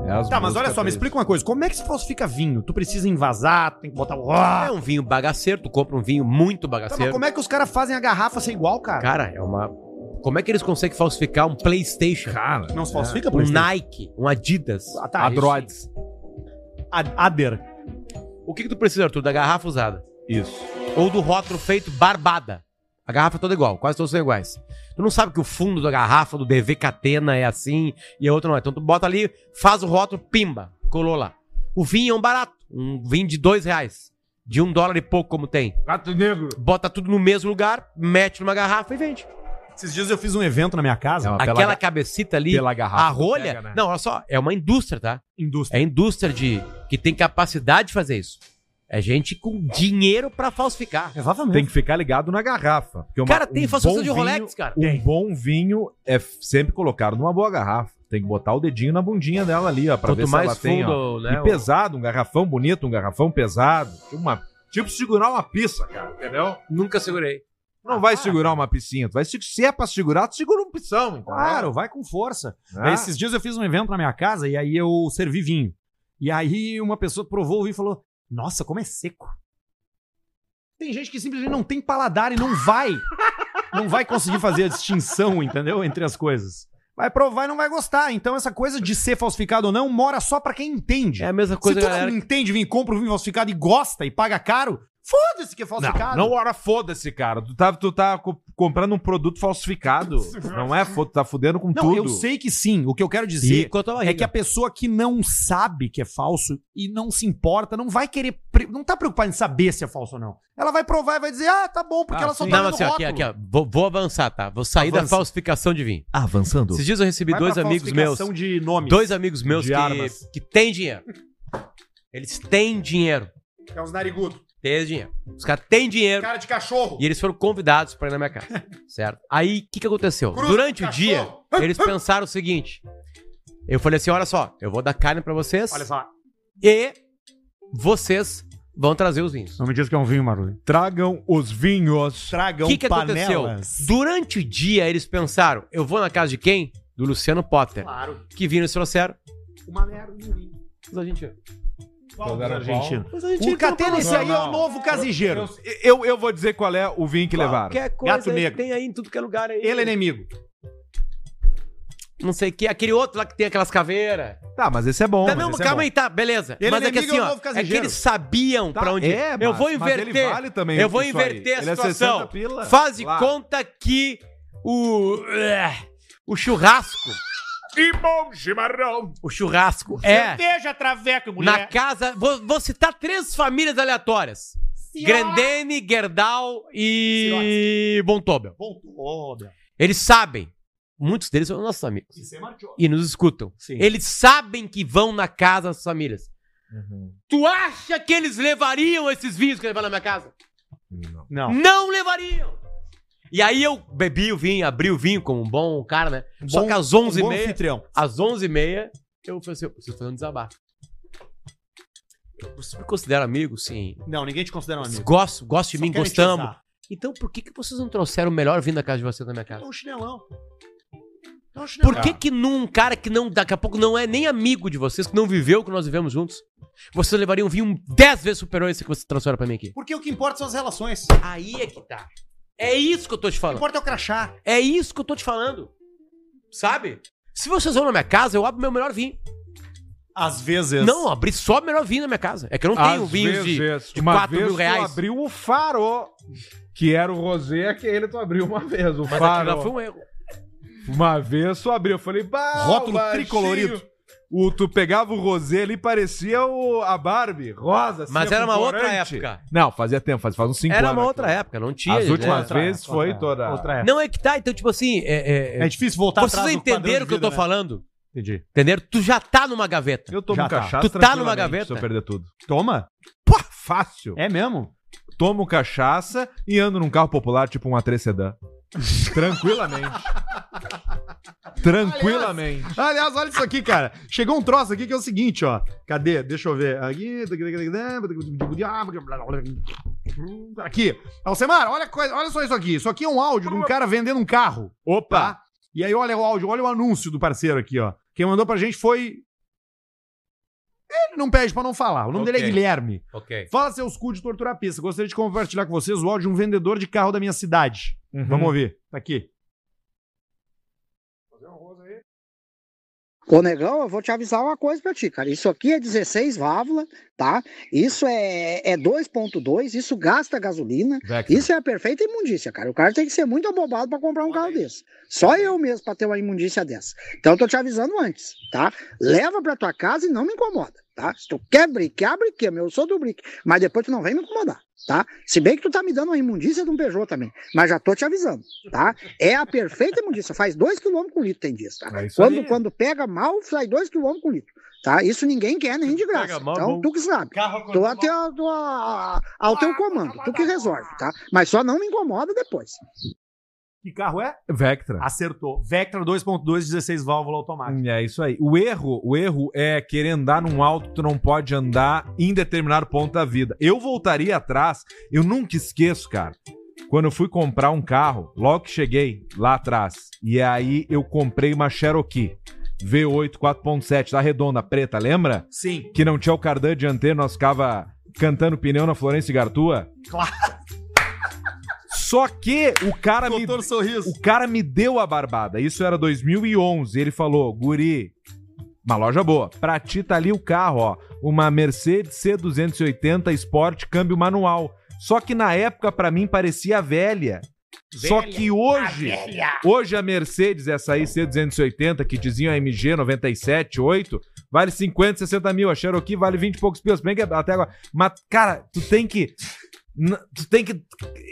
É as
Tá, mas olha
músicas
só, me
deles.
explica uma coisa. Como é que se falsifica vinho? Tu precisa envasar, tu tem que botar... o.
É um vinho bagaceiro, tu compra um vinho muito
Tá, mas
bagaceiro.
como é que os caras fazem a garrafa ser igual, cara?
Cara, é uma. Como é que eles conseguem falsificar um PlayStation,
Cara,
Não se falsifica,
um
PlayStation?
Nike, um Adidas?
Ah, tá,
Adroids.
Ad- Ader.
O que, que tu precisa, Arthur? Da garrafa usada.
isso.
Ou do rótulo feito barbada. A garrafa é toda igual, quase todas são iguais. Tu não sabe que o fundo da garrafa do DV Catena é assim e a outra não é. Então tu bota ali, faz o rótulo, pimba, colou lá. O vinho é um barato, um vinho de dois reais. De um dólar e pouco, como tem.
Gato negro.
Bota tudo no mesmo lugar, mete numa garrafa e vende.
Esses dias eu fiz um evento na minha casa.
Aquela cabecita ali,
pela garrafa
a rolha.
pega, né?
Não, olha só, é uma indústria, tá?
Indústria.
É a indústria de que tem capacidade de fazer isso. É gente com dinheiro pra falsificar.
Provavelmente.
Tem que ficar ligado na garrafa. porque uma-
Cara, tem
um
falsificação
bom
de
vinho-
Rolex, cara.
Um bom vinho é f- sempre colocado numa boa garrafa. Tem que botar o dedinho na bundinha dela ali, ó, pra ver
Quanto
se
mais
ela tem, ó.
fundo, né?
E pesado, um garrafão bonito, um garrafão pesado. Tipo, uma- tipo segurar uma pizza, cara, entendeu?
Nunca segurei.
Não vai segurar uma piscinha. Tu vai, se, se é pra segurar, tu segura um pição, entendeu?
Claro, vai com força.
Ah.
Né?
Esses dias eu fiz um evento na minha casa e aí eu servi vinho. E aí uma pessoa provou o vinho e falou: Nossa, como é seco. Tem gente que simplesmente não tem paladar e não vai. Não vai conseguir fazer a distinção, entendeu? Entre as coisas. Vai provar e não vai gostar. Então essa coisa de ser falsificado ou não mora só pra quem entende.
É a mesma coisa,
Se tu
galera.
não entende vinho, compra o vinho falsificado e gosta e paga caro, foda-se que é falsificado.
Não, não ora foda-se, cara. Tu tá, tu tá co- comprando um produto
<laughs>
falsificado. Não é foda, tu tá fudendo com
Não,
tudo.
eu sei que sim. O que eu quero dizer
E quanto a barriga.
é que a pessoa que não sabe que é falso e não se importa, não vai querer, pre- não tá preocupada em saber se é falso ou não. Ela vai provar e vai dizer, ah, tá bom, porque
Ah,
ela só
sim.
tá
Não,
vendo
assim, ó, aqui,
rótulo.
aqui, ó. Vou, vou avançar, tá? Vou sair da
Avança.
falsificação de vinho.
é
Avançando.
Esses dias eu recebi
Vai
dois
pra
amigos meus.
falsificação de nome.
Dois amigos meus
De armas.
que, que têm dinheiro. Eles têm dinheiro.
É uns narigudos.
Têm dinheiro. Os caras têm dinheiro.
Cara de cachorro.
E eles foram convidados pra ir na minha casa,
<laughs>
certo? Aí, o que, que aconteceu?
Cruz
Durante
do
o dia,
cachorro. <laughs>
eles pensaram o seguinte. Eu falei assim, olha só, eu vou dar carne pra vocês
Olha só.
e vocês vão trazer os vinhos.
Não me diz que é um vinho, Marulho.
Tragam os vinhos.
Tragam
O que, que aconteceu? Durante o dia, eles pensaram, eu vou na casa de quem? Do Luciano Potter.
Claro.
Que vinho eles trouxeram?
Uma merda um de vinho.
Os
é.
argentinos.
Argentino.
Os argentinos.
O Catena, esse aí é
Não,
o
não.
novo caseiro.
Eu, eu, eu vou dizer qual é o vinho que levaram.
Qualquer coisa
Gato
aí
negro.
tem aí em tudo que é lugar aí.
Ele é inimigo.
Não sei o que. Aquele outro lá que tem aquelas caveiras.
Tá, mas esse é bom.
Tá,
mas
não,
esse é
calma
bom.
aí, tá, beleza.
Ele
mas é que
inimigo
assim,
é o
ó,
novo
é
caseiro.
que eles sabiam
Tá,
pra onde.
é,
eu
mas-
vou
mas ele
inverter.
vale também
eu vou
isso aí.
inverter
Ele
a
é
situação.
60 pila.
Faz de
Lá.
conta que o
É.
o churrasco,
E bom chimarrão.
o churrasco é
Cerveja, traveco,
na
mulher.
casa, vou, vou citar três famílias aleatórias. Grandene, Gerdau e Bontobel. Eles sabem. Muitos deles são nossos amigos.
é
E nos escutam.
Sim.
Eles sabem que vão na casa das famílias. Tu acha que eles levariam esses vinhos que eu levar na minha casa?
Não.
Não levariam! E aí eu bebi o vinho, abri o vinho como um bom cara, né? Só
Bom-
que às
Um bom
11h30,
anfitrião.
às 11h30, eu falei assim, eu preciso fazer um desabafo. Você me considera amigo? Sim.
Não, ninguém te considera um amigo.
Gosto, gosto de
Só
mim,
querem te
gostamos.
usar.
Então por que, que vocês não trouxeram o melhor vinho da casa de vocês na minha casa?
Dá um chinelão. Dá um chinelão.
Por que que num cara que não daqui a pouco não é nem amigo de vocês, que não viveu o que nós vivemos juntos, vocês levariam um vinho 10 vezes superior a esse que vocês trouxeram pra mim aqui?
Porque o que importa são as relações.
Aí é que tá. É isso que eu tô te
O que
falando.
importa é o crachá.
É isso que eu tô te falando. Sabe? Se vocês vão na minha casa, eu abro meu melhor vinho.
Às vezes.
Não, eu abri só o melhor vinho na minha casa. É que eu não tenho
Às
vinhos de.
vezes,
de
uma
4
vez
mil reais.
tu abriu o farol, que era o rosé, que ele tu abriu uma vez. O
Mas aquilo lá
farol.
foi um erro.
Uma vez só abriu, eu falei, bah,
Rótulo
o baixinho.
tricolorido.
O, tu pegava o rosé ali, parecia o, a Barbie, rosa, assim,
Mas era
com
uma outra
corante.
época.
Não, fazia tempo, faz, faz uns 5 anos.
Era uma
aqui.
outra época, não tinha.
As
né?
últimas
Outra
vezes
época,
foi
outra
toda.
Outra
época.
época.
Não é que tá, então, tipo assim. É, é,
É difícil voltar
Vocês
atrás do padrão
entenderam
de
o que eu
vida,
tô
né?
falando?
Entendi.
Entenderam? Tu já tá numa gaveta.
Eu tomo
Já tá.
cachaça
Tu tá numa
tranquilamente
gaveta?
Se eu perder tudo.
Toma?
Pô, fácil.
É mesmo?
Tomo cachaça e ando num carro popular, tipo um
<laughs>
A3 Sedan.
<laughs>
Tranquilamente. Tranquilamente.
Aliás, olha isso aqui, cara. Chegou um troço aqui que é o seguinte, ó. Cadê? Deixa eu ver. Aqui. Aqui. Alcemar, olha, a coisa- olha só isso aqui. Isso aqui é um áudio de um cara vendendo um carro.
Opa!
Tá? E aí, olha o áudio, olha o anúncio do parceiro aqui, ó. Quem mandou pra gente foi. Ele não pede pra não falar. O nome dele é
Ok.
Guilherme.
Ok.
Fala seus cu de tortura pista. Gostaria de compartilhar com vocês o áudio de um vendedor de carro da minha cidade. Vamos ouvir. Tá aqui.
Ô Negão, eu vou te avisar uma coisa pra ti, cara. Isso aqui é 16 válvula, tá? Isso é, é 2.2, isso gasta gasolina.
Vectra.
Isso é a perfeita imundícia, cara. O cara tem que ser muito abobado pra comprar um carro desse. Só eu mesmo pra ter uma imundícia dessa. Então eu tô te avisando antes, tá? Leva pra tua casa e não me incomoda, tá? Se tu quer brique, abre que, meu, eu sou do brique. Mas depois tu não vem me incomodar. Tá? Se bem que tu tá me dando uma imundícia de um Peugeot também, mas já tô te avisando, tá? É a perfeita imundícia, faz 2 km por litro tem dias, tá?
É isso
Quando,
aí.
quando pega mal, sai dois quilômetros por litro. Tá? Isso ninguém quer nem de graça.
é
pega mal,
então,
bom.
tu que sabe. Tu até ao, ao teu comando, tu que resolve, tá? Mas só não me incomoda depois.
Que carro é?
Vectra.
Acertou. Vectra 2.2, 16 válvula automática.
É isso aí. O erro, o erro é querer andar num alto, tu não pode andar em determinado ponto da vida. Eu voltaria atrás, eu nunca esqueço, cara. Quando eu fui comprar um carro, logo que cheguei lá atrás, e aí eu comprei uma Cherokee V8 4.7 da redonda preta, lembra?
Sim.
Que não tinha o cardan dianteiro, nós ficava cantando pneu na Florença e Gartua.
Claro.
Só que o cara me
Doutor Sorriso.
o cara me deu a barbada. Isso era 2011. Ele falou, guri, uma loja boa. Pra ti tá ali o carro, ó. Uma Mercedes C280 Sport câmbio manual. Só que na época, pra mim, parecia velha. Só que hoje, hoje a Mercedes, essa aí C280, que diziam a MG 97, 8, vale 50, 60 mil. A Cherokee vale 20 e poucos pios. Bem que até agora. Mas, cara, tu tem que. n- Tu tem que.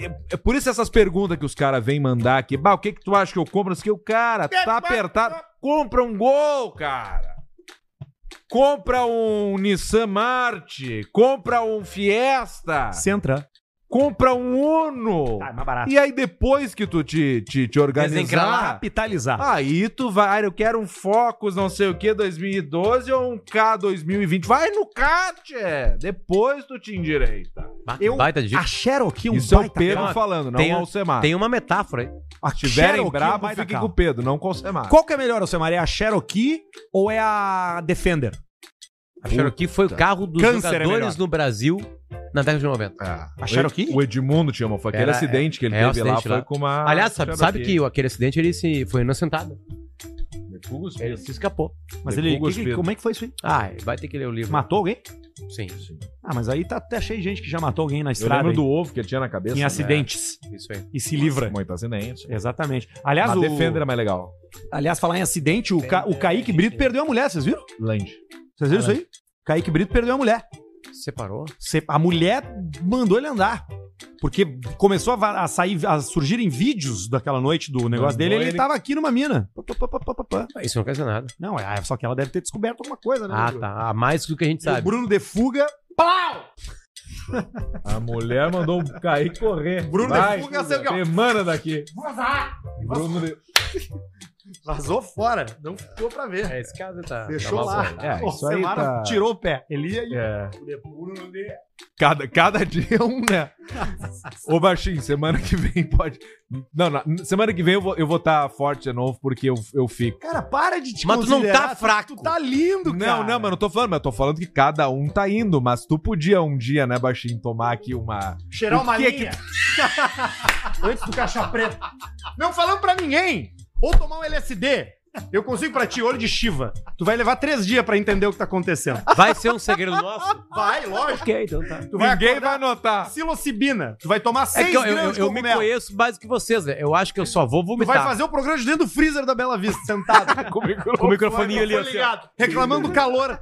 É, é por isso essas perguntas que os caras vêm mandar aqui. Bah, o que que tu acha que eu compro? Não sei o que o cara tá apertado. Compra um gol, cara. Compra um Nissan Marte. Compra um Fiesta.
Centra.
Compra um Uno.
Tá, é mais barato.
E aí depois que tu te, te, te organizar,
Capitalizar.
aí tu vai, "Ah, eu quero um Focus não sei o que 2012 ou um K 2020. Vai no K, tchê. Depois tu te endireita.
Ba-
Eu-
Baita de dica.
A Cherokee é um
Isso é o
baita
Pedro
carro.
falando, não
Tem-
o Alcemar.
Tem um uma metáfora aí.
A
Se tiverem
Cherokee é um
brabo,
baita
fiquem
carro.
com o Pedro, não com o Alcemar.
Qual que é melhor, Alcemar? É a Cherokee ou é a Defender?
A Cherokee foi o carro dos
Câncer é
jogadores
melhor.
no Brasil na década de 90.
Ah,
A Cherokee?
O Edmundo tinha uma, foi aquele
Era-
acidente que ele
é, o
teve lá,
acidente
foi
lá.
com uma...
Aliás, sabe, sabe
Cherokee.
que aquele acidente ele se foi inocentado.
Defugo
Ele
espírito.
se escapou.
Mas
De
ele.
Google
que- que-
Pedro.
como é que foi isso aí?
Ah, vai ter que ler o livro.
Matou alguém?
Sim.
Ah, mas aí tá até cheio de gente que já matou alguém na
Eu
estrada.
lembro
hein?
do ovo que ele tinha na cabeça.
Em
né?
acidentes.
Isso aí.
E se livra.
Muito acidente.
Exatamente. Aliás,
Mas
o,
Defender é mais legal.
aliás, falar em acidente, o, Ca- o Kaique Brito perdeu a mulher, vocês viram?
Land.
Vocês viram isso aí? Kaique Brito perdeu a mulher.
Separou?
Se- A mulher mandou ele andar. Porque começou a, va- a sair, a surgirem vídeos daquela noite do negócio
Mandou
dele, ele,
ele-
tava aqui numa mina. Pá, pá, pá, pá, pá, pá.
Ah, Isso não quer dizer nada.
Não, é só que ela deve ter descoberto alguma coisa, né?
Ah,
Bruno?
tá. A mais do que a gente
E O
sabe.
Bruno de fuga. Pau!
A mulher mandou um cair correr.
Bruno
Vai,
de fuga, sei o que, ó.
Semana daqui.
Vazar!
Bruno de...
Vazou fora. Não ficou pra ver.
É, esse caso tá.
Deixou
tá
lá.
mal,
É,
O
isso aí
Semara
tá-
tirou o pé. Ele ia e
É.
Bruno de...
Cada, cada dia um, né? Ô, Baixinho, semana que vem pode. Não, não, semana que vem eu vou eu vou tá forte de novo porque eu, eu fico.
Cara, para de te
Mas tu não
considerar,
tá fraco.
Tu tá lindo,
Não,
cara.
não, mas eu não tô falando, mas eu tô falando que cada um tá indo, mas tu podia um dia, né, Baixinho, tomar aqui uma.
Cheirar
O
uma
que é
linha. Antes do caixa preta. Não falando pra ninguém. Ou tomar um LSD. Eu consigo pra ti olho de Shiva. Tu vai levar três dias pra entender o que tá acontecendo.
Vai ser um segredo nosso?
Vai, lógico.
Ok, então tá.
Tu vai
Ninguém
acordar-
vai notar.
Psilocibina. Tu vai tomar
É
seis
que eu, eu-
gramas de
eu me
cogumelo.
conheço mais do que vocês, né? Eu acho que eu só vou
Tu
vomitar.
vai fazer o programa de dentro do freezer da Bela Vista, <laughs> sentado.
Com o
Com o microfoninho ali, assim, ó.
ligado, reclamando do calor.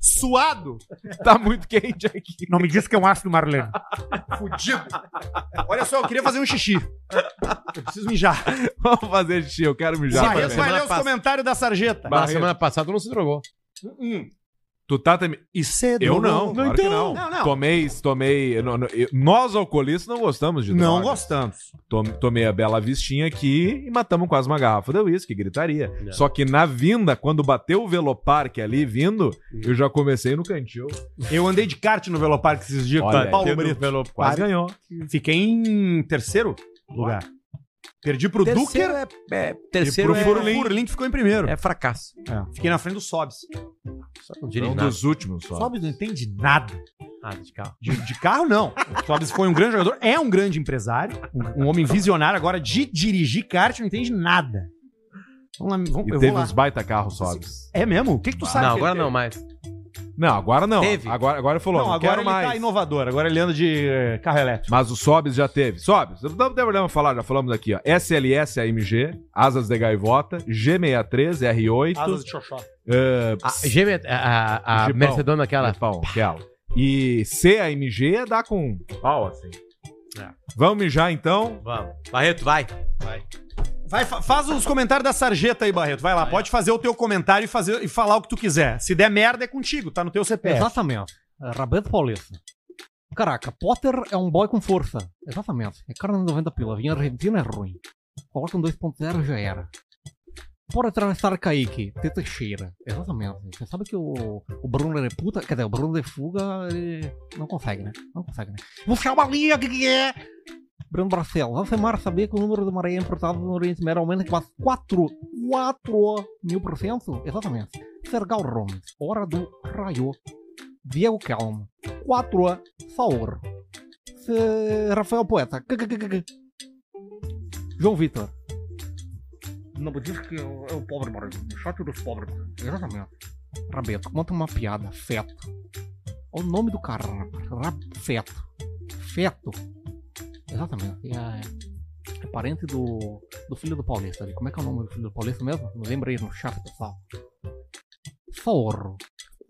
Suado.
Tá muito quente aqui.
Não me diz que é um ácido Marlene. Fudido. Olha só, eu queria fazer um xixi. Eu preciso mijar.
<laughs> Vamos fazer xixi, eu quero mijar.
Barreto
também.
vai ler os comentários da sarjeta.
Barreto.
passada tu não se drogou.
Hum.
Tu tá também.
E cedo.
Eu não,
Não,
claro que não.
então. Não, não.
Tomei, tomei. não, não, eu- nós alcoolistas não gostamos de
Não
droga.
gostamos.
Tom- Tomei a bela vistinha aqui e matamos quase uma garrafa de uísque, gritaria. Só que na vinda, quando bateu o Velopark ali vindo, eu já comecei no cantil.
Eu andei de kart no Velopark esses dias
Olha
com
aí.
o Paulo
Tendo
Brito.
Velo- quase ganhou.
Fiquei em terceiro lugar. Perdi pro
Terceiro
Duker.
é- é- terceiro
e
é-
pro Furlin. Furlin que ficou em primeiro.
É fracasso.
Fiquei na frente do Sobs.
Não
Foi
dirige
um
nada.
dos últimos só.
Sobs não entende nada.
Ah, de carro.
De, de carro, não. O Sobs foi um grande jogador, é um grande empresário, um, um homem visionário. Agora, de dirigir kart, não entende nada. Vamos lá, vamos,
E
eu
teve
vou lá.
uns baita carros sobres.
É mesmo? O que, que tu sabe?
Não,
que
agora
ele
não mais.
Não, agora não.
Teve.
Agora, agora
teve?
falou,
Não,
não,
agora
quero
ele
mais.
tá inovador. Agora ele anda de eh, carro elétrico.
Mas o Sobs já teve. Sobs, não tem problema falar, já falamos aqui, ó. SLS AMG, Asas de Gaivota, G63, R8.
de xoxó.
eh,
Ah,
A, gêmea, a, a, a
Gipão.
Mercedona aquela.
Japão, aquela. E CAMG dá com pau, assim. é Vamos mijar então.
Vamos. Barreto, vai.
Vai, fa- faz os comentários da sarjeta aí, Barreto. Vai lá, pode fazer o teu comentário e, fazer, e falar o que tu quiser. Se der merda, é contigo, tá no teu CPF.
Exatamente. É, Rabento Paulista. Caraca, Potter é um boy com força. Exatamente. É carne de 90 pila. Vinha Argentina é ruim. Coloca um 2.0 já era. Por atravessar Kaique, teta cheira. Exatamente. Você sabe que o, o Bruno é puta. Quer dizer, o Bruno de fuga, ele não consegue, né? Não consegue, né? Vou fechar uma linha, o que, que é? Bruno Barcelos, Alcemar sabia que o número de maréia importada no Oriente Médio aumenta quase 4, 4 mil por cento? Exatamente. Sergal Romes, Hora do Raio. Diego Calmo, 4 a favor. Se- Rafael Poeta, kkkk. João Vitor. Não me diz que eu- é o pobre Brasil, o chato dos pobres. Exatamente. Rabeto, conta uma piada, feto. Olha o nome do cara, Rab... feto. Feto. Exatamente. É, é parente do, do filho do Paulista ali. Como é que é o nome do filho do Paulista mesmo? Não lembro aí no chat, pessoal. Forro.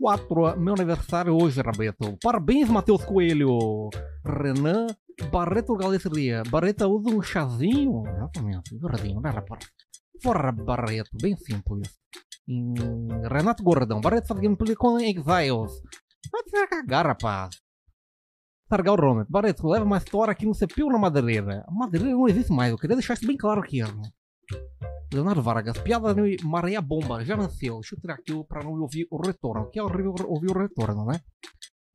4, meu aniversário hoje, Rabeto. Parabéns, Matheus Coelho. Renan Barreto Galeceria. Barreta usa um chazinho? Exatamente, verdinho, né, rapaz? Forra, Barreto, bem simples. Hum, Renato Gordão, Barreto faz gameplay com Exiles. Vai se cagar, rapaz. Sargal Romet, Barreto, leva uma história que não se piu na Madeira. A Madeira não existe mais, eu queria deixar isso bem claro aqui. né? Leonardo Vargas, piada no Maria Bomba, já nasceu. Deixa eu tirar aqui o- pra não ouvir o retorno, que é horrível ouvir o retorno, né?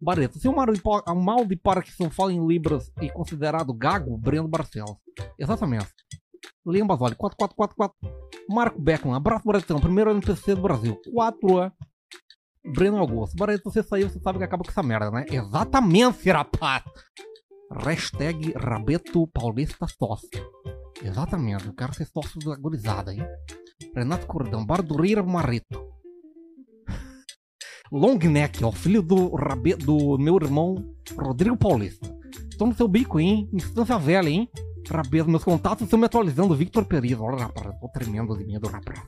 Barreto, se o Mario de Pa- o mal de Parkinson fala em Libras e considerado gago, Breno Barcelos. Exatamente. Liam Basoli, 4444. Marco Beckman, abraço Barretão, primeiro NPC do Brasil. 4 a Breno Augusto. Barreto, você saiu, você sabe que acaba com essa merda, né? Exatamente, rapaz! Hashtag Rabeto Paulista Sócio. Exatamente, eu quero ser sócio da gurizada, hein? Renato Cordão, Bardurira Marreto. <laughs> Long Neck, ó, filho do, rabe... do meu irmão Rodrigo Paulista. Tô no seu bico, hein? Instância velha, hein? Rabeza, meus contatos estão me atualizando. Victor Pereira, olha, rapaz, tô tremendo de medo, rapaz.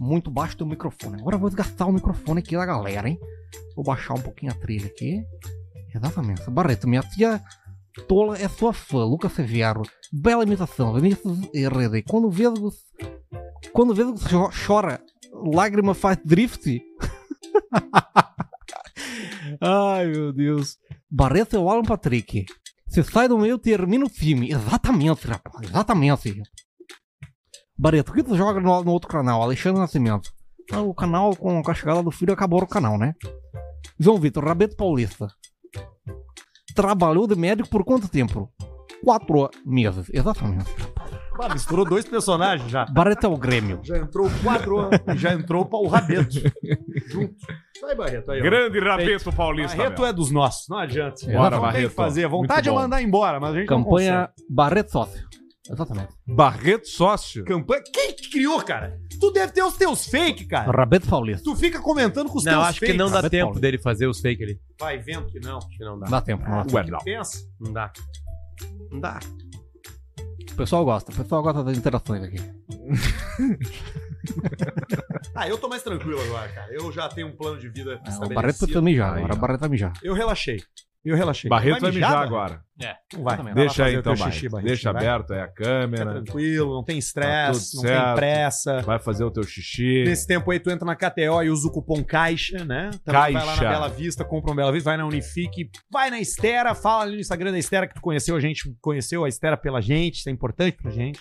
Muito baixo teu microfone. Agora eu vou desgastar o microfone aqui da galera, hein? Vou baixar um pouquinho a trilha aqui. Exatamente. Barreto, minha tia Tola é sua fã, Lucas Severo. Bela imitação, Vinícius Herrera. E Quando o Vesgos. Quando o Vesgos cho- chora, lágrima faz drift. <laughs> Ai, meu Deus. Barreto é o Alan Patrick. Você sai do meio, termina o filme. Exatamente, rapaz. Exatamente. Barreto, o que tu joga no, no outro canal? Alexandre Nascimento. Ah, o canal com a chegada do filho acabou o canal, né? João Vitor, Rabeto Paulista. Trabalhou de médico por quanto tempo? Quatro meses, exatamente.
Ah, misturou dois personagens já.
Barreto é o Grêmio.
Já entrou o quadro, já entrou o pau- o Rabeto. Junto. Isso aí, Barreto. Aí, ó.
Grande Rabeto Paulista.
Barreto
meu.
é dos nossos, não adianta.
Bora,
não tem o
Barreto.
que fazer.
Muito
Vontade é
bom.
mandar embora, mas a gente não
Campanha
consegue.
Barreto Sócio. Exatamente.
Barreto sócio.
Campanha. Quem que criou, cara? Tu deve ter os teus fake, cara.
Rabeto Paulista.
Tu fica comentando com os
Não,
teus
acho que não dá tempo
né?
dele fazer os fake ali.
Vai vendo que não.
Acho que não dá.
Dá tempo, não dá tempo.
Ué, não.
Pensa.
Não dá. Não dá.
O pessoal gosta, o pessoal gosta das interações
<laughs>
aqui.
Ah, eu tô mais tranquilo agora, cara. Eu já tenho um plano de vida
Ah, O Barreto precisa mijar, agora o Barreto vai mijar.
Eu relaxei. Eu relaxei.
Barreto vai mijar
mano?
agora.
É.
Não vai.
Exatamente.
Vai lá
Deixa aí
fazer o
então,
teu
Barreto.
xixi, Barreto,
Deixa
vai.
aberto aí a
Fica
câmera.
tranquilo, não tem
Tá
estresse,
tudo
não tem
certo.
pressa.
Vai fazer o teu xixi.
Nesse tempo aí, tu entra na KTO e usa o cupom Caixa, né? vai lá
Caixa.
na Bela Vista, compra um Bela Vista, vai na Unifique, vai na Estera, fala ali no Instagram da Estera que tu conheceu a gente, conheceu a Estera pela gente, isso é importante pra gente.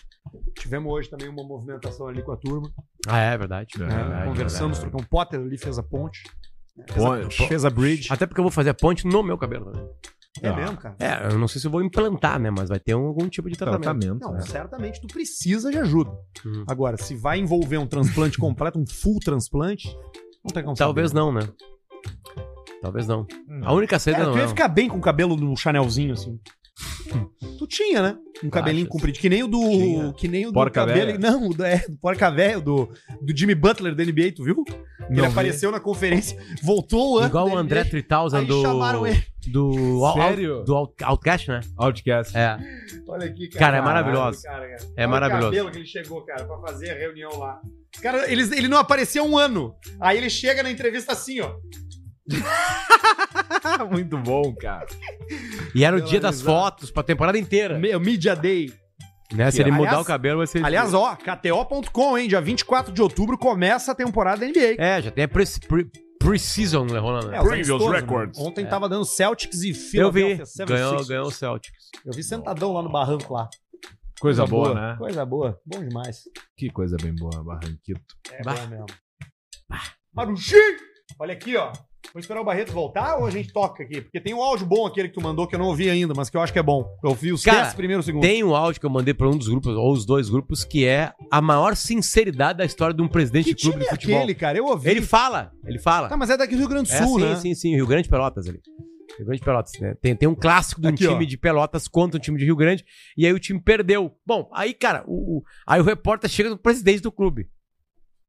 Tivemos hoje também uma movimentação ali com a turma.
Ah, é verdade.
né?
verdade,
Conversamos,
verdade.
trocamos. Potter ali fez a ponte.
Ponte.
Fez a bridge.
Até porque eu vou fazer a ponte no meu cabelo. Né?
É mesmo, cara?
É, eu não sei se eu vou implantar, né? Mas vai ter um- algum tipo de tratamento.
Não, certamente tu é. precisa de ajuda.
Hum.
Agora, se vai envolver
<laughs>
um transplante completo, um full transplante, não tem como
Talvez não, né? Talvez não. A única saída
Hum. Cara,
não
tu ia
é.
ficar bem com o cabelo no
<laughs>
Chanelzinho, assim. tu tinha, né? Um cabelinho comprido. Que nem o do. Que nem o do
Porca
cabelo.
véia.
Não, o do, é, do Porca Velho, do, do Jimmy Butler da NBA, tu viu? ele
vi.
apareceu na conferência, voltou o ano.
Igual
da
o André
NBA,
3000
né? aí
do.
chamaram ele. <laughs>
Do. Out-
Sério?
Do Out- Outcast, né?
Outcast.
É.
Olha aqui,
Cara, é maravilhoso. É
Olha
maravilhoso.
O cabelo que ele chegou, cara, pra fazer a reunião lá. Os caras, eles, ele não apareceu há um ano. Aí ele chega na entrevista assim, ó. <laughs>
Muito bom, cara.
E era o dia das fotos pra temporada inteira.
Meu, Media Day.
Né? Se ele mudar o
Aliás-
cabelo, vai ser.
Aliás, ó, KTO.com, hein? Dia 24 de outubro começa a temporada NBA.
É, já tem a pre- pre- Pre-season, né, É. Rolando?
É, os anos todos, né? Ontem tava dando Celtics e
Eu vi.
Philadelphia 76ers.
Ganhou, ganhou o Celtics.
Eu vi sentadão lá no barranco lá.
Coisa boa, né?
Coisa boa. Bom demais.
Que coisa bem boa, Barranquito.
É
Bah.
bom mesmo. Maruxi! Olha aqui, ó. Vou esperar o Barreto voltar ou a gente toca aqui? Porque tem um áudio bom aquele que tu mandou que eu não ouvi ainda, mas que eu acho que é bom. Eu ouvi os
Cara,
três primeiros segundos.
Tem um áudio que eu mandei pra um dos grupos, ou os dois grupos, que é a maior sinceridade da história de um presidente de clube de
é
futebol.
aquele, cara? Eu ouvi.
Ele fala, ele fala.
Tá, mas é daqui do Rio Grande do
É,
Sul,
sim,
né?
sim, sim, Rio Grande e Pelotas ali. Rio Grande e Pelotas, né? Tem, tem um clássico de um
Aqui,
time
ó.
de Pelotas contra um time de Rio Grande, e aí o time perdeu. Bom, aí, cara, o, o- aí o repórter chega no presidente do clube.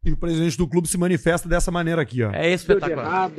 E o presidente do clube se manifesta dessa maneira aqui, ó.
É espetacular.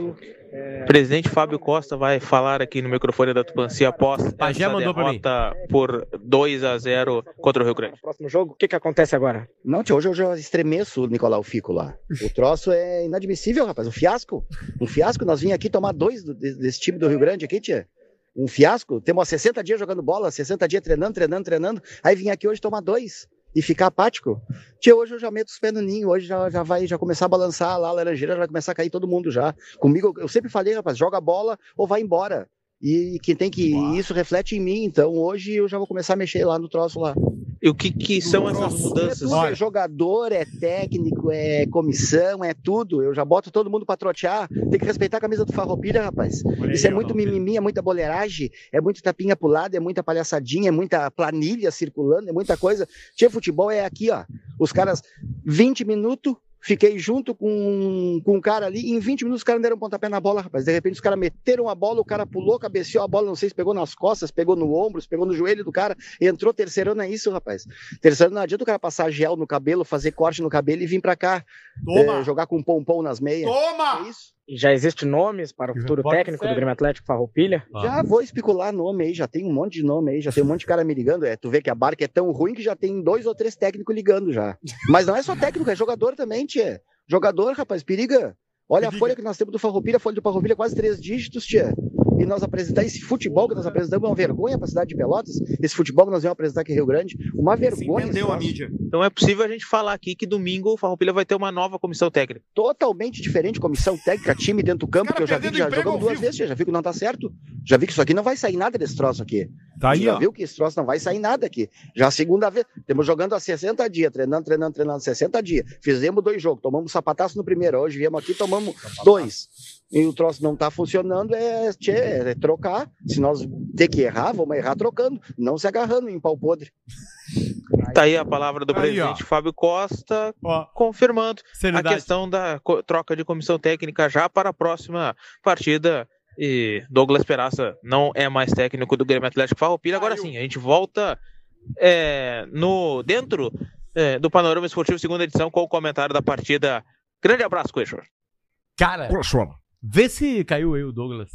Presidente Fábio Costa vai falar aqui no microfone da Tupanci após
Pajé
essa
mandou pra mim.
derrota por 2 a 0 contra o Rio Grande.
próximo jogo? O que, que acontece agora? Não, tio, hoje eu já estremeço o Nicolau Fico lá. O troço é inadmissível, rapaz. Um fiasco. Um fiasco. Nós vim aqui tomar dois do- de- desse time do Rio Grande aqui, tia. Um fiasco. Temos 60 dias jogando bola, 60 dias treinando, treinando, treinando. Aí vim aqui hoje tomar dois e ficar apático. Tia, hoje eu já meto os pés no ninho. Hoje já, já vai já começar a balançar lá, a laranjeira já vai começar a cair todo mundo já. Comigo, eu sempre falei, rapaz, joga a bola ou vai embora. E que tem que. Isso reflete em mim. Então hoje eu já vou começar a mexer lá no troço lá.
E o que, que são essas
É
mudanças?
tudo, é jogador, é técnico, é comissão, é tudo. Eu já boto todo mundo pra trotear. Tem que respeitar a camisa do Farroupilha, rapaz. Isso é muito mimimi, é muita boleiragem, é muito tapinha pro lado, é muita palhaçadinha, é muita planilha circulando, é muita coisa. Tia, futebol é aqui, ó. Os caras, 20 minutos, fiquei junto com, com um cara ali, e em 20 minutos os caras deram um pontapé na bola, rapaz. De repente os caras meteram a bola, o cara pulou, cabeceou a bola, não sei se pegou nas costas, pegou no ombro, se pegou no joelho do cara, entrou terceirando, é isso, rapaz. Terceirando não adianta o cara passar gel no cabelo, fazer corte no cabelo e vir pra cá
Toma!
eh, jogar com um pompom nas meias.
Toma!
Já existe nomes para o futuro
Pode
técnico
ser.
do Grêmio Atlético Farroupilha?
Já vou especular nome aí, já tem um monte de nome aí, já tem um monte de cara me ligando. É, tu vê que a barca é tão ruim que já tem dois ou três técnicos ligando já. Mas não é só técnico, é jogador também, tia. Jogador, rapaz, periga. Olha a folha que nós temos do Farroupilha, a folha do Farroupilha é quase três dígitos, tia. E nós apresentar esse futebol que nós apresentamos é uma vergonha para a cidade de Pelotas. Esse futebol que nós vamos apresentar aqui em Rio Grande, uma vergonha. esse troço.
Então é possível a gente falar aqui que domingo o Farroupilha vai ter uma nova comissão técnica.
totalmente diferente, comissão técnica, time dentro do campo, que eu já vi que já jogamos duas vezes, já vi que não tá certo, já vi que isso aqui não vai sair nada desse troço aqui.
Tá aí,
já
ó.
viu que esse troço não vai sair nada aqui. Já a segunda vez, estamos jogando há 60 dias, treinando, treinando, treinando, 60 dias. Fizemos dois jogos, tomamos um sapataço no primeiro, hoje viemos aqui, tomamos dois. E o troço não tá funcionando, é, tchê, é trocar. Se nós ter que errar, vamos errar trocando, não se agarrando em pau podre.
Tá aí a palavra do
Aí,
presidente Fábio Costa confirmando
Seriedade.
a questão da co- troca de comissão técnica já para a próxima partida. E Douglas Peraça não é mais técnico do Grêmio Atlético Farroupilha. Agora sim, a gente volta é, no, dentro é, do Panorama Esportivo, segunda edição, com o comentário da partida. Grande abraço, Coelho.
Cara, vê se caiu aí o Douglas.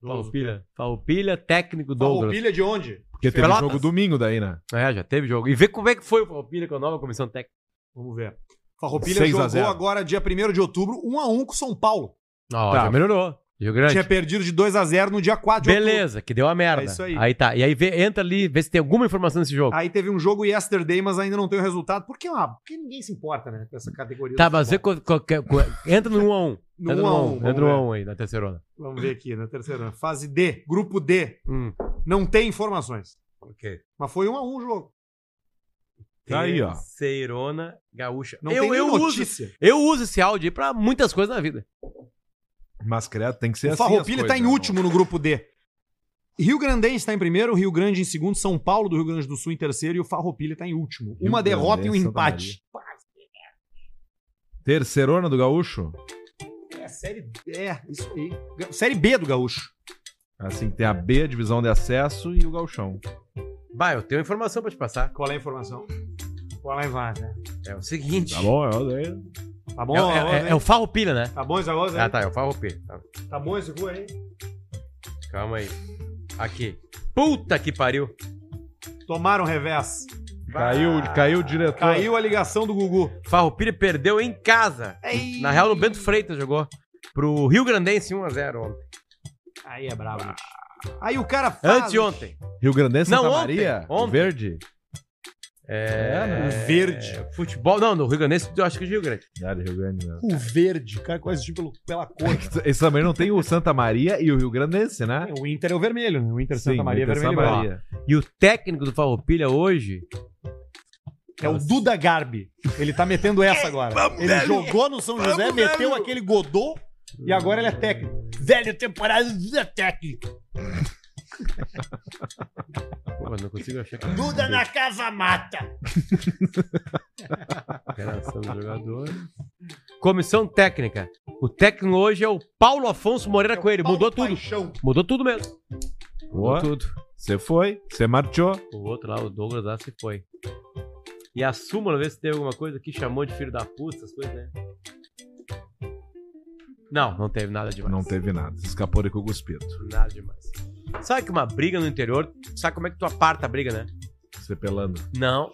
Farroupilha. Farroupilha, técnico Douglas.
Farroupilha de onde?
Porque teve
Pelotas.
jogo domingo daí, né?
É, já teve jogo. E vê como é que foi o Farroupilha com a nova comissão técnica.
Vamos ver. Farroupilha
6 a
jogou
0.
agora, dia 1 de outubro, 1x1 com São Paulo.
Ó,
Tá.
já melhorou. Rio Grande.
Tinha perdido de 2x0 no dia 4 de
Beleza, que deu a merda.
É isso aí.
aí. tá. E aí vê- entra ali, vê se tem alguma informação desse jogo.
outubro. Aí teve um jogo yesterday, mas ainda não tem o resultado. Porque, ah, porque ninguém se importa, né? Com essa categoria.
tá,
do
mas vê.
futebol.
co- co- co- entra no 1x1.
No
entra no
1 a 1,
1x1.
vamos
Entra no
ver.
1x1 aí, na terceirona.
Vamos ver aqui na terceira. Fase D, grupo D.
Hum.
Não tem informações.
Ok.
Mas foi 1x1 o jogo.
Tá aí, ó.
Terceirona gaúcha.
Não
eu,
tem nem
eu
notícia.
Uso, eu uso esse áudio aí pra muitas coisas na vida.
Mas credo, tem que ser
O
assim.
Farroupilha
as
tá
coisas,
em
né?
último no grupo D. Rio Grandense tá em primeiro, Rio Grande em segundo, São Paulo do Rio Grande do Sul em terceiro e o Farroupilha tá em último.
Rio é
Uma derrota e um
Grandense, Santa
empate.
Terceirona do Gaúcho?
É, série
<laughs>
É, isso aí. Ga- Série B do Gaúcho.
Assim, tem a B, a divisão de acesso e o Gauchão.
Bah, eu tenho informação pra te passar.
Qual é a informação? Qual é a vaga?
É o seguinte.
Tá bom, eu
Tá bom?
É, é- é o Farroupilha, né?
Tá bom esse negócio aí?
Ah, tá, é o Farroupilha. Tá.
Tá bom esse gol aí?
Calma aí. Aqui. Puta que pariu.
Tomaram revés.
Caiu, caiu o diretor.
Caiu a ligação do Gugu.
Farroupilha perdeu em casa.
Ei.
Na real, o Bento Freitas jogou. Pro Rio Grandense 1x0 ontem. Ah.
Aí é brabo. bicho. Aí o cara faz.
Anteontem.
Rio Grande Santa
Não, ontem,
Maria?
ontem.
Verde? É, né?
Verde.
Futebol. Não, no Rio Grandense eu acho que é Rio Grande.
Cara, Rio Grande mesmo.
O verde. O cara quase pelo pela cor.
Esse também não tem o Santa Maria e o Rio Grandense, né?
O Inter é o vermelho, né? O Inter
Sim,
Santa Maria é
Inter
vermelho.
Santa
e branco.
Maria.
E o técnico do Farroupilha hoje
É o Duda Garbi. Ele tá metendo essa agora. Ele
velho.
jogou no São José,
Vamos,
meteu
velho.
aquele Godô e agora ele é técnico.
Velho temporada da técnica.
Pô, mas não consigo achar que.
Duda na cava mata.
Alteração do jogador. Comissão técnica. O técnico hoje é o Paulo Afonso Moreira Coelho. Mudou tudo. Mudou tudo mesmo.
Boa.
tudo.
Você foi, você marchou.
O outro lá, o Douglas lá, se foi. E a súmula, vê se tem alguma coisa que chamou de filho da puta, essas coisas, né? Não, não teve nada demais.
Não teve nada. Escapou de com cuspido.
Nada demais. Sabe que uma briga no interior, sabe como é que tu aparta a briga, né?
Você pelando.
Não.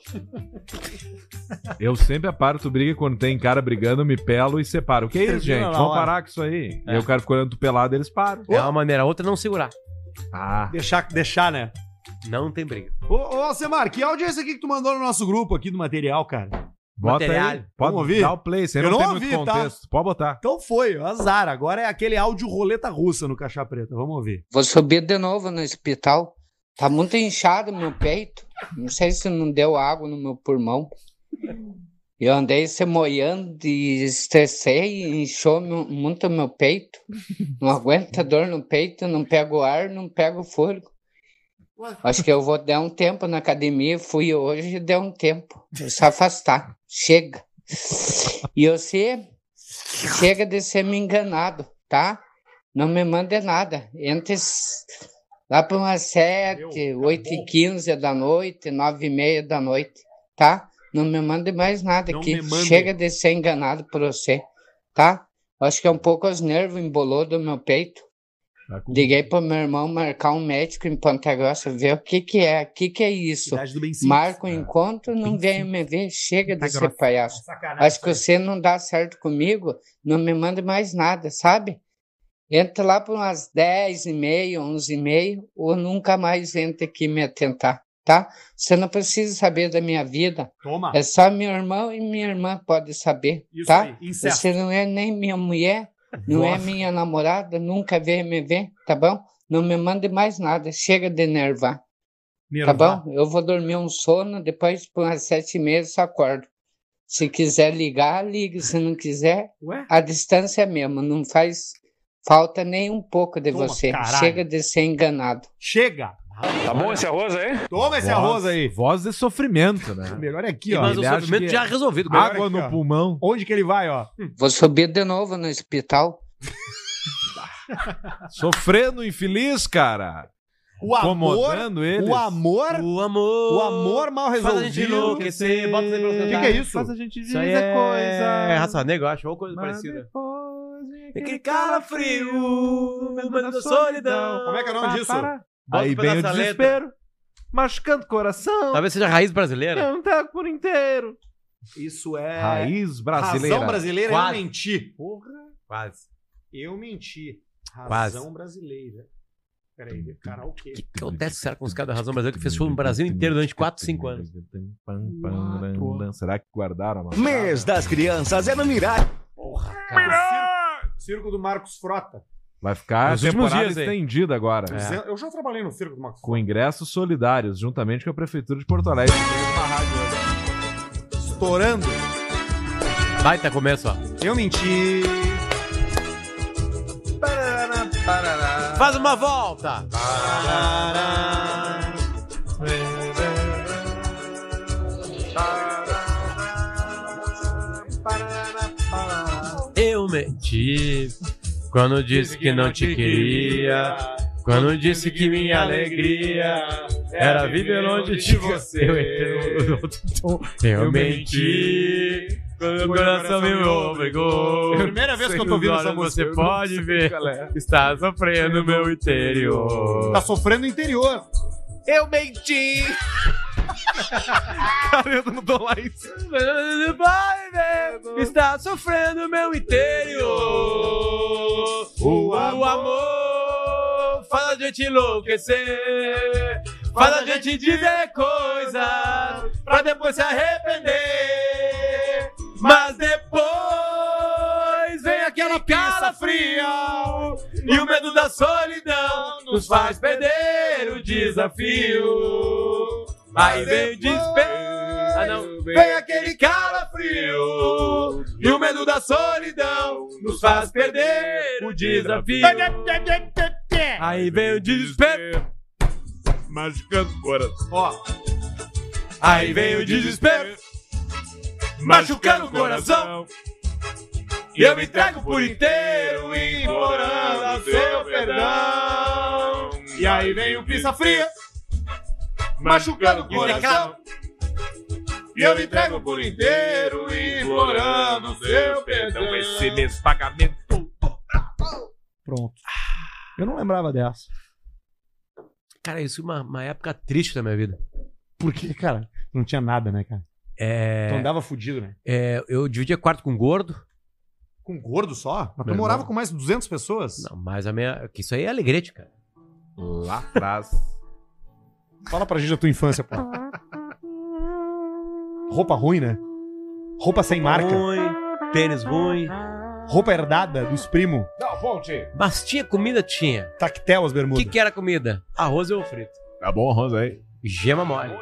Eu sempre aparto briga quando tem cara brigando, me pelo e separo. O que é isso,
Termina
gente?
na
Vamos
hora.
parar com isso aí.
É.
E aí o cara ficou olhando tu pelado, eles param.
É uma maneira, a outra é não segurar.
Ah,
Deixar, deixar né?
Não tem <laughs> briga.
Ô, ô Alcemar, que áudio é esse aqui que tu mandou no nosso grupo aqui do material, cara?
bota aí.
Material.
Pode
Vamos ouvir?
dar o play, você
Eu
não,
não
tem
ouvi,
muito
tá?
contexto. Pode botar.
Então foi, azar. Agora é aquele áudio roleta russa no Caixa Preta. Vamos ouvir.
Vou subir de novo no hospital. Tá muito inchado meu peito. Não sei se não deu água no meu pulmão. Eu andei se moiando e estressei, inchou meu- muito meu peito. Não aguenta dor no peito, não pego ar, não pego fôlego. Acho que eu vou dar um tempo na academia. Fui hoje e deu um tempo. Vou se afastar. Chega. E você chega de ser me enganado, tá? Não me manda nada. Entre s- lá para umas sete, oito e quinze da noite, nove e meia da noite, tá? Não me mande mais nada aqui.
me mande.
Chega de ser enganado por você, tá? Acho que é um pouco os nervos embolou do meu peito. Liguei pro meu irmão marcar um médico em Ponta Grossa, ver o que que é, o que que é isso. Marco o encontro, não vem me ver, chega de ser
Grossa.
palhaço. Acho que você não dá certo comigo, não me manda mais nada, sabe? Entra lá por umas 10 e meia, 11 e meia, ou nunca mais entra aqui me atentar, tá? Você não precisa saber da minha vida.
Toma.
É só meu irmão e minha irmã podem saber,
Isso
tá?
aí, incesto.
Você não é nem minha mulher, não é
Nossa.
minha namorada, nunca veio me ver, tá bom? Não me mande mais nada, chega de nervar.
Nervar.
Tá bom? Eu vou dormir um sono, depois por umas sete e meia eu só acordo. Se quiser ligar, ligue. Se não quiser,
Ué?
a distância é mesmo. Não faz falta nem um pouco de
Toma,
você.
caralho.
Chega de ser enganado.
Chega!
Tá bom esse
arroz aí?
Toma esse
Voz-
arroz aí.
Voz de sofrimento, né?
O <laughs> melhor é aqui, ó.
Mas o
Ele acha
sofrimento
que- é
é
já resolvido.
Melhor
é Água
aqui,
no
ó.
pulmão.
Onde que ele vai, ó?
Vou subir de novo no hospital.
Sofrendo infeliz, cara.
O amor,
Incomodando eles?
o amor,
o amor,
o amor mal
Faz a
resolvido.
gente enlouquecer, bota sempre pra
Que
cantar.
que é isso?
Faz a gente
Isso
dizer
aí é-
coisa. É raça negra, eu acho, ou coisa parecida.
<laughs> Aquele cara frio, meu mano da solidão. Como é que é o nome disso?
Bota
Aí
um
vem o
pedaço da letra.
desespero. Machucando o coração.
Talvez seja raiz brasileira.
Eu não tá por inteiro.
Isso é
Raiz brasileira.
Razão brasileira,
Quase.
eu menti.
Quase.
Eu menti.
Quase.
Razão brasileira. Peraí, karaokê.
O que acontece, cara, com os caras da Razão Brasileira que fez show no Brasil inteiro durante 4, 5 anos?
Será que guardaram a mão?
Mês das crianças é no Mirage.
Circo, circo do Marcos Frota.
Vai ficar
Nos últimos
temporada
dias aí.
estendida
É.
agora. É.
Eu- Eu já trabalhei no circo do Marcos
Com ingressos solidários, juntamente com a Prefeitura de Porto Alegre.
Estourando.
Baita começo, ó.
Eu menti.
Faz uma volta! Eu menti quando disse que não te queria. Quando disse que minha alegria era viver longe de você. Eu menti. Quando o coração me obrigou.
Primeira vez que eu tô ouvindo essa música.
Você pode ver. Está sofrendo meu interior.
é. Tá sofrendo o interior.
Eu
<laughs>
menti! Cara, eu não dou lá isso. né?
né?
Está sofrendo meu interior. O amor faz a gente enlouquecer. Faz a gente dizer coisas pra depois se arrepender. Mas depois vem aquela piada fria e o medo da solidão nos faz perder o desafio. Aí vem o desespero. Ah, não. Vem aquele calafrio e o medo da solidão nos faz perder o desafio. Aí vem o desespero. Machucando o coração. Ó. Aí vem o desespero. Machucando o coração. E eu me entrego por inteiro, implorando seu perdão.
E aí vem o pizza fria. Machucando o coração.
E eu me entrego por inteiro, implorando seu perdão. Esse mês pagamento.
Pronto. Eu não lembrava dessa.
Cara, isso é uma, uma época triste da minha vida.
Porque, cara, não tinha nada, né, cara?
É,
Tu andava fudido, né?
é, eu dividia quarto com gordo.
Com gordo só? Mas tu
Meu
morava
irmão.
com mais de 200 pessoas?
Não, mas a minha. que Isso aí é alegrete, cara.
Lá atrás.
Fala pra gente da tua infância, pô. Roupa ruim, né? Roupa sem marca.
Ruim, tênis ruim.
Roupa herdada dos primos.
Não, volte.
Mas tinha comida, tinha.
Tactel as
O
bermudas.
que, que era comida? Arroz e ovo frito.
Tá bom, arroz aí.
Gema mole.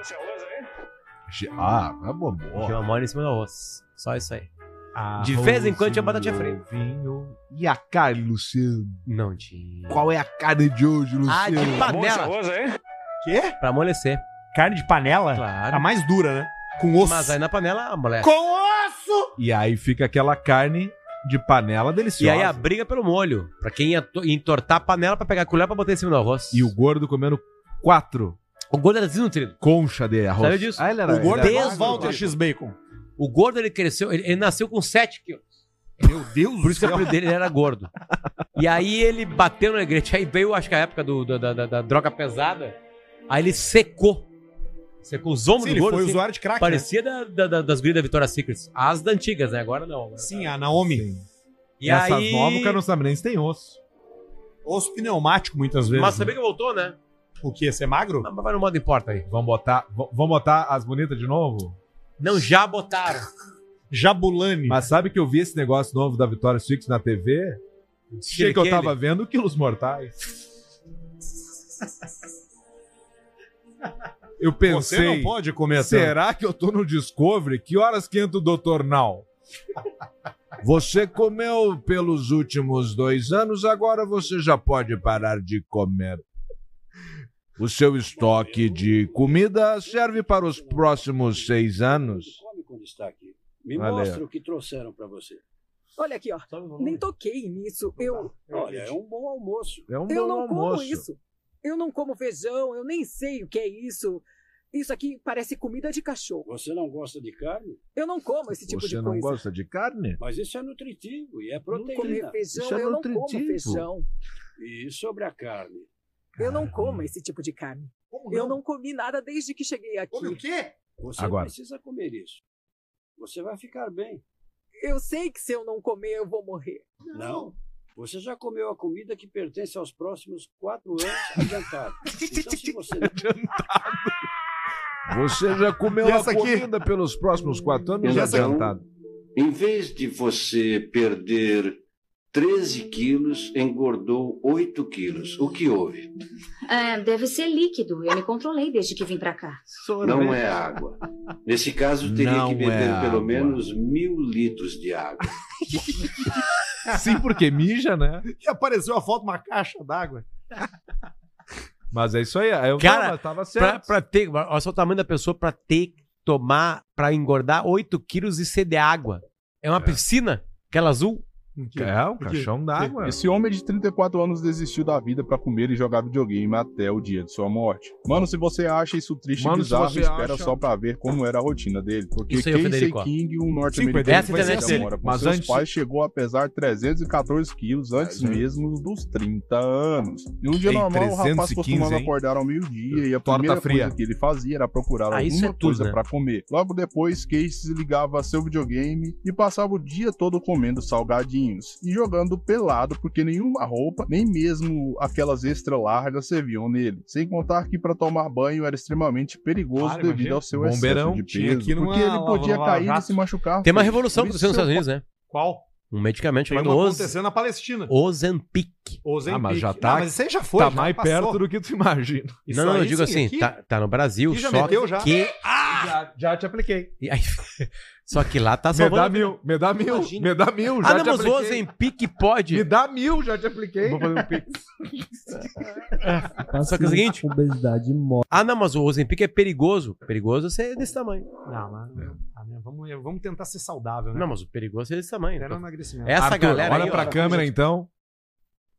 Ge- Ah, é bobó.
Gema mole em cima do arroz. Só isso aí.
Arroz
De vez em quando tinha
e
batatinha frita.
Vinho. E a carne, Luciano?
Ah, Não tinha.
Qual é a carne de hoje,
Ah,
Luciano?
de panela.
Quê?
Pra amolecer.
Carne de panela?
Claro.
A mais dura, né? Com osso.
Mas aí na panela amolece.
Com osso!
E aí fica aquela carne de panela
E
deliciosa.
aí a briga pelo molho. Pra quem ia to- entortar a panela pra pegar a colher pra botar em cima do arroz.
E o gordo comendo quatro
O gordo era desnutrido.
concha de arroz.
Sabe disso?
Ah, ele era,
O gordo
ele
é
era
o Oswaldo X Bacon.
O gordo ele cresceu, ele, ele nasceu com 7 quilos.
Meu Deus
Por isso que o apelido dele era gordo. E aí ele bateu no negrete. Aí veio, acho que a época do- da, da- da- da droga pesada. Aí ele secou. Secou os ombros
Sim,
do
ele
gordo.
foi
assim.
usuário de crack. né?
Parecia da- da- da- das gurias da Vitória Secrets. As da antigas, né? Agora não. Agora
Sim, a Naomi.
E
Essas
aí...
novas, o cara não sabe nem se tem osso.
Osso pneumático, muitas vezes.
Mas
né?
sabia que voltou, né?
O quê? Ser magro?
Mas vai no modo importa aí.
Vamos botar, v- vamos botar as bonitas de novo?
Não, já botaram.
Jabulani.
Mas sabe que eu vi esse negócio novo da Vitória Six na TV? Achei que eu tava vendo Quilos
<laughs>
Mortais. Eu pensei,
Você não pode comer tanto.
será que eu tô no Discovery? Que horas que entra o Dr. Now? Você comeu pelos últimos dois anos, agora você já pode parar de comer. O seu estoque de comida serve para os próximos seis anos.
Come quando está aqui. Me
Valeu.
mostra o que trouxeram para você. Olha aqui, ó. Nem toquei nisso. Eu. Olha, é um bom almoço.
É um
eu
bom
não como
almoço.
isso.
Eu não como feijão, eu nem sei o que é isso. Isso aqui parece comida de cachorro.
Você não gosta de carne?
Eu não como esse tipo
Você
de
não
coisa.
gosta de carne?
Mas isso é nutritivo e é proteína.
comer feijão, Isso é eu não como nutritivo. feijão.
E sobre a carne?
Eu não como esse tipo de carne. Eu não comi nada desde que cheguei aqui. Come o quê?
Você
Agora.
precisa comer isso. Você vai ficar bem.
Eu sei que se eu não comer, eu vou morrer.
Não. Você já comeu a comida que pertence aos próximos quatro
<laughs>
anos adiantado. Então, se você...
Você já comeu
E
a
essa aqui?
comida pelos próximos quatro anos
Essa-
um.
adiantado.
Em vez de você perder 13 quilos, engordou 8 quilos. O que houve?
É, deve ser líquido. Eu me controlei desde que vim pra cá.
Não é água. Nesse caso, teria
Não
que
é
beber
água.
pelo menos mil litros de água.
Sim, porque mija, né?
E apareceu a foto, uma caixa d'água.
Mas é isso aí. Eu
Cara,
tava, tava
pra,
certo.
pra ter, olha só o tamanho da pessoa pra ter que tomar, pra engordar 8 quilos e ser de água. É uma piscina, aquela azul.
É, um
caixão d'água.
Esse homem de 34 anos desistiu da vida pra comer e jogar videogame até o dia de sua morte. Mano, se você acha isso triste Mano, e se bizarro, você espera acha- só pra ver como era a rotina dele. Porque Isso aí é o Casey Federico, ó. King, um norte-americano norte-americano, que ainda mora mora com mas seus antes... pais, chegou a pesar 314 quilos antes Mas, hein? mesmo dos 30 anos. E um dia Ei, normal, o rapaz 315, costumava hein? acordar ao meio-dia e a Torta primeira fria. coisa que ele fazia era procurar Ah, isso alguma é tudo, coisa né? pra comer. Logo depois, Casey ligava seu videogame e passava o dia todo comendo salgadinhos e jogando pelado porque nenhuma roupa, nem mesmo aquelas extra largas serviam nele. Sem contar que pra tomar banho era extremamente perigoso
Claro,
devido
imagina.
ao seu
Bombeirão
excesso de
tinha
peso,
aqui numa
porque ele podia
lava- lava
cair e
jato.
se machucar.
Tem uma
feio.
revolução
Por isso,
acontecendo nos
seu
Estados Unidos, né?
Qual?
Um medicamento
Tem
chamado
uma
Oz,
acontecendo na Palestina.
Ozempic.
Ozempic.
Ah, mas já
Ah,
tá.
mas isso aí já foi,
Tá
já
mais
passou.
perto do que tu imagina.
Isso
não, não, eu
aí,
digo
sim,
assim,
aqui-
tá, tá no Brasil,
aqui já
só
meteu, já.
que.
Já, já te apliquei.
E aí- <laughs> só que lá tá
Me
salvando.
dá
a vida.
mil, me dá mil, me dá mil, já
Ah, não,
te
mas o
apliquei.
Ozempic pode.
Me dá mil, já te apliquei.
Vou fazer um pix. <laughs>
Paciente
Só que é o seguinte-
com Obesidade morre.
Ah, não, mas o Ozempic é perigoso. Perigoso é ser desse tamanho.
Não, mas ah, né, vamos, vamos tentar ser saudável, né?
Não, mas o perigoso é desse tamanho.
Era
Então,
um emagrecimento.
Essa
Arthur,
galera
olha
aí,
pra
ó,
câmera
gente.
então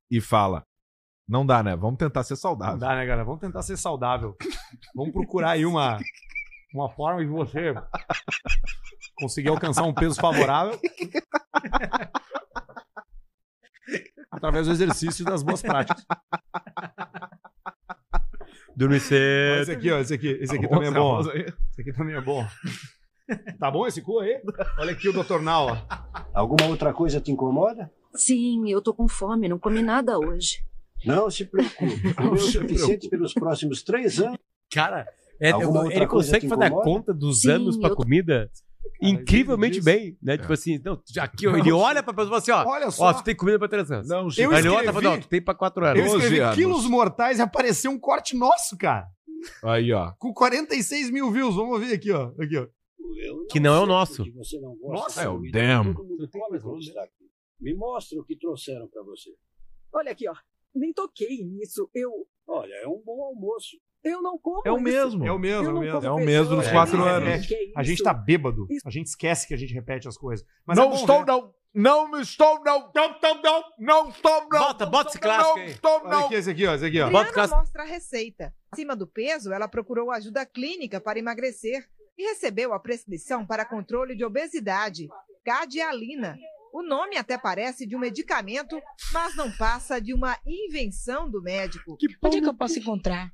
e fala. Não dá, né? Vamos tentar ser saudável.
Não dá, né, galera? Vamos tentar ser saudável. Vamos procurar aí uma, uma forma de você conseguir alcançar um peso favorável através do exercício e das boas práticas.
Dormir
Ó,
cedo.
Esse aqui, ó, esse aqui, esse
Tá
aqui também é bom. ó.
Almoça, almoça
Esse aqui também é bom. Tá bom esse cu aí? Olha aqui o Dr. Nau, ó.
Alguma outra coisa te incomoda?
Sim, eu tô com fome, não comi nada hoje.
Não se preocupe.
é
Comeu o suficiente pelos próximos três anos.
Cara, É,
Alguma outra
ele
coisa
consegue
te
fazer a
incomoda?
conta dos
Sim,
anos pra
eu tô-
comida incrivelmente bem, né? Tipo assim, não, aqui ó, ele olha pra pessoa assim, ó.
É. Olha
Olha
só.
só. Ó, tu tem comida pra três anos.
Não,
Aí
eu
ele olha e
escrevi-
fala, não, tu tem pra quatro anos.
Eu escrevi quilos mortais e apareceu um corte nosso, cara.
Aí, ó.
Com 46 mil views. Vamos ouvir aqui, ó. Aqui, ó.
Que não é o nosso.
Você não gosta
Nossa,
de
é o
comida,
damn.
Todo mundo come quando está aqui. Me mostra o que trouxeram para você.
Olha aqui, ó. Nem toquei nisso. Eu.
Olha, é um bom almoço.
Eu não como.
É o
isso.
mesmo.
É o mesmo,
Eu
é o
não
mesmo.
como feijão, eu não como isso.
A gente tá bêbado. A gente esquece que a gente repete as coisas. Mas
não
é bom
estou,
ver.
não. Não estou, não. Não, não, não. Não estou, não.
Bota, bota esse
Não
clássico aí.
estou,
Olha
não.
aqui, esse aqui, ó. Esse aqui, ó.
Adriana mostra a receita. Acima do peso, ela procurou ajuda clínica para emagrecer e recebeu a prescrição para controle de obesidade, Gadialina. O nome até parece de um medicamento, mas não passa de uma invenção do médico.
Onde é que eu posso encontrar?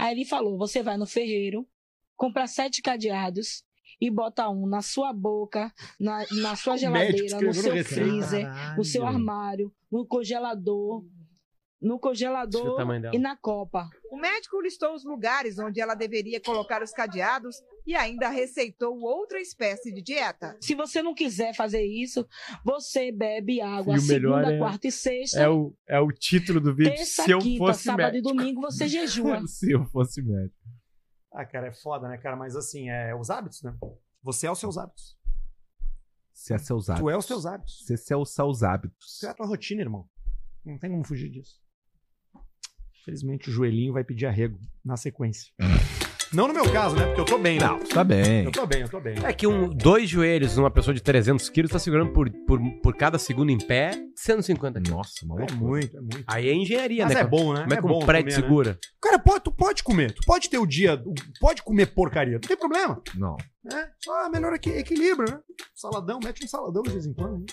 Aí ele falou: você vai no ferreiro, compra sete cadeados e bota um na sua boca, na, na sua
médico
geladeira, no
escreveu
seu
no receita.
freezer,
Caralho.
no seu armário, no congelador, no
Olha o
congelador
tamanho dela.
e na copa.
O médico listou os lugares onde ela deveria colocar os cadeados e ainda receitou outra espécie de dieta.
Se você não quiser fazer isso, você bebe água
E o melhor
segunda,
é-
quarta e sexta.
É o, é o título do vídeo.
Terça,
Se eu
quinta,
fosse
sábado e
médico.
domingo você
<laughs>
jejua.
Se eu fosse médico.
Ah, cara, é foda, né, cara? Mas assim, é os hábitos, né? Você é os seus hábitos.
Se é seus hábitos.
Tu é os seus hábitos.
Se é os seus hábitos.
Você é a tua rotina, irmão. Não tem como fugir disso. Infelizmente, o joelhinho vai pedir arrego na sequência. Não no meu caso, né? Porque eu tô bem, né?
Não, tá bem.
Eu tô bem, eu tô bem.
É que um, dois joelhos numa pessoa de 300 quilos tá segurando por, por, por cada segundo em pé 150 quilos.
Nossa, maluco. É muito, é muito.
Aí é engenharia,
Mas
né?
é bom, né?
Como é que
É bom
um prédio
comer, né?
segura?
Cara, pode, tu pode comer. Tu pode ter o dia. Pode comer porcaria. Não tem problema.
Não. É?
Né? Só melhor aqui, equilíbrio, né? Saladão, mete um saladão de vez em quando. né?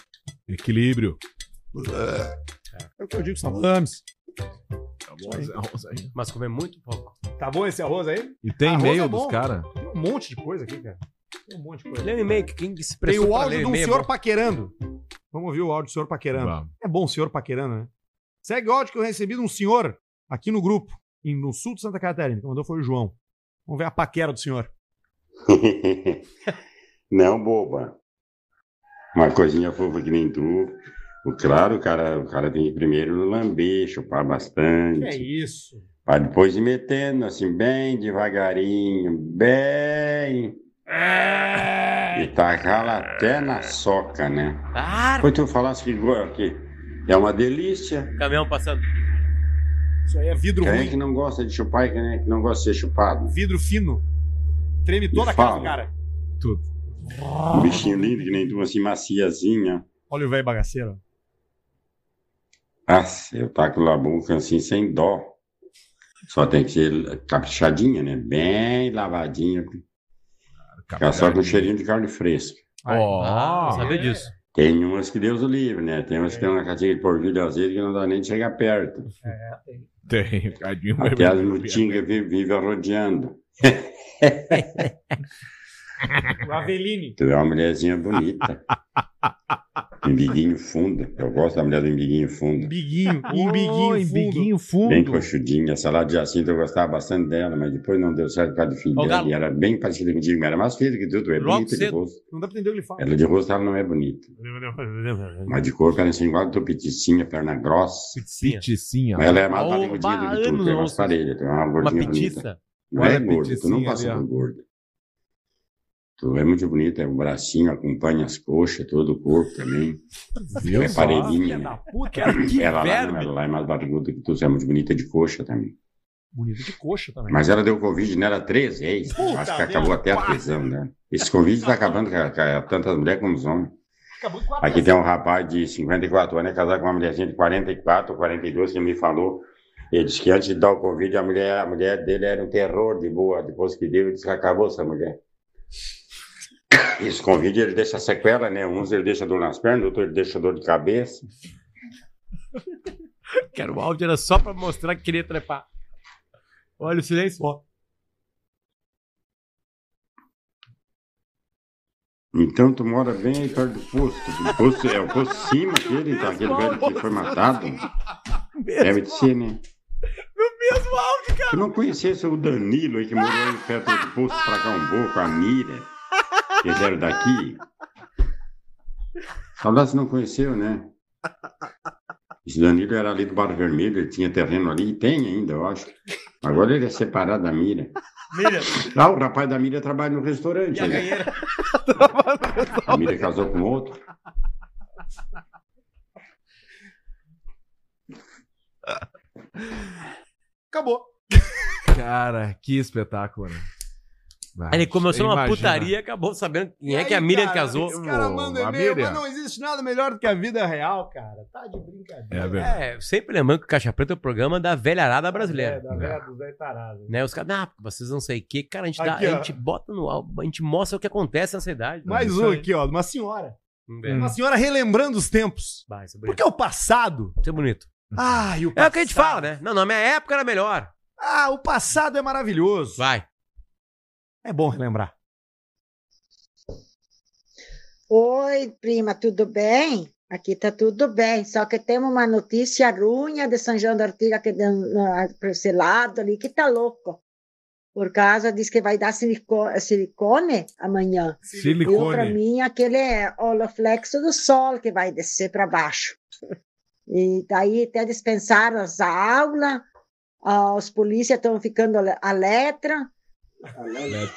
Equilíbrio. um
É o que eu digo, salames. É
Arroz, arroz aí.
Mas comer é muito pouco.
Tá bom esse arroz aí?
E tem
Arroz
e-mail
é
dos
bom.
caras?
Tem um monte de coisa aqui, cara. Tem um monte de coisa.
Lê um e-mail, que quem se
Tem
prestou
o
pra
áudio
ler
de um
e-mail é
senhor
bom.
paquerando. Vamos ouvir o áudio do senhor paquerando. É bom o senhor paquerando, né? Segue o áudio que eu recebi de um senhor aqui no grupo, em- no sul de Santa Catarina. Quem mandou foi o João. Vamos ver a paquera do senhor.
Não, boba. Uma coisinha fofa que nem tu. O, claro, o cara, o cara tem que primeiro lamber, chupar bastante.
é isso?
Pra depois ir metendo, assim, bem devagarinho, bem.
É.
E tacá-la até na soca, né?
Ah,
Depois tu falasse que, go- que é uma delícia.
Caminhão passando.
Isso aí é vidro
Quem é
ruim,
que não gosta de chupar e quem é que não gosta de ser chupado?
vidro fino. Treme toda a casa do
fala.
cara.
Um bichinho lindo que nem tu, assim, maciazinha.
Olha o velho bagaceiro.
Ah, eu taco na boca assim sem dó. Só tem que ser caprichadinha, né? Bem lavadinha. Ficar só com cheirinho de carne fresca.
Ó, saber disso.
Tem umas que Deus o livre, né? Tem umas que tem uma catinha de porvilho azedo que não dá nem de chegar
<laughs>
perto.
Tem, cadinho.
é
Até as
né?
mutingas vivem vive rodeando.
<laughs>
O Aveline.
Tu é uma
<laughs>
mulherzinha bonita. Umbiguinho fundo. Eu gosto da mulher do umbiguinho fundo.
Biguinho. Um biguinho fundo.
Bem coxudinha, salada de jacinto, eu gostava bastante dela, mas depois não deu certo por causa do filho
Ô,
dela.
Galo.
E era bem parecida contigo, era mais feia do que tudo, é bonita de rosto.
Não dá pra entender o que ele fala.
Ela de rosto ela não é bonita.
Uhum.
Mas de corpo ela é assim, igual do piticinha, perna grossa.
Piticinha.
Mas ela é mais
Ô,
barrigudinha do que
anos,
tu, é mais
nossa.
parelha, tu é uma gordinha bonita.
petiça.
Não é
É,
gordo, tu não
peticinha
passa
ali, ó.
por gordo. Tu é muito bonita, é o bracinho acompanha as coxas, todo o corpo também.
Viu
é
só? Filha
parelhinha,
Ah,
né?
da puta, que
ela, lá,
verme.
não, ela lá é mais barriguda que tu, você é muito bonita de coxa também.
Bonito de coxa também.
Mas ela deu Covid nela três vezes.
Puta
Acho que
merda,
acabou até a
quatro.
prisão, né? Esse Covid está acabando com, com tantas mulheres como os homens.
Acabou com
Aqui tem um rapaz de 54 anos, é casado com uma mulherzinha de 44, 42, que me falou. Ele disse que antes de dar o Covid, a mulher, a mulher dele era um terror de boa. Depois que deu, ele disse que acabou essa mulher. Esse Covid, ele deixa sequela, né? Uns ele deixa dor nas pernas, outro ele deixa dor de cabeça.
Cara, o áudio era só pra mostrar que queria trepar. Olha o silêncio. Ó.
Então tu mora bem aí perto do posto. O posto é o posto de cima aquele, então, aquele velho que foi matado.
<laughs>
Deve ser, né?
mesmo áudio,
Tu não conhecesse o Danilo aí que morou aí perto do posto pra cá um pouco, a Mira. Eles eram daqui. Saudade não conheceu, né? Esse Danilo era ali do Bar Vermelho, ele tinha terreno ali, e tem ainda, eu acho. Agora ele é separado da Mira.
Mira.
Ah, o rapaz da Mira trabalha no restaurante. né? A Miriam casou com outro.
Acabou.
Cara, que espetáculo, né? Vai,
Ele começou uma
imagina.
putaria e acabou sabendo quem é
E
que a
aí,
Miriam
cara,
casou.
Os caras mandam e-mail, um-
Miriam.
mas não existe nada melhor do que a vida real, cara. Tá de brincadeira.
É, sempre lembrando que o Caixa Preta é o programa da velharada brasileira.
É, da velha do Zé Tarado.
Né, os caras, ah, vocês não sei o que, cara, a gente, dá-
Aqui,
a
ó.
gente bota no álbum, a gente mostra o que acontece nessa idade.
Mais
Isso
um
aí.
aqui, ó, de uma senhora.
Vamos ver.
Uma senhora relembrando os tempos.
Vai, isso é bonito.
Porque o passado.
Isso é bonito.
Ah, e o
É o que a gente fala, né? Não, na minha época era melhor.
Ah, o passado é maravilhoso.
Vai.
É bom relembrar.
Oi, prima, tudo bem? Aqui tá tudo bem, só que temos uma notícia ruim de São João da Artiga que deu na- pra esse lado ali que tá louco. Por causa diz que vai dar silico- silicone, amanhã.
Silicone.
Eu, para mim, aquele é holoflexo do sol que vai descer para baixo. E daí até dispensaram as aulas, ah, os polícias estão ficando ale- alerta,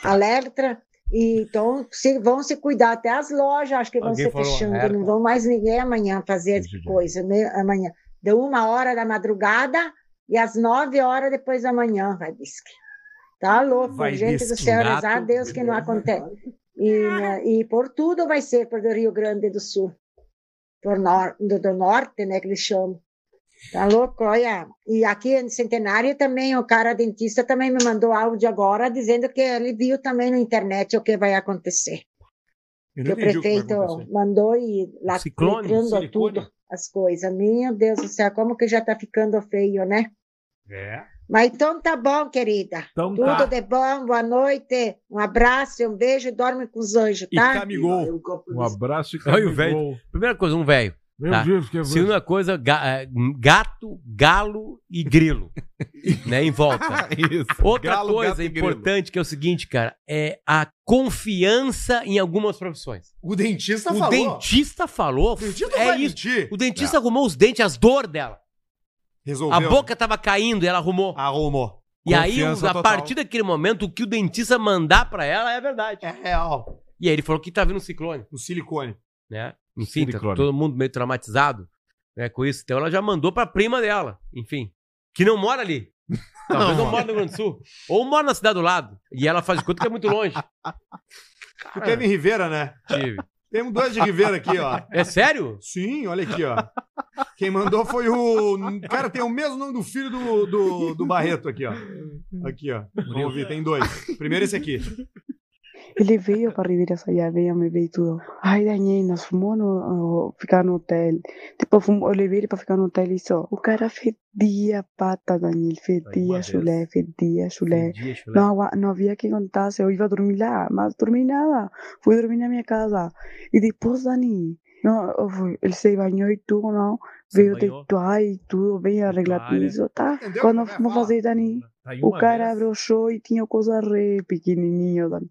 alerta. E então se, vão se cuidar até as lojas, acho que vão
Alguém
ser
falou
fechando,
alerta.
não vão mais ninguém amanhã fazer coisa, né? amanhã. Deu uma hora da madrugada e às nove horas depois da manhã, vai diz que. Tá louco,
Vai
gente do céu,
desquingar
rezar a
tudo.
Deus que não acontece. E, né, e por tudo vai ser, por do Rio Grande do Sul, por nor do, do norte, né, que eles chamam. Tá louco, olha. E aqui em Centenário também, o cara dentista também me mandou áudio agora dizendo que ele viu também na internet o que vai acontecer.
Eu
Que
não entendi
o
o que vai
prefeito
acontecer.
mandou e lá
Ciclone,
filtrando
silicone.
tudo, as coisas. Meu Deus do céu, como que já tá ficando feio, né?
É.
Mas então tá bom, querida.
Então
Tudo
tá.
de bom, boa noite, um abraço, e um beijo, dorme com os anjos,
E
tá?
camigol.
Um abraço e
Olha o
camigol.
velho. Primeira coisa, um velho.
Meu
tá?
Deus, que é
Segunda coisa, ga- é, gato, galo e
<laughs>
grilo. né, em volta. Outra
Galo, gato
coisa
e grilo.
importante que é o seguinte, cara, é a confiança em algumas profissões.
O dentista
o
falou.
dentista falou.
dentista não
é
vai
isso. O dentista
Não.
arrumou os dentes, as dores dela.
Resolveu.
A boca tava caindo e ela arrumou.
Arrumou.
E aí,
Confiança
a
total.
partir daquele momento, o que o dentista mandar pra ela é verdade. É real. E aí ele falou que tá vindo um ciclone.
Um silicone.
Né? Enfim, tá todo mundo meio traumatizado né, com isso. Então ela já mandou pra prima dela, enfim. Que não mora
<laughs>
ali. Talvez não,
Não.
mora no Rio Grande do Sul. Ou mora na cidade do lado. E ela faz de conta que é muito longe.
Tu teve em Rivera, né?
Tive.
Temos dois de Rivera aqui, ó.
<laughs> É sério?
Sim, olha aqui, ó. Quem mandou foi o. Cara, tem o mesmo nome do filho do, do, do Barreto aqui, ó. Aqui, ó. Vamos ver, tem dois. Primeiro esse aquí
Ele veio para Riviera allá, veio, me veio tudo. Ai, Daniel, nós fomos no, uh, ficar no hotel. Tipo, fomos, eu levei ele para ficar no hotel e só. O cara fedia a pata, Daniel, fedia a chulé, fedia a chulé.
Fedia a chulé.
Não, agua- no había que contarse, eu iba a dormir lá, mas dormi nada. Fui dormir na minha casa. E depois, Dani, não, eu fui- ele se banhou e tudo, não. Veio
banhou?
deitar e tudo, veio arreglar
Toalha.
piso, tá?
Entendeu
Quando
como é a
fomos
fala?
fazer, Dani,
Aí
o
uma
cara
vez-
broxou e tinha coisa re pequenininho, Dani.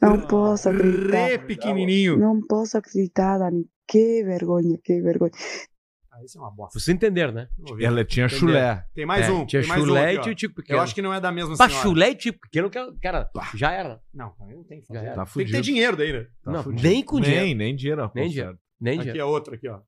Não posso acreditar.
Re pequenininho.
Não posso acreditar, Dani. Que vergonha, que vergonha.
Ah, esse é uma bosta.
Vocês entenderam, né?
Ela tinha
Entenderam.
chulé.
Tem mais
É,
um.
Tinha
tem mais um
chulé
aqui,
e
ó.
tinha o tipo pequeno.
Eu acho que não é da mesma
Pra
senhora.
chulé e tipo pequeno, cara, cara já era.
Não, não tem
Já era.
Tá
Tem que ter
fudido.
dinheiro daí, né?
Tá
não,
fudido.
nem com
Nem,
dinheiro.
nem dinheiro,
Nem
pô,
dinheiro.
certo.
Nem
Aqui
dinheiro.
é outro aqui, ó.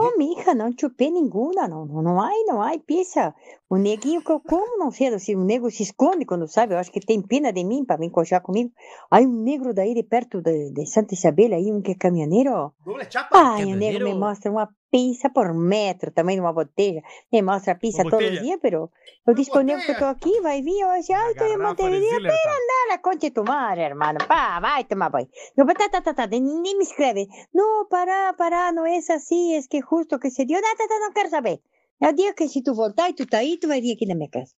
Oh, mija, não chupé ninguna, não, não, não hay, não hay, pizza. O neguinho que eu como, não sei, se o negro se esconde quando sabe, eu acho que tem pena de mim para me encoxar comigo. Aí um negro daí de perto de, de Santa Isabel, aí um que é caminhoneiro. Ai, o negro me
Caminhoneiro.
mostra uma pizza por metro, também de uma botella. Me mostra pizza
Uma
todos os
botella?
dias, pero eu disse pro negro que eu tô aqui, vai vir, eu disse, ai, tô em
garrafa de
Montevideo,
Zillertal.
pera andar a concha de tu madre, hermano, pá, vai tomar banho. Eu, tá, tá, tá, tá, nem me escreve. No, pará, pará, no es así, es que justo que se dio. No, no, no, no quiero saber. Eu digo que se tu voltar e tu tá aí, tu vai vir aqui na minha casa.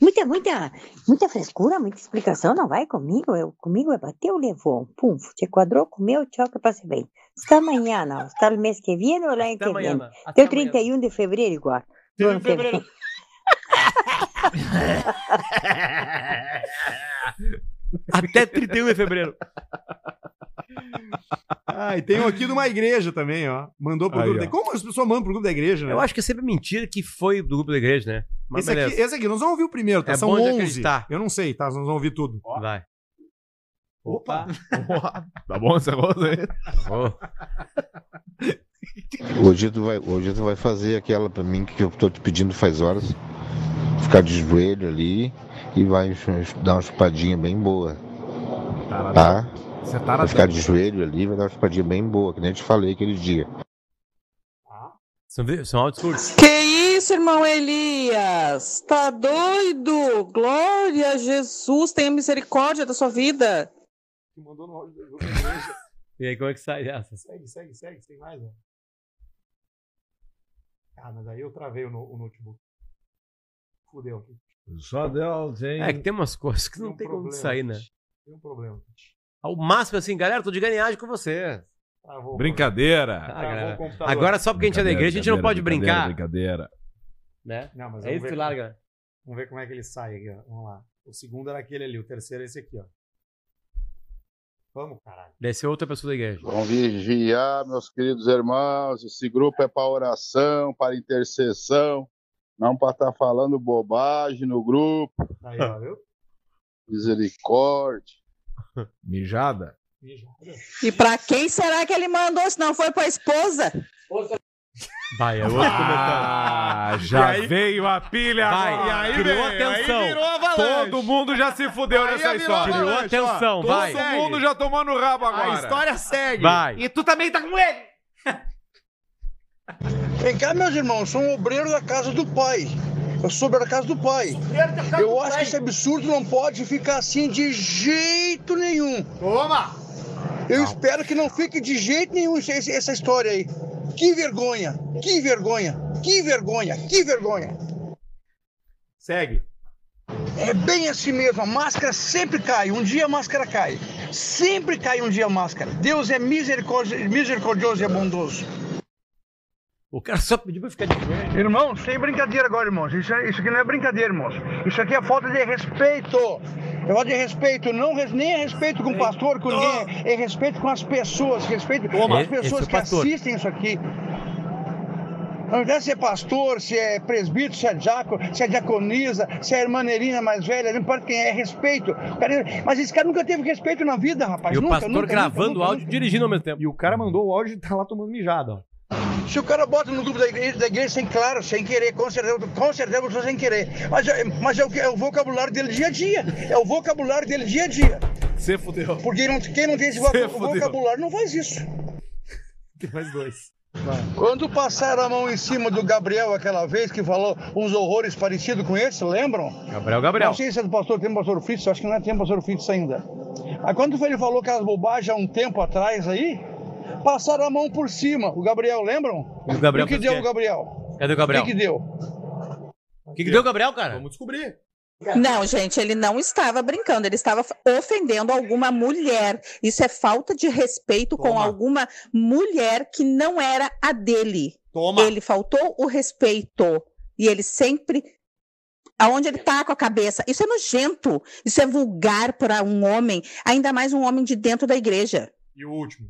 Muita, muita, muita frescura, muita explicação, não vai comigo. Eu, comigo é bateu, levou, pum, te quadrou, comeu, tchau, que passe bem. Está amanhã, não. Está o mês que vem ou lá em que
amanhã,
vem.
não. Até
Deu 31 de fevereiro igual. Do
um
ano que vem. <laughs>
Até 31 de fevereiro.
Ah, e tem um aqui de uma igreja também, ó. Mandou pro
Aí,
grupo.
ó.
da- Como as pessoas mandam pro grupo da igreja, né?
Eu acho que é sempre mentira que foi do grupo da igreja, né?
esse, aqui, esse aqui, nós vamos ouvir o primeiro, tá?
É
São
bom de
11.
acreditar.
Eu não sei, tá? Nós vamos ouvir tudo.
Vai.
Opa!
Tá bom essa rosa aí?
Hoje tu vai, hoje tu vai fazer aquela pra mim que eu tô te pedindo faz horas. Ficar de joelho ali e vai chu- dar uma chupadinha bem boa. Tá?
é
Você tá
Vai ficar de joelho ali e vai dar uma chupadinha bem boa, que nem eu te falei aquele dia.
São, vi- são altos cursos.
<laughs>
Que isso, irmão Elias? Tá doido? Glória a Jesus, tenha misericórdia da sua vida.
E aí, como é que sai dessa?
Segue, segue, segue. Tem mais, ó. Ah, mas aí eu travei o, no- o notebook. Fudeu aqui.
Só Deus, hein?
É que tem umas coisas que não tem como sair, né?
um Tem um problema.
Ao máximo assim, galera, tô de ganhagem com você.
Travou.
Brincadeira.
Ah, galera. Agora, só porque a gente é da igreja, a gente não pode
Brincadeira,
brincar.
Brincadeira.
Né?
Não, mas
é
vamos
isso
ver
que
como-
larga.
Vamos ver como é que ele sai aqui, ó. Vamos lá. O segundo era aquele ali, o terceiro é esse aqui, ó. Vamos, caralho.
Deve ser outra pessoa da igreja.
Vamos vigiar, meus queridos irmãos. Esse grupo é para oração, para intercessão, não para estar falando bobagem no grupo.
Aí, ó, viu?
Misericórdia.
Mijada?
E pra quem será que ele mandou se não foi pra esposa?
Vai, é outro
Ah,
comentário.
já
E aí-
veio a pilha
Vai,
agora.
criou a tensão.
Todo mundo já se fudeu
Aí
nessa
a
história.
Vila
Criou
Lanche,
tensão,
ó.
vai.
Todo mundo já tomou no rabo agora.
A história segue.
Vai.
E tu também tá com ele.
Vem cá, meus irmãos, sou um obreiro da casa do pai. Eu sou obreiro da casa do pai. Eu acho que esse absurdo não pode ficar assim de jeito nenhum. Toma! Eu espero que não fique de jeito nenhum esse- esse- essa história aí. Que vergonha, que vergonha, que vergonha, que vergonha.
Segue.
É bem assim mesmo, a máscara sempre cai, um dia a máscara cai. Sempre cai um dia a máscara. Deus é misericórdia- misericordioso e é bondoso.
O cara só pediu pra ficar de joelho.
Irmão, sem brincadeira agora, irmãos. Isso, é- isso aqui não é brincadeira, irmãos. Isso aqui é falta de respeito. É falta de respeito. Não, res- nem é respeito com o pastor, com ninguém. É respeito com as pessoas. Respeito com
Toma.
as
Esse é o
pessoas que
pastor.
assistem isso aqui. Não interessa se é pastor, se é presbítero, se é diácono, se é diaconisa, se é irmã Nerina mais velha, não importa quem é, é respeito. Cara, é- Mas esse cara nunca teve respeito na vida, rapaz.
E o
nunca,
pastor
nunca, nunca,
gravando
nunca,
o áudio e dirigindo ao mesmo tempo.
E o cara mandou o áudio e tá lá tomando <laughs> mijada, ó.
Se o cara bota no grupo da igreja, da igreja sem claro, sem querer, com certeza, com certeza eu sou sem querer. Mas, é- mas é, o, que- é o vocabulário dele dia a dia. É o vocabulário dele dia a dia.
Você fudeu.
Porque não- quem não tem esse
Cê
voca-
fudeu.
vocabulário não faz isso.
Tem mais dois.
Quando passaram a mão em cima do Gabriel aquela vez que falou uns horrores parecidos com esse, lembram?
Gabriel, Gabriel.
Não sei se é do pastor, tem pastor Fritz, acho que não é tem pastor Fritz ainda. Aí quando ele falou aquelas bobagens há um tempo atrás aí, passaram a mão por cima. O Gabriel, lembram?
E o Gabriel
e o
fez
que
o
deu
quê?
o Gabriel?
Cadê o Gabriel?
O que, que deu?
O que, que deu, Gabriel, cara? Vamos
descobrir.
Não, gente, ele não estava brincando, ele estava ofendendo alguma mulher. Isso é falta de respeito com alguma mulher que não era a dele. Ele faltou o respeito. E ele sempre. Aonde ele tá com a cabeça? Isso é nojento. Isso é vulgar para um homem, ainda mais um homem de dentro da igreja.
E o último.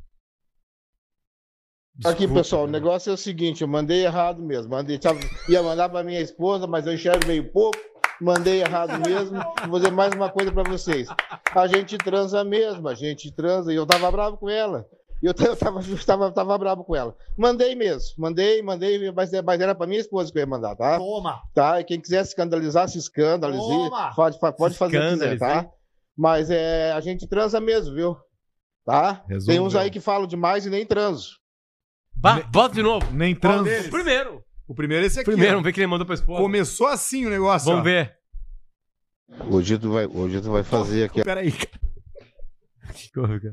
né?
Aqui,
pessoal,
o negócio é o seguinte, eu mandei errado mesmo. Mandei, tava- ia mandar pra minha esposa, mas eu enxergo meio pouco. Mandei errado mesmo. Vou dizer mais uma coisa pra vocês. A gente transa mesmo, a gente transa. E eu tava bravo com ela. E Eu t- eu <laughs> tava, eu tava, tava bravo com ela. Mandei mesmo, mandei, mandei, mas, mas era pra minha esposa que eu ia mandar, tá?
Toma!
Tá? E quem quiser se escandalizar, se escandalize.
Toma!
Pode, pode fazer o que quiser,
Escandalize.
tá? Mas é, a gente transa mesmo, viu? Tá? Tem uns
Resolveu.
aí que falam demais e nem transo.
Bota de novo.
Nem
trans-
O primeiro.
O primeiro é esse aqui.
Primeiro,
ó.
vamos ver quem ele mandou pra esposa.
Começou assim o negócio.
Vamos
ó.
ver.
Hoje tu vai, hoje tu vai fazer aqui.
Peraí.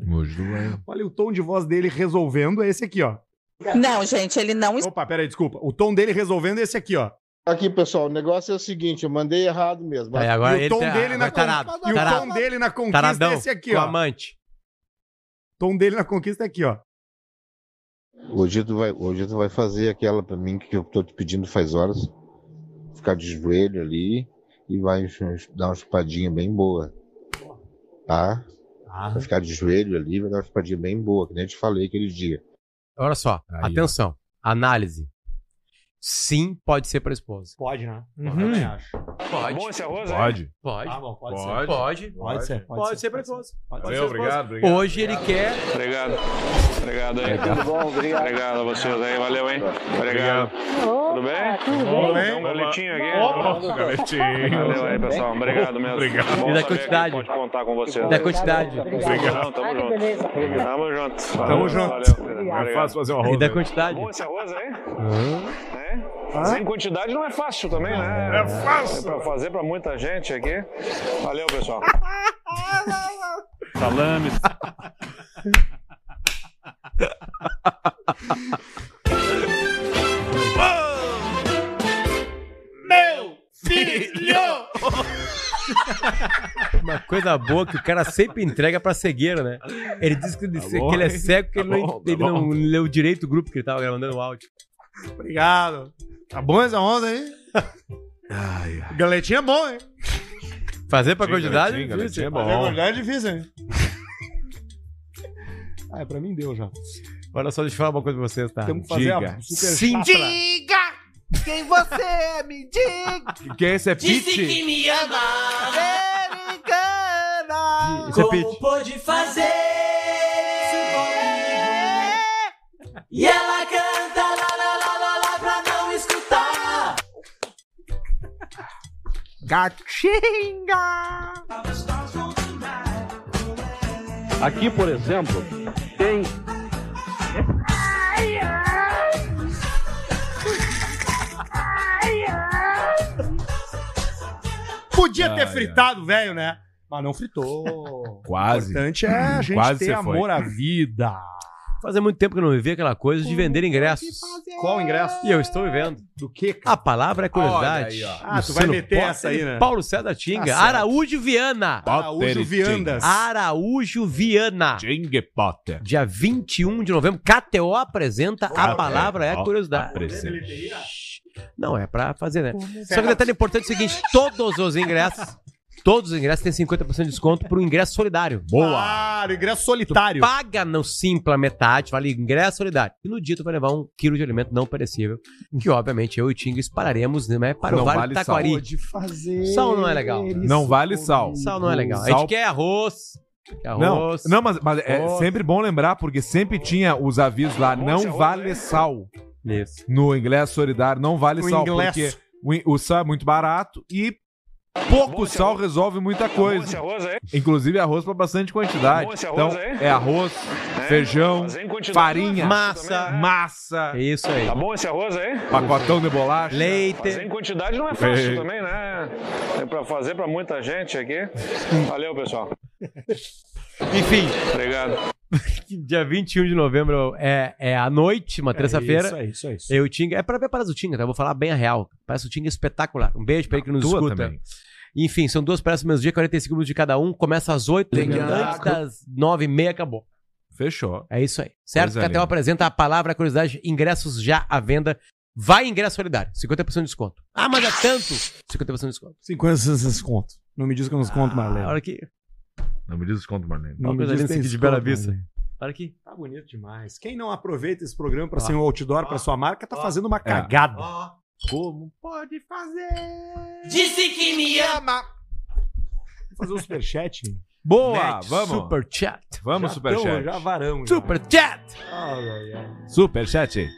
Hoje tu vai.
Olha o tom de voz dele resolvendo, é esse aqui, ó.
Não, gente, ele não.
Opa, peraí, desculpa. O tom dele resolvendo é esse aqui, ó.
Aqui, pessoal, o negócio é o seguinte, eu mandei errado mesmo.
Aí, agora
e
ele
o tom
tá-
dele na
agora tarado,
conquista. E o
tarado.
tom dele na conquista
Taradão,
é esse aqui,
com
ó.
amante.
O tom dele na conquista é aqui, ó.
Hoje tu vai, hoje tu vai fazer aquela pra mim que eu tô te pedindo faz horas. Ficar de joelho ali e vai chu- dar uma chupadinha bem boa. Tá? Vai ficar de joelho ali, vai dar uma chupadinha bem boa, que nem eu te falei aquele dia.
Olha só, atenção. Análise. Sim, pode ser pra esposa.
Pode, né?
Uhum. Pode.
Bom esse arroz,
Pode.
Pode.
Tá bom, pode,
Pode.
ser.
Pode.
Pode ser.
Pode ser pra esposa.
Pode
Valeu,
ser.
obrigado, obrigado.
Hoje ele quer.
Obrigado. Obrigado aí.
Obrigado.
obrigado. a vocês aí, valeu, hein? Obrigado. Tudo bem?
Tudo bem?
Tem Um galetinho aqui.
Opa,
Valeu.
galetinho.
Valeu aí, pessoal. Obrigado mesmo.
Obrigado.
Bom
E da
saber
quantidade?
que Pode contar com vocês.
Da quantidade.
Obrigado. Tamo junto. Tamo junto.
Tamo junto.
Valeu.
Não é fácil fazer um
E
arroz.
da
né?
quantidade? Bom esse arroz aí. É? Sem quantidade não é fácil também, né? É fácil. pra fazer pra muita gente aqui. Valeu, pessoal.
Salames.
Meu filho!
Uma coisa boa que o cara sempre entrega pra cegueira, né? Ele diz que ele,
Tá bom,
que ele é
hein?
cego porque
Tá
ele, não,
bom, tá
ele não
bom.
leu direito o grupo que ele tava gravando o áudio.
Obrigado. Tá bom essa onda <laughs> aí? Galetinha é bom, hein?
Fazer pra
Sim,
quantidade
galetinho,
é difícil.
galetinho é bom. Fazer quantidade é difícil, hein? Ah, é pra mim deu já.
Olha só, deixa eu falar uma coisa pra vocês, tá?
Temos que fazer a super
Sim,
Diga quem você é, me diga.
Quem é esse? É
Disse que
Pete?
me ama, americana.
Isso é Pete.
pôde fazer isso comigo? E ela canta lá, lá, lá, lá, lá pra não escutar.
Gatinga!
Aqui, por exemplo, tem.
Podia ter fritado, velho, né? Mas não <laughs> fritou.
Quase.
O importante é a gente
Quase
ter
você foi.
amor à vida.
Fazia muito tempo que eu não vivia aquela coisa de vender ingressos.
Qual o ingresso?
E eu estou vivendo. Do que, A palavra é curiosidade.
Olha aí, ó. Ah, tu vai meter essa aí, né?
Paulo César da Tinga.
Tá certo.
Araújo Viana.
Araújo Viandas.
Araújo Viana. Tinga Potter. Dia 21 de novembro, KTO apresenta A Palavra é
Ó,
Curiosidade.
é
apresenta.
Não, é pra fazer, né?
Como
Só que o detalhe importante é o seguinte, todos os ingressos... Todos os ingressos têm 50% de desconto para o ingresso solidário. Boa!
Claro, ingresso
Tu
solitário.
paga no Simpla metade, vale ingresso solidário. E no dia tu vai levar um quilo de alimento não perecível, que obviamente eu e o Tinga espalharemos né, para
Não
o Vale,
vale
do Taquari.
sal.
Sal. não é legal.
Não vale sal.
Sal não é legal. A
Sal-
gente quer arroz. quer
Não,
arroz.
não, mas, mas é
arroz.
sempre bom lembrar, porque sempre tinha os avisos lá, não
é.
vale sal. No inglês solidário, não vale
O
sal,
inglês.
porque o, in- o sal é muito barato e pouco sal resolve muita coisa. Inclusive arroz para bastante quantidade.
é. Arroz,
então,
arroz, hein?
é arroz,
É,
feijão,
mas em quantidade.
farinha,
Massa.
massa.
É Isso aí.
né? Tá bom esse arroz aí?
Pacotão de bolacha.
Fazer em quantidade não é fácil
Ei.
também, né? É pra fazer pra muita gente
<laughs>
aqui. Valeu, pessoal.
Enfim.
Obrigado.
Dia 21 de novembro é, é à noite, uma terça-feira.
isso aí, isso aí, isso
Eu e o Tinga. É para ver para o Tinga, tá? Eu vou falar bem a real. Parece o Tinga espetacular. Um beijo para ele que nos
Tua
escuta.
também.
Enfim, são duas peças no mesmo dia, 45 minutos de cada um. Começa às 8, antes das 9 e meia acabou.
Fechou.
É isso aí. Certo?
Coisa
Catel
linda.
apresenta a palavra curiosidade, ingressos já à venda. Vai ingresso solidário, 50% de desconto. Ah, mas é tanto! 50% de desconto.
50 desconto. Não me diz que eu não desconto, Marlene.
Olha aqui.
Não me diz os contos, Marlene.
Não
Olha
me
coisa
diz
linda, né?
tem
esse aqui de Bela
desconto,
Vista.
Marlene.
Olha aqui.
Tá bonito demais. Quem não aproveita esse programa pra
Ó. É.
ser um outdoor pra sua marca tá fazendo uma cagada. Como? Pode fazer.
Disse que me ama.
Vamos fazer um superchat?
Boa,
Net
vamos.
super
chat.
Vamos,
Já
super
tão-
chat.
já varamos, já.
Super chat!
Super chat.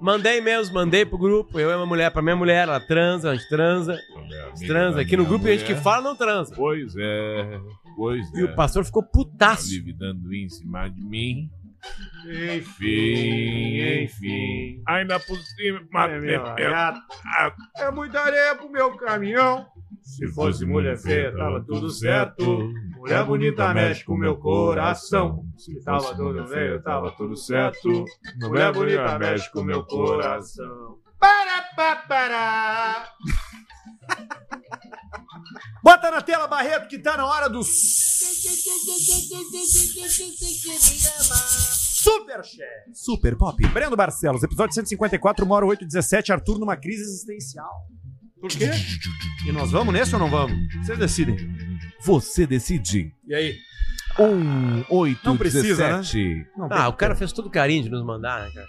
Mandei mesmo, mandei pro grupo. Eu e uma mulher, pra minha mulher, ela transa, a gente transa. a gente transa. Aqui no grupo tem gente que fala, não transa.
Pois é. Pois
E o pastor ficou putaço.
Lividando em cima de mim. Enfim, enfim. Ainda por cima,
É, meu, gato. É muita areia pro meu caminhão. Se fosse mulher feia, tava tudo certo. Mulher bonita mexe com meu coração. Se tava tudo feio, tava tudo certo.
é?
Mulher bonita mexe com meu coração. Para, para, para.
Bota na tela, Barreto, que tá na hora do Superchat. Super Pop. Breno Barcelos, episódio 154, uma hora 817, Arthur numa crise existencial. Por quê? E nós vamos nesse ou não vamos? Vocês decidem.
Você decide.
E aí?
Um, oito,
Não precisa, né?
dezessete.
Não,
ah, o cara fez todo carinho de nos mandar, né, cara?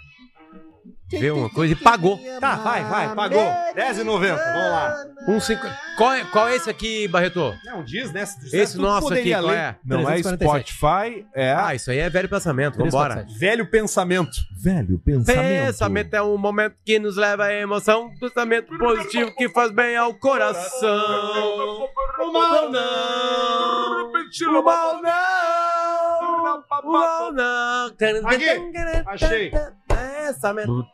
Vê uma coisa e pagou.
Tá, vai, vai, pagou. 10,90, vamos lá.
Um cinco... qual, é, qual é esse aqui, Barreto?
Não, diz, né? Se tu disser,
Esse
tu
nosso aqui,
poderia
qual
ler.
é?
Não é
347.
Spotify, é.
Ah, isso aí é velho pensamento, vambora.
Velho pensamento.
Velho pensamento.
Pensamento é um momento que nos leva à emoção. Pensamento positivo que faz bem ao coração. O mal não. O mal não. O mal não.
Aqui, achei.
Pensamento.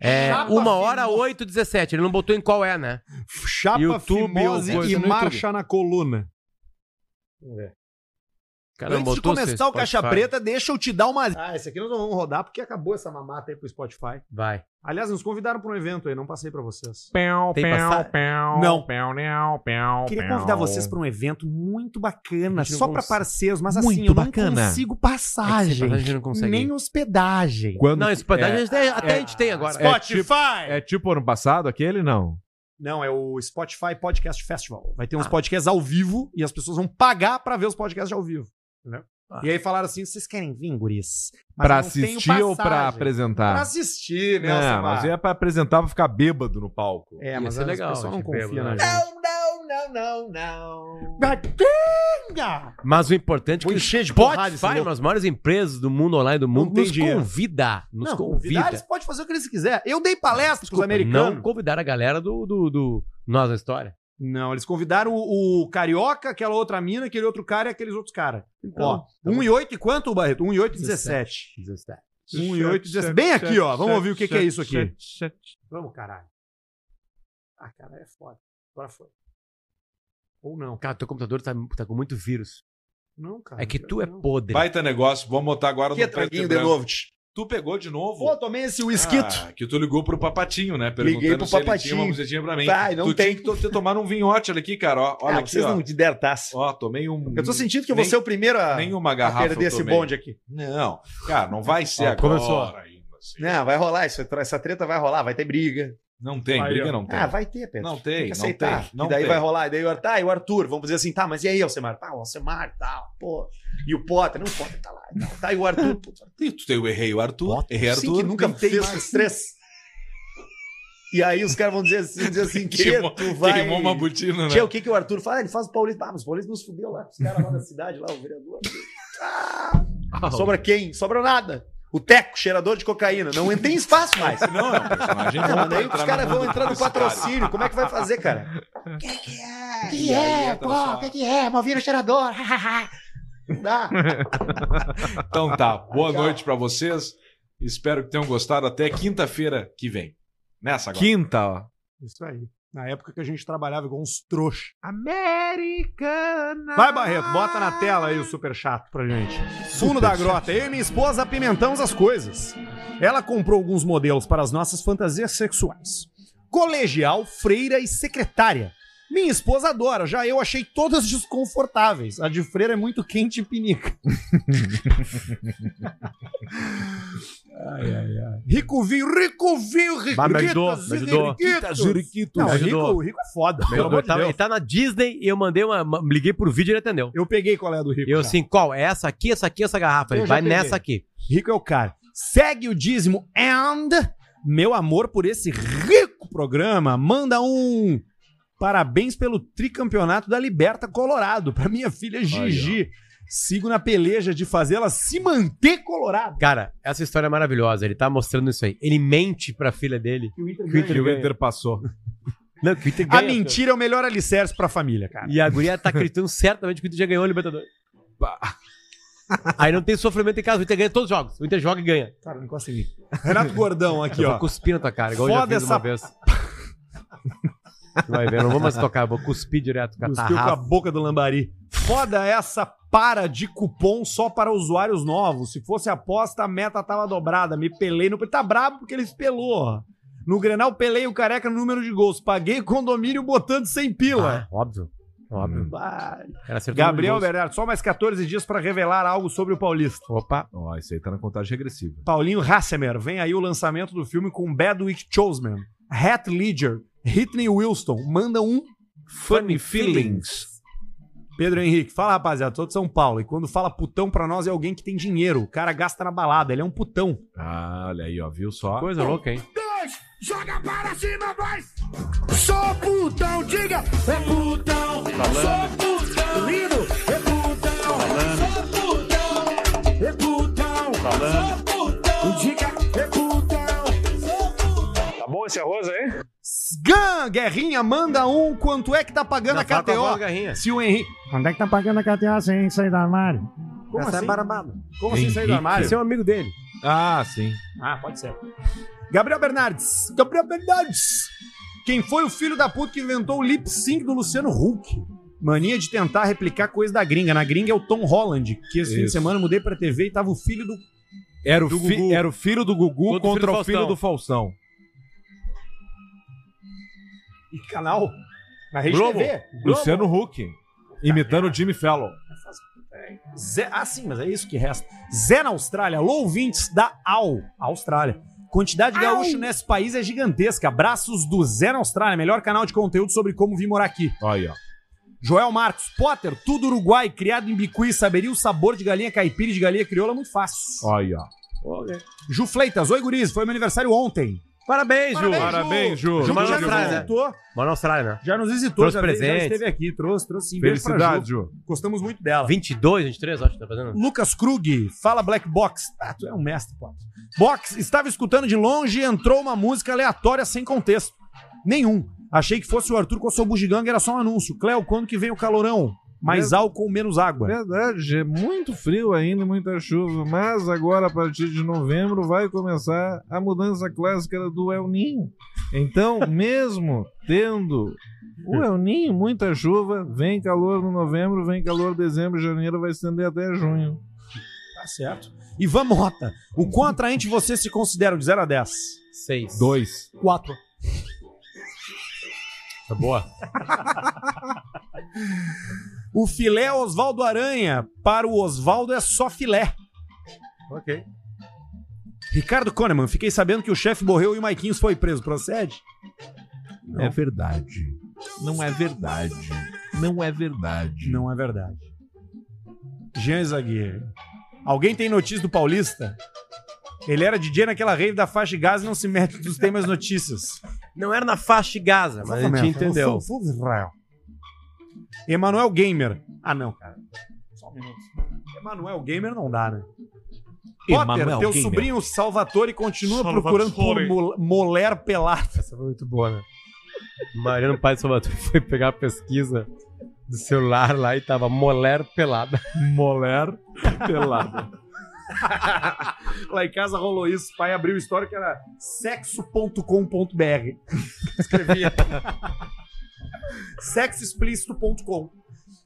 É, uma hora 8 17 Ele não botou em qual é, né?
Chapa Fimose e marcha na coluna.
Cara, não
Antes de
botou
começar
seu
o Caixa
Spotify.
Preta, deixa eu te dar uma. Ah, esse aqui nós não vamos rodar porque acabou essa mamata aí pro Spotify.
Vai.
Aliás, nos convidaram para um evento aí, não passei para vocês.
Pão,
Tem
pão,
passar-
pão,
Não.
pão, não, pão,
Queria
pão.
convidar vocês para um evento muito bacana,
A gente não
só para
cons-
parceiros, mas assim,
Muito
eu
bacana.
não consigo
É que
passagem,
sem passagem não consegue.
nem hospedagem.
Quando-
Não, Spotify
é,
a gente tem- até
é,
a gente tem agora.
É tipo, é tipo ano passado aquele, não?
Não, é o Spotify Podcast Festival. Vai ter
Ah.
uns podcasts ao vivo e as pessoas vão pagar para ver os podcasts ao vivo. entendeu? E aí falaram assim: vocês querem vir, guris? Mas
Pra
eu não tenho
assistir ou pra
passagem."
apresentar?
Pra assistir, né?
não,
Alcimar?
mas é pra apresentar pra ficar bêbado no palco.
É, mas
ser
as
legal,
pessoas não né?
acho que é
confiam na
bêbado,
gente.
Não, não,
não, não, não.
Mas o importante é que
Vou
o
encher de porrada esse
Spotify,
louco.
uma das maiores empresas do mundo online do mundo,
tem
nos
dinheiro.
convida. Nos
Não,
convida.
convidar, eles podem fazer o que eles quiserem. Eu dei palestra pros
Desculpa,
americanos.
Não convidaram a galera do, do, do Nós na História.
Não, eles convidaram o, o Carioca, aquela outra mina, aquele outro cara e aqueles outros caras.
Então, tá
Ó, 1 e 8 e quanto, Barreto? 1 e 8 e 17.
17.
1 e 8 e 17. Bem aqui, ó. Vamos ouvir o que, que é isso aqui.
Vamos, caralho.
Ah, cara, é foda. Agora foi. Ou não.
Cara, teu computador tá, tá com muito vírus.
Não, cara.
É que tu é podre.
Baita negócio, vamos botar agora
Que traguinho de novo,
Tu pegou de novo?
Pô, tomei esse whisquito.
Ah, que tu ligou pro Papatinho, né? Perguntando
Liguei pro
se ele
Papatinho.
tinha uma bucetinha pra mim.
Vai, não
tu
tem.
tinha que to- ter tomado um vinhote ali aqui, cara. Ó, olha
Ah,
aqui,
vocês
ó.
não te deram taça.
Ó, tomei um...
Eu tô sentindo que eu vou
Nem-
ser o primeiro a,
Nenhuma
a
garrafa
perder
eu
esse
tomei.
bonde aqui.
Não, cara, não vai ser
Ó,
agora.
começou.
ainda, assim.
Não, vai rolar. Isso, é essa treta vai rolar. Vai ter briga.
Não tem,
Aí, ó.
briga não tem.
Ah, vai ter, Pedro.
Não tem,
que
não
aceitar.
tem, não
e daí
tem.
vai rolar. E daí o Arthur, tá, e o Arthur, vamos dizer assim, tá, mas e aí, Alcemar? Pá, o Alcemar, tal, pô. E o Potter, não, o Potter tá lá. Não, tá, e o Arthur, pô,
<laughs> E tu tem o errei o Arthur, errei o
sim,
Arthur.
que nunca
nem
fez esses três. E aí os caras vão dizer assim, dizer assim Tchê,
<laughs> Queimou-
tu vai...
queimou uma botina, né?
Tchê, o que, que o Arthur fala? Ah, Ele faz o Paulista. Ah, mas o Paulista nos fudeu lá, com os caras lá da cidade, lá, o vereador. Ah, sobra quem? Sobra nada. O Teco, cheirador de cocaína. <laughs> Não tem espaço mais.
Não, é um personagem bom
Não, mas
pra
daí
entrar
os
no
caras vão
mundo
entrar no
publicitário.
patrocínio. Como é que vai fazer, <laughs> cara?
O que é, pô? O que, que é? Malvino cheirador. <laughs> Não
<laughs>
dá.
Então tá, boa noite pra vocês. Espero que tenham gostado. Até quinta-feira que vem. Nessa agora.
Quinta, ó.
Isso aí. Na época que a gente trabalhava igual uns trouxa.
Americana.
Vai, Barreto, bota na tela aí o super chato pra gente. Fundo da grota. Eu e minha esposa apimentamos as coisas. Ela comprou alguns modelos para as nossas fantasias sexuais: colegial, freira e secretária. Minha esposa adora, já eu achei todas desconfortáveis. A de freira é muito quente e <laughs> pinica.
Ai, ai, ai.
Rico vinho, rico vinho, rico
Bah, Ah, me ajudou, me ajudou.
Não,
Me
rico,
ajudou.
rico é foda.
Meu,
pelo amor
eu
de
tava-
Deus.
ele tá na Disney e eu mandei uma. ma- Liguei pro vídeo e ele atendeu.
Eu peguei qual é a do Rico.
Eu
já.
assim, qual? É essa aqui, essa aqui, essa garrafa? Ele
Eu já
vai
peguei.
nessa aqui.
Rico é o cara. Segue o dízimo and meu amor por esse rico programa. Manda um parabéns pelo tricampeonato da Liberta Colorado para minha filha Gigi. Sigo na peleja de fazê-la se manter colorada.
Cara, essa história é maravilhosa. Ele tá mostrando isso aí. Ele mente pra filha dele que o
Inter
que
ganha.
passou. Não, que o Inter
A
ganha,
mentira é o melhor alicerce pra família, cara.
E a guria tá acreditando certamente que o Inter já ganhou o Libertadores. Aí não tem sofrimento em casa. O Inter ganha todos os jogos. O Inter joga e ganha.
<laughs> Cara, não encosta em mim. Renato Gordão aqui,
eu
ó.
vou cuspir na tua cara, igual
Foda
eu já fiz
essa-
uma vez. Tu Vai ver, eu não vou mais tocar. Eu vou cuspir direto.
Cuspiu com a
Catarrafo.
boca do lambari. Foda essa para de cupom só para usuários novos. Se fosse aposta, a meta tava dobrada. Me pelei no. Tá brabo porque ele se pelou. No Grenal, pelei o careca no número de gols. Paguei condomínio botando sem pila.
Óbvio. Óbvio.
Bah.
Cara, acertou
Gabriel
muito gols.
Bernardo, só mais 14 dias para revelar algo sobre o Paulista.
Opa.
Ó, isso aí tá na contagem regressiva.
Paulinho Hassemer, vem aí o lançamento do filme com Bedwick Chosman, Hat Ledger, Whitney Wilson, manda um
Funny Feelings.
Pedro Henrique, fala rapaziada, sou de São Paulo e quando fala putão pra nós é alguém que tem dinheiro, o cara gasta na balada, ele é um putão.
Ah, olha aí, ó, viu só?
Coisa louca, hein?
<laughs> Dois, joga para cima, vai! Sou putão, diga! É putão!
Falando.
Sou putão! Lindo! É putão! Sou putão! É putão!
Falando.
Sou putão! Diga! É putão!
Tá bom esse arroz aí?
Sgan, Guerrinha, manda um, quanto é que tá pagando
Já
a
fala com a voz,
KTO?
Guerrinha.
Se o Henrique... Quanto é que tá pagando a KTO sem sair do armário? Como
Essa é
assim?
barbada.
Como assim sair do
Henrique.
armário?
Esse é um amigo dele.
Ah, sim.
Ah, pode ser. Gabriel Bernardes. Gabriel Bernardes. Quem foi o filho da puta que inventou o lip sync do Luciano Huck? Mania de tentar replicar coisa da gringa. Na gringa é o Tom Holland, que esse fim de
Isso.
semana eu mudei pra TV e tava o filho do.
Era o,
Do
fi-
Gugu.
era o filho do Gugu
Contra
contra
o filho do
o filho do Faustão.
E canal? Na Rede
Globo.
TV.
Luciano Huck. Imitando o Jimmy Fallon.
Zé, ah, sim, mas é isso que resta. Zé na Austrália, alô ouvintes da AU, Austrália. Quantidade de gaúcho nesse país é gigantesca. Abraços do Zé na Austrália, melhor canal de conteúdo sobre como vir morar aqui.
Olha aí, ó.
Joel Marcos, Potter, tudo Uruguai, criado em Bicuí, saberia o sabor de galinha caipira e de galinha crioula muito fácil.
Olha aí, ó.
Ju Fleitas, oi guriz, foi meu aniversário ontem.
Parabéns, Ju.
Parabéns, Ju.
Ju
Ju
já
de
nos
bom.
visitou. Mas não será, né?
né? Já nos visitou,
Trouxe
já, veio- já
presentes.
esteve aqui, trouxe, trouxe sim. Beijo pra
Felicidades,
Ju.
Ju.
Gostamos muito dela.
22, 23, acho que tá fazendo.
Lucas Krug, fala Black Box. Ah, tu é um mestre, pô. Box, estava escutando de longe e entrou uma música aleatória sem contexto. Nenhum. Achei que fosse o Arthur Cossou Bugiganga, era só um anúncio. Cléo, quando que vem o calorão? Mais
Mesmo.
álcool, menos água.
Verdade, é muito frio ainda, e muita chuva, mas agora a partir de novembro vai começar a mudança clássica do El Ninho. <laughs> Então, mesmo tendo o El Ninho, muita chuva, vem calor no novembro, vem calor dezembro, janeiro, vai estender até junho.
Tá certo. Ivan Mota, o quão atraente você se considera de 0 a 10?
6.
2.
4.
Tá boa?
<laughs> O filé é Oswaldo Aranha, para o Oswaldo é só filé.
Ok.
Ricardo Coneman, fiquei sabendo que o chefe morreu e o Maiquinhos foi preso. Procede?
É verdade. Não é verdade. Não é verdade.
Não é verdade. Jean Zagueiro. Alguém tem notícia do Paulista? Ele era DJ naquela rave da faixa de gás e não se mete nos temas notícias.
Não era na faixa de Gaza, mas a gente
Exatamente.
entendeu.
Eu sou- sou de Israel. Emanuel Gamer. Ah, não, cara. Só um minuto. Emanuel Gamer não dá, né? Potter,
Emanuel
teu
Gamer.
sobrinho Salvatore continua
Salvatore.
procurando por mul- moler pelado.
Essa foi muito boa, né? Mariano Pai de Salvador <laughs> foi pegar a pesquisa do celular lá e tava moler pelada.
Moler
<laughs>
pelada.
Lá em casa rolou isso. O pai abriu o história que era sexo.com.br. <laughs> Escrevia. sexoexplícito.com.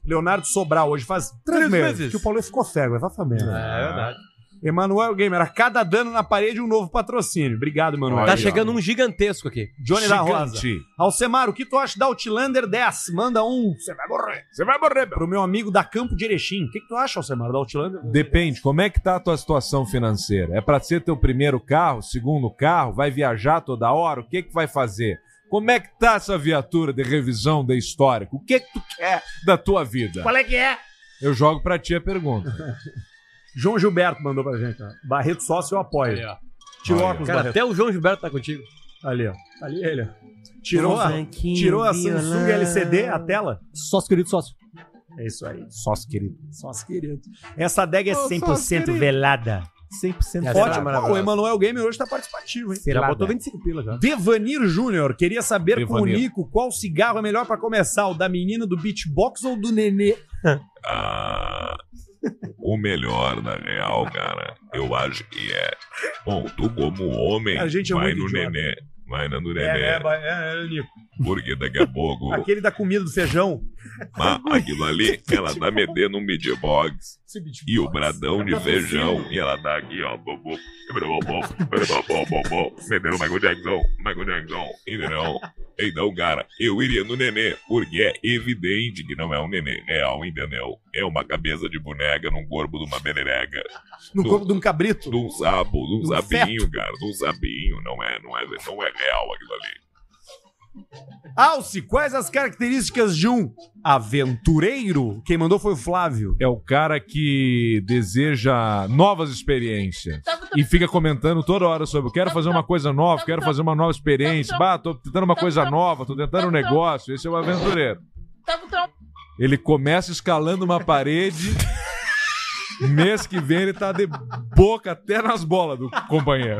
Leonardo Sobral hoje faz
Três
três, meses,
meses.
que o Paulo ficou cego, exatamente.
É verdade.
Emanuel Gamer, a cada dano na parede um novo patrocínio. Obrigado, Emanuel.
Tá chegando um gigantesco aqui.
Johnny da Rosa. Alcemar, o que tu acha da Outlander 10? Manda um. Você vai morrer. Você vai morrer, Pro meu amigo da Campo de Erechim. O que, que tu acha, Alcemar, da Outlander?
Depende, como é que tá a tua situação financeira? É para ser teu primeiro carro, segundo carro, vai viajar toda hora? O que que vai fazer? Como é que tá essa viatura de revisão de histórico? O que que tu quer da tua vida?
É. Qual é que é?
Eu jogo para ti a pergunta.
<laughs> João Gilberto mandou pra gente. Ó. Barreto sócio eu apoio.
Aí, ó.
Tirou
Aí, ó.
o óculos,
Cara,
Barreto.
Até o João Gilberto tá contigo.
Ali, ó. Ali ele, ó. Tirou a,
Franquinho,
tirou a
violão.
Samsung LCD, a tela.
Sócio querido, sócio.
É isso aí. Sócio querido. Sócio querido. Essa adega é
Ô, sócio
100%
querido.
velada. 100%
Essa é
Ótimo. Pô,
maravilhosa.
o Emanuel Gamer hoje tá participativo, hein?
Já botou 25 pila já.
Devanir Júnior, queria saber com o
Devanir.
Nico qual cigarro é melhor pra começar, o da menina do beatbox ou do nenê?
Ah, o melhor, na real, cara, eu acho que é. Bom, tu como homem,
A gente é
vai
muito
no
idiota.
nenê. Vai na do nenê.
É, é, é, é, Nico.
Porque daqui a
<laughs>
pouco.
Aquele da comida do feijão.
Ah, aquilo ali, ela tá metendo um beatbox. E o bradão de feijão. E ela tá aqui, ó. bo- bo- bo- bo- bo- bo- bo- Metendo Michael Jackson, Michael Jackson. Entendeu? Então, cara, eu iria no nenê, porque é evidente que não é um nenê real, entendeu? É uma cabeça de boneca num corpo de uma berereca.
No corpo de um cabrito.
De um sapo, de um
De um
sapinho, cara. De um sapinho. Não é, não é, não é real aquilo ali.
Alce, quais as características de um aventureiro? Quem mandou foi o Flávio.
É o cara que deseja novas experiências e fica comentando toda hora sobre eu quero fazer uma coisa nova, quero fazer uma nova experiência. Bah, tô tentando uma coisa nova, tô tentando um negócio. Esse é o aventureiro.
Tá
Ele começa escalando uma parede. Mês que vem ele tá de boca até nas bolas do companheiro.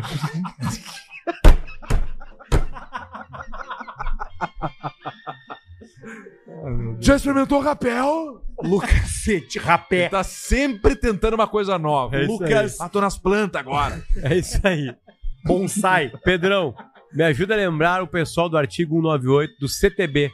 Já experimentou rapel?
Lucacete, rapé.
Ele tá sempre tentando uma coisa nova.
É isso
Lucas,
aí.
ah, tô nas plantas agora.
É isso aí.
Bonsai.
Pedrão, me ajuda a lembrar o pessoal do artigo 198 do CTB.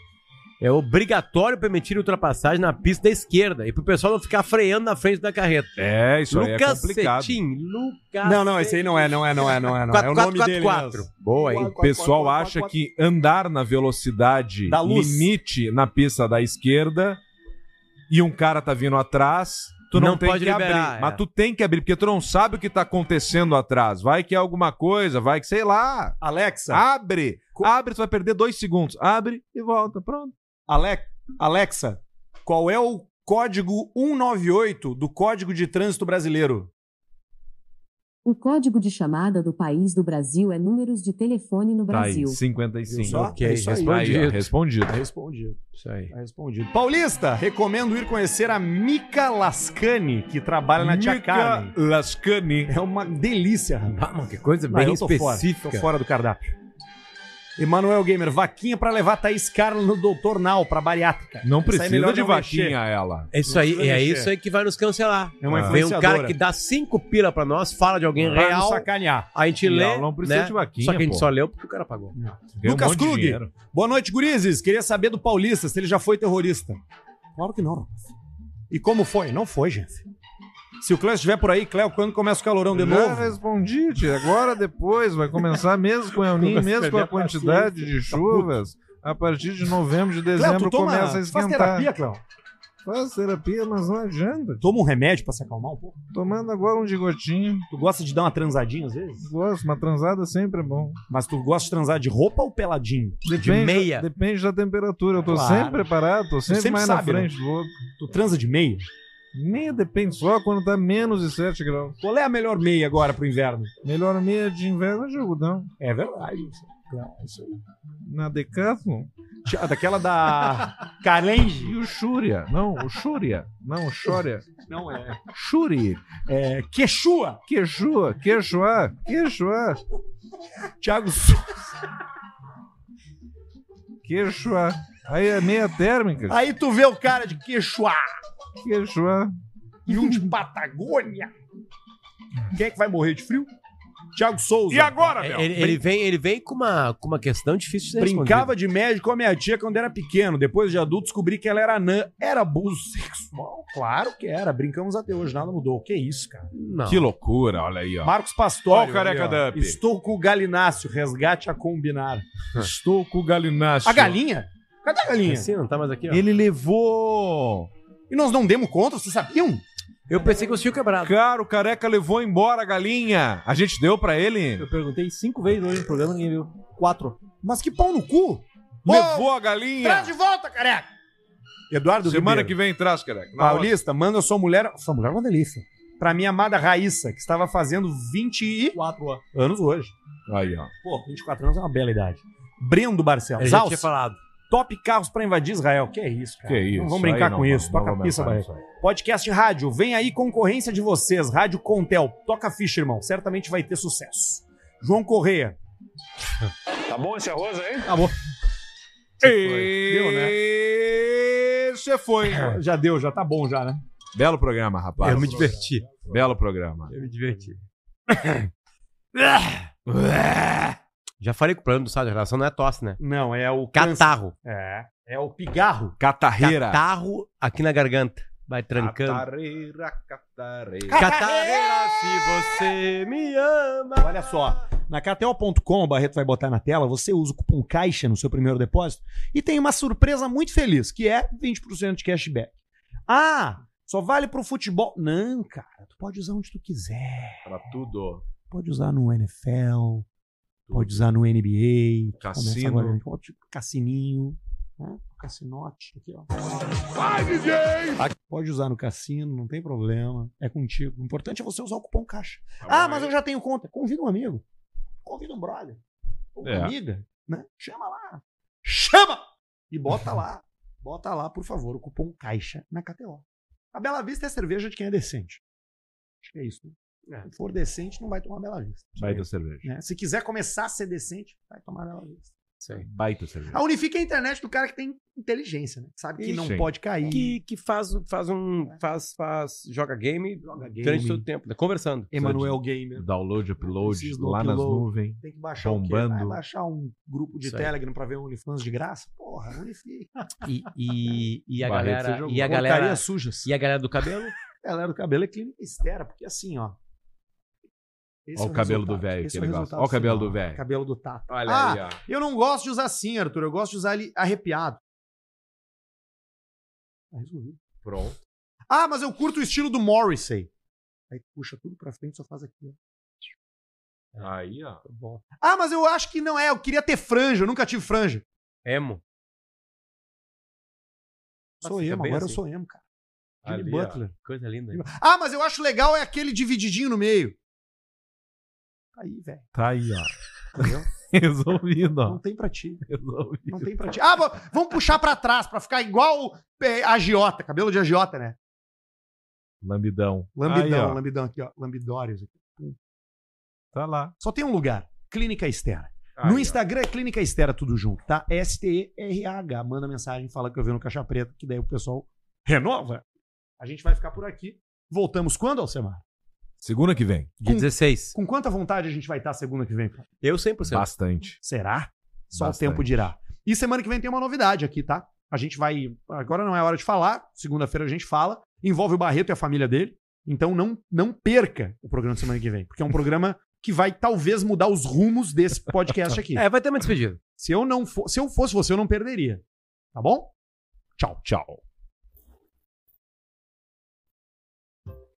É obrigatório permitir ultrapassagem na pista da esquerda e pro pessoal não ficar freando na frente da carreta.
É, isso aí é
Lucas
complicado.
Cetim, Lucas
Não, não, esse aí não é, não é, não é, não é. Não. é o nome dele. mesmo.
Boa, hein? O pessoal acha que andar na velocidade
Da luz.
limite na pista da esquerda e um cara tá vindo atrás, tu não,
Não
tem
pode
que
liberar,
abrir.
é.
Mas tu tem que abrir, porque tu não sabe o que tá acontecendo atrás. Vai que é alguma coisa, vai que, sei lá.
Alexa.
Abre! Abre, tu vai perder dois segundos. Abre e volta, pronto.
Ale- Alexa, qual é o um código 198 do Código de Trânsito Brasileiro?
O código de chamada do país do Brasil é números de telefone no
Tá aí,
Brasil.
55.
Viu só? É isso aí.
Aí, ó, respondido.
Tá respondido. Tá
Isso aí.
respondido. Paulista, recomendo ir conhecer a Mica Lascani, que trabalha na Tia
Mica
Carmen.
Lascani. Ah,
É uma delícia, rapaz.
que coisa
Não,
bem
eu tô fora,
específica.
tô fora do cardápio. Emanuel Gamer, vaquinha pra levar Thaís Carla no Doutor Nal pra bariátrica.
Não
Isso aí é
precisa
melhor
de
não
vaquinha
mexer.
ela.
É isso aí,
Não precisa
é
mexer.
isso aí que vai nos cancelar.
É uma
Vem um cara
influenciadora.
que dá cinco pila pra nós, fala de alguém
Vai nos
real.
sacanear.
A gente
E
lê.
ela não precisa
né?
de vaquinha,
Só que a gente
pô.
só leu porque o cara pagou.
Ganhou um
Lucas
monte de
Krug,
dinheiro.
boa noite, gurizes. Queria saber do Paulista se ele já foi terrorista. Claro que não, rapaz. E como foi? Não foi, gente. Se o Cléo estiver por aí, Cléo, quando começa o calorão de
Já
novo?
respondi, tio. Agora, depois, vai começar mesmo
<laughs>
com o El Ninho,
Começa a
mesmo com a
perder a
quantidade
paciência,
de
tá
chuvas. A partir de novembro, de
Cléo,
dezembro,
tu toma,
começa a
faz
esquentar.
terapia, Cléo?
Faz terapia, mas não adianta.
Toma um remédio pra se acalmar um pouco?
Tomando agora um gigotinho.
Tu gosta de dar uma transadinha às vezes?
Gosto, uma transada sempre é bom.
Mas tu gosta de transar de roupa ou peladinho?
Depende, Depende da temperatura. Eu tô
Claro.
sempre preparado, tô
Tu
sempre,
sempre
mais
sabe,
na
né?
frente do outro.
Tu transa de meia?
Meia depende só quando tá menos de 7 graus.
Qual é a melhor meia agora pro inverno?
Melhor meia de inverno é jogudão.
É verdade. isso. Não, isso aí.
Na Decathlon.
Tia- Daquela da Carange.
E o Xúria. Não, o Xúria. Não, o Xória.
Não é.
Xuri.
É, Quechua.
Quechua, Quechua, Quechua.
Thiago Souza.
Quechua. Aí é meia térmica.
Aí tu vê o cara de Quechua
Quechua.
e um de Patagônia. Quem é que vai morrer de frio? Thiago Souza.
É, Ele, ele vem, ele vem com, uma, com uma questão difícil de ser
Brincava de médico com a minha tia quando era pequeno. Depois de adulto, descobri que ela era anã. Era abuso sexual? Claro que era. Brincamos até hoje, nada mudou. Que isso, cara?
Que loucura, olha aí, ó.
Marcos Pastor.
Olha o careca dump.
Estou com o Galinácio. Resgate a combinar.
Estou com o Galinácio.
A galinha? Cadê a galinha?
Assim, não tá mais aqui, ó.
Ele levou.
E nós não demos conta, vocês sabiam?
Eu pensei que o tinha quebrado.
Cara, o careca levou embora a galinha. A gente deu pra ele?
Eu perguntei cinco vezes hoje no programa, ninguém viu. Quatro.
Mas que pau no cu!
Levou a galinha.
Traz de volta, careca! Eduardo
Semana
Ribeiro.
que vem traz, careca. Na
Paulista, manda sua mulher. Sua mulher é uma delícia. Pra minha amada Raíssa, que estava fazendo 24 anos hoje.
hora. Aí, ó.
Pô, 24 anos é uma bela idade. Brendo Barcelos.
Eu já
Alce,
tinha falado.
Top carros pra invadir Israel. Que isso, cara.
Que isso,
Não vamos brincar
aí não
com
vamos,
isso.
não
Toca a
vamos
pista,
brincar
Bahia.
com
Podcast rádio. Vem aí concorrência de vocês. Rádio Contel. Toca a ficha, irmão. Certamente vai ter sucesso. João Correia.
Tá bom esse arroz aí?
Acabou. Deu, né?
E você foi.
Já deu, já tá bom já, né?
Belo programa, rapaz.
Eu me diverti.
Belo programa.
Eu me diverti. Já falei que o problema do estado de relação não é tosse, né?
Não, é o
Catarro.
É. É o pigarro.
Catarreira.
Catarro aqui na garganta. Vai trancando.
Catarreira, catarreira.
<laughs>
Catarreira, se você me ama.
Olha só, na KTO.com, o Barreto vai botar na tela, você usa o cupom CAIXA no seu primeiro depósito e tem uma surpresa muito feliz, que é 20% de cashback. Ah, só vale pro futebol. Não, cara, tu pode usar onde tu quiser.
Pra tudo.
Pode usar no NFL, pode usar no NBA.
Cassino.
Começa agora, né? pode- Cassininho. Né? Cassinote. Aqui, ó.
Vai, DJ!
Aqui, Pode usar no cassino, não tem problema. É contigo. O importante é você usar o cupom caixa.
Tá
ah, mas eu já tenho conta. Convida um amigo. Convida um brother. Ou uma
É.
amiga. Né? Chama lá. Chama! E bota lá. Bota lá, por favor, o cupom caixa na KTO. A Bela Vista é cerveja de quem é decente. Acho que é isso. Né? Se for decente, não vai tomar Bela Vista.
Baita cerveja.
Né? Se quiser começar a ser decente, vai tomar Bela Vista.
Baita cerveja.
A Unifica é a internet do cara que tem inteligência, né? Sabe que
Isso,
não
hein?
pode cair.
Que, que faz, faz um. Faz, faz, joga game
game.
durante todo o tempo, né? Conversando.
Emanuel Gamer.
Download, upload,
Preciso do
lá nas
upload.
nuvens.
Tem que baixar o quê? Vai
bombando.
baixar um grupo de
Isso aí.
Telegram pra ver o OnlyFans de graça? Porra, Unifica.
E, e, e a
Barreto, você
galera.
jogou.
E a galera.
Porcarias sujas.
E a galera do cabelo?
Galera do cabelo é clínica estera, porque assim, ó. Esse
Olha o cabelo do velho que
Esse é
ele gosta.
resultado
Olha o cabelo
final.
do velho.
Cabelo do Tato.
Olha
ah,
aí, ó.
Eu não gosto de usar assim, Arthur. Eu gosto de usar ele arrepiado. Tá resolvido.
Pronto.
Ah, mas eu curto o estilo do Morrissey. Aí tu puxa tudo pra frente, só faz aqui, ó.
Aí, ó.
Ah, mas eu acho que não é. Eu queria ter franja. Eu nunca tive franja.
Emo.
Sou
Mas fica
emo.
bem
Agora eu
assim.
sou emo, cara. Jimmy
Ali, ó.
Butler.
Coisa linda.
Ah, mas eu acho legal é aquele divididinho no meio. Tá aí, velho.
Tá aí, ó.
Entendeu?
<laughs> Resolvido, ó.
Não tem
<laughs>
pra ti.
Resolvido.
Não tem pra ti. Ah, vo- vamos puxar pra trás, pra ficar igual é, agiota, cabelo de agiota, né?
Lambidão.
Lambidão,
Aí, ó.
lambidão aqui, ó. Lambidórios aqui.
Tá lá.
Só tem um lugar. Clínica Estera.
Aí,
no
ó.
Instagram é Clínica Estera, tudo junto, tá? S-T-E-R-A-H. Manda mensagem, fala que eu vi no Caixa Preta, que daí o pessoal renova. A gente vai ficar por aqui. Voltamos quando, Alcemar?
Segunda que vem.
Dia
16.
Com quanta vontade a gente vai estar segunda que vem? cara?
Eu 100%.
Bastante.
Será? Só
Bastante.
o tempo dirá. E semana que vem tem uma novidade aqui, tá? A gente vai. Agora não é hora de falar. Segunda-feira a gente fala. Envolve o Barreto e a família dele. Então não, não perca o programa de semana que vem, porque é um programa <laughs> que vai talvez mudar os rumos desse podcast aqui.
É, vai ter uma despedida.
Se eu não for, se eu fosse você, eu não perderia. Tá bom? Tchau, tchau.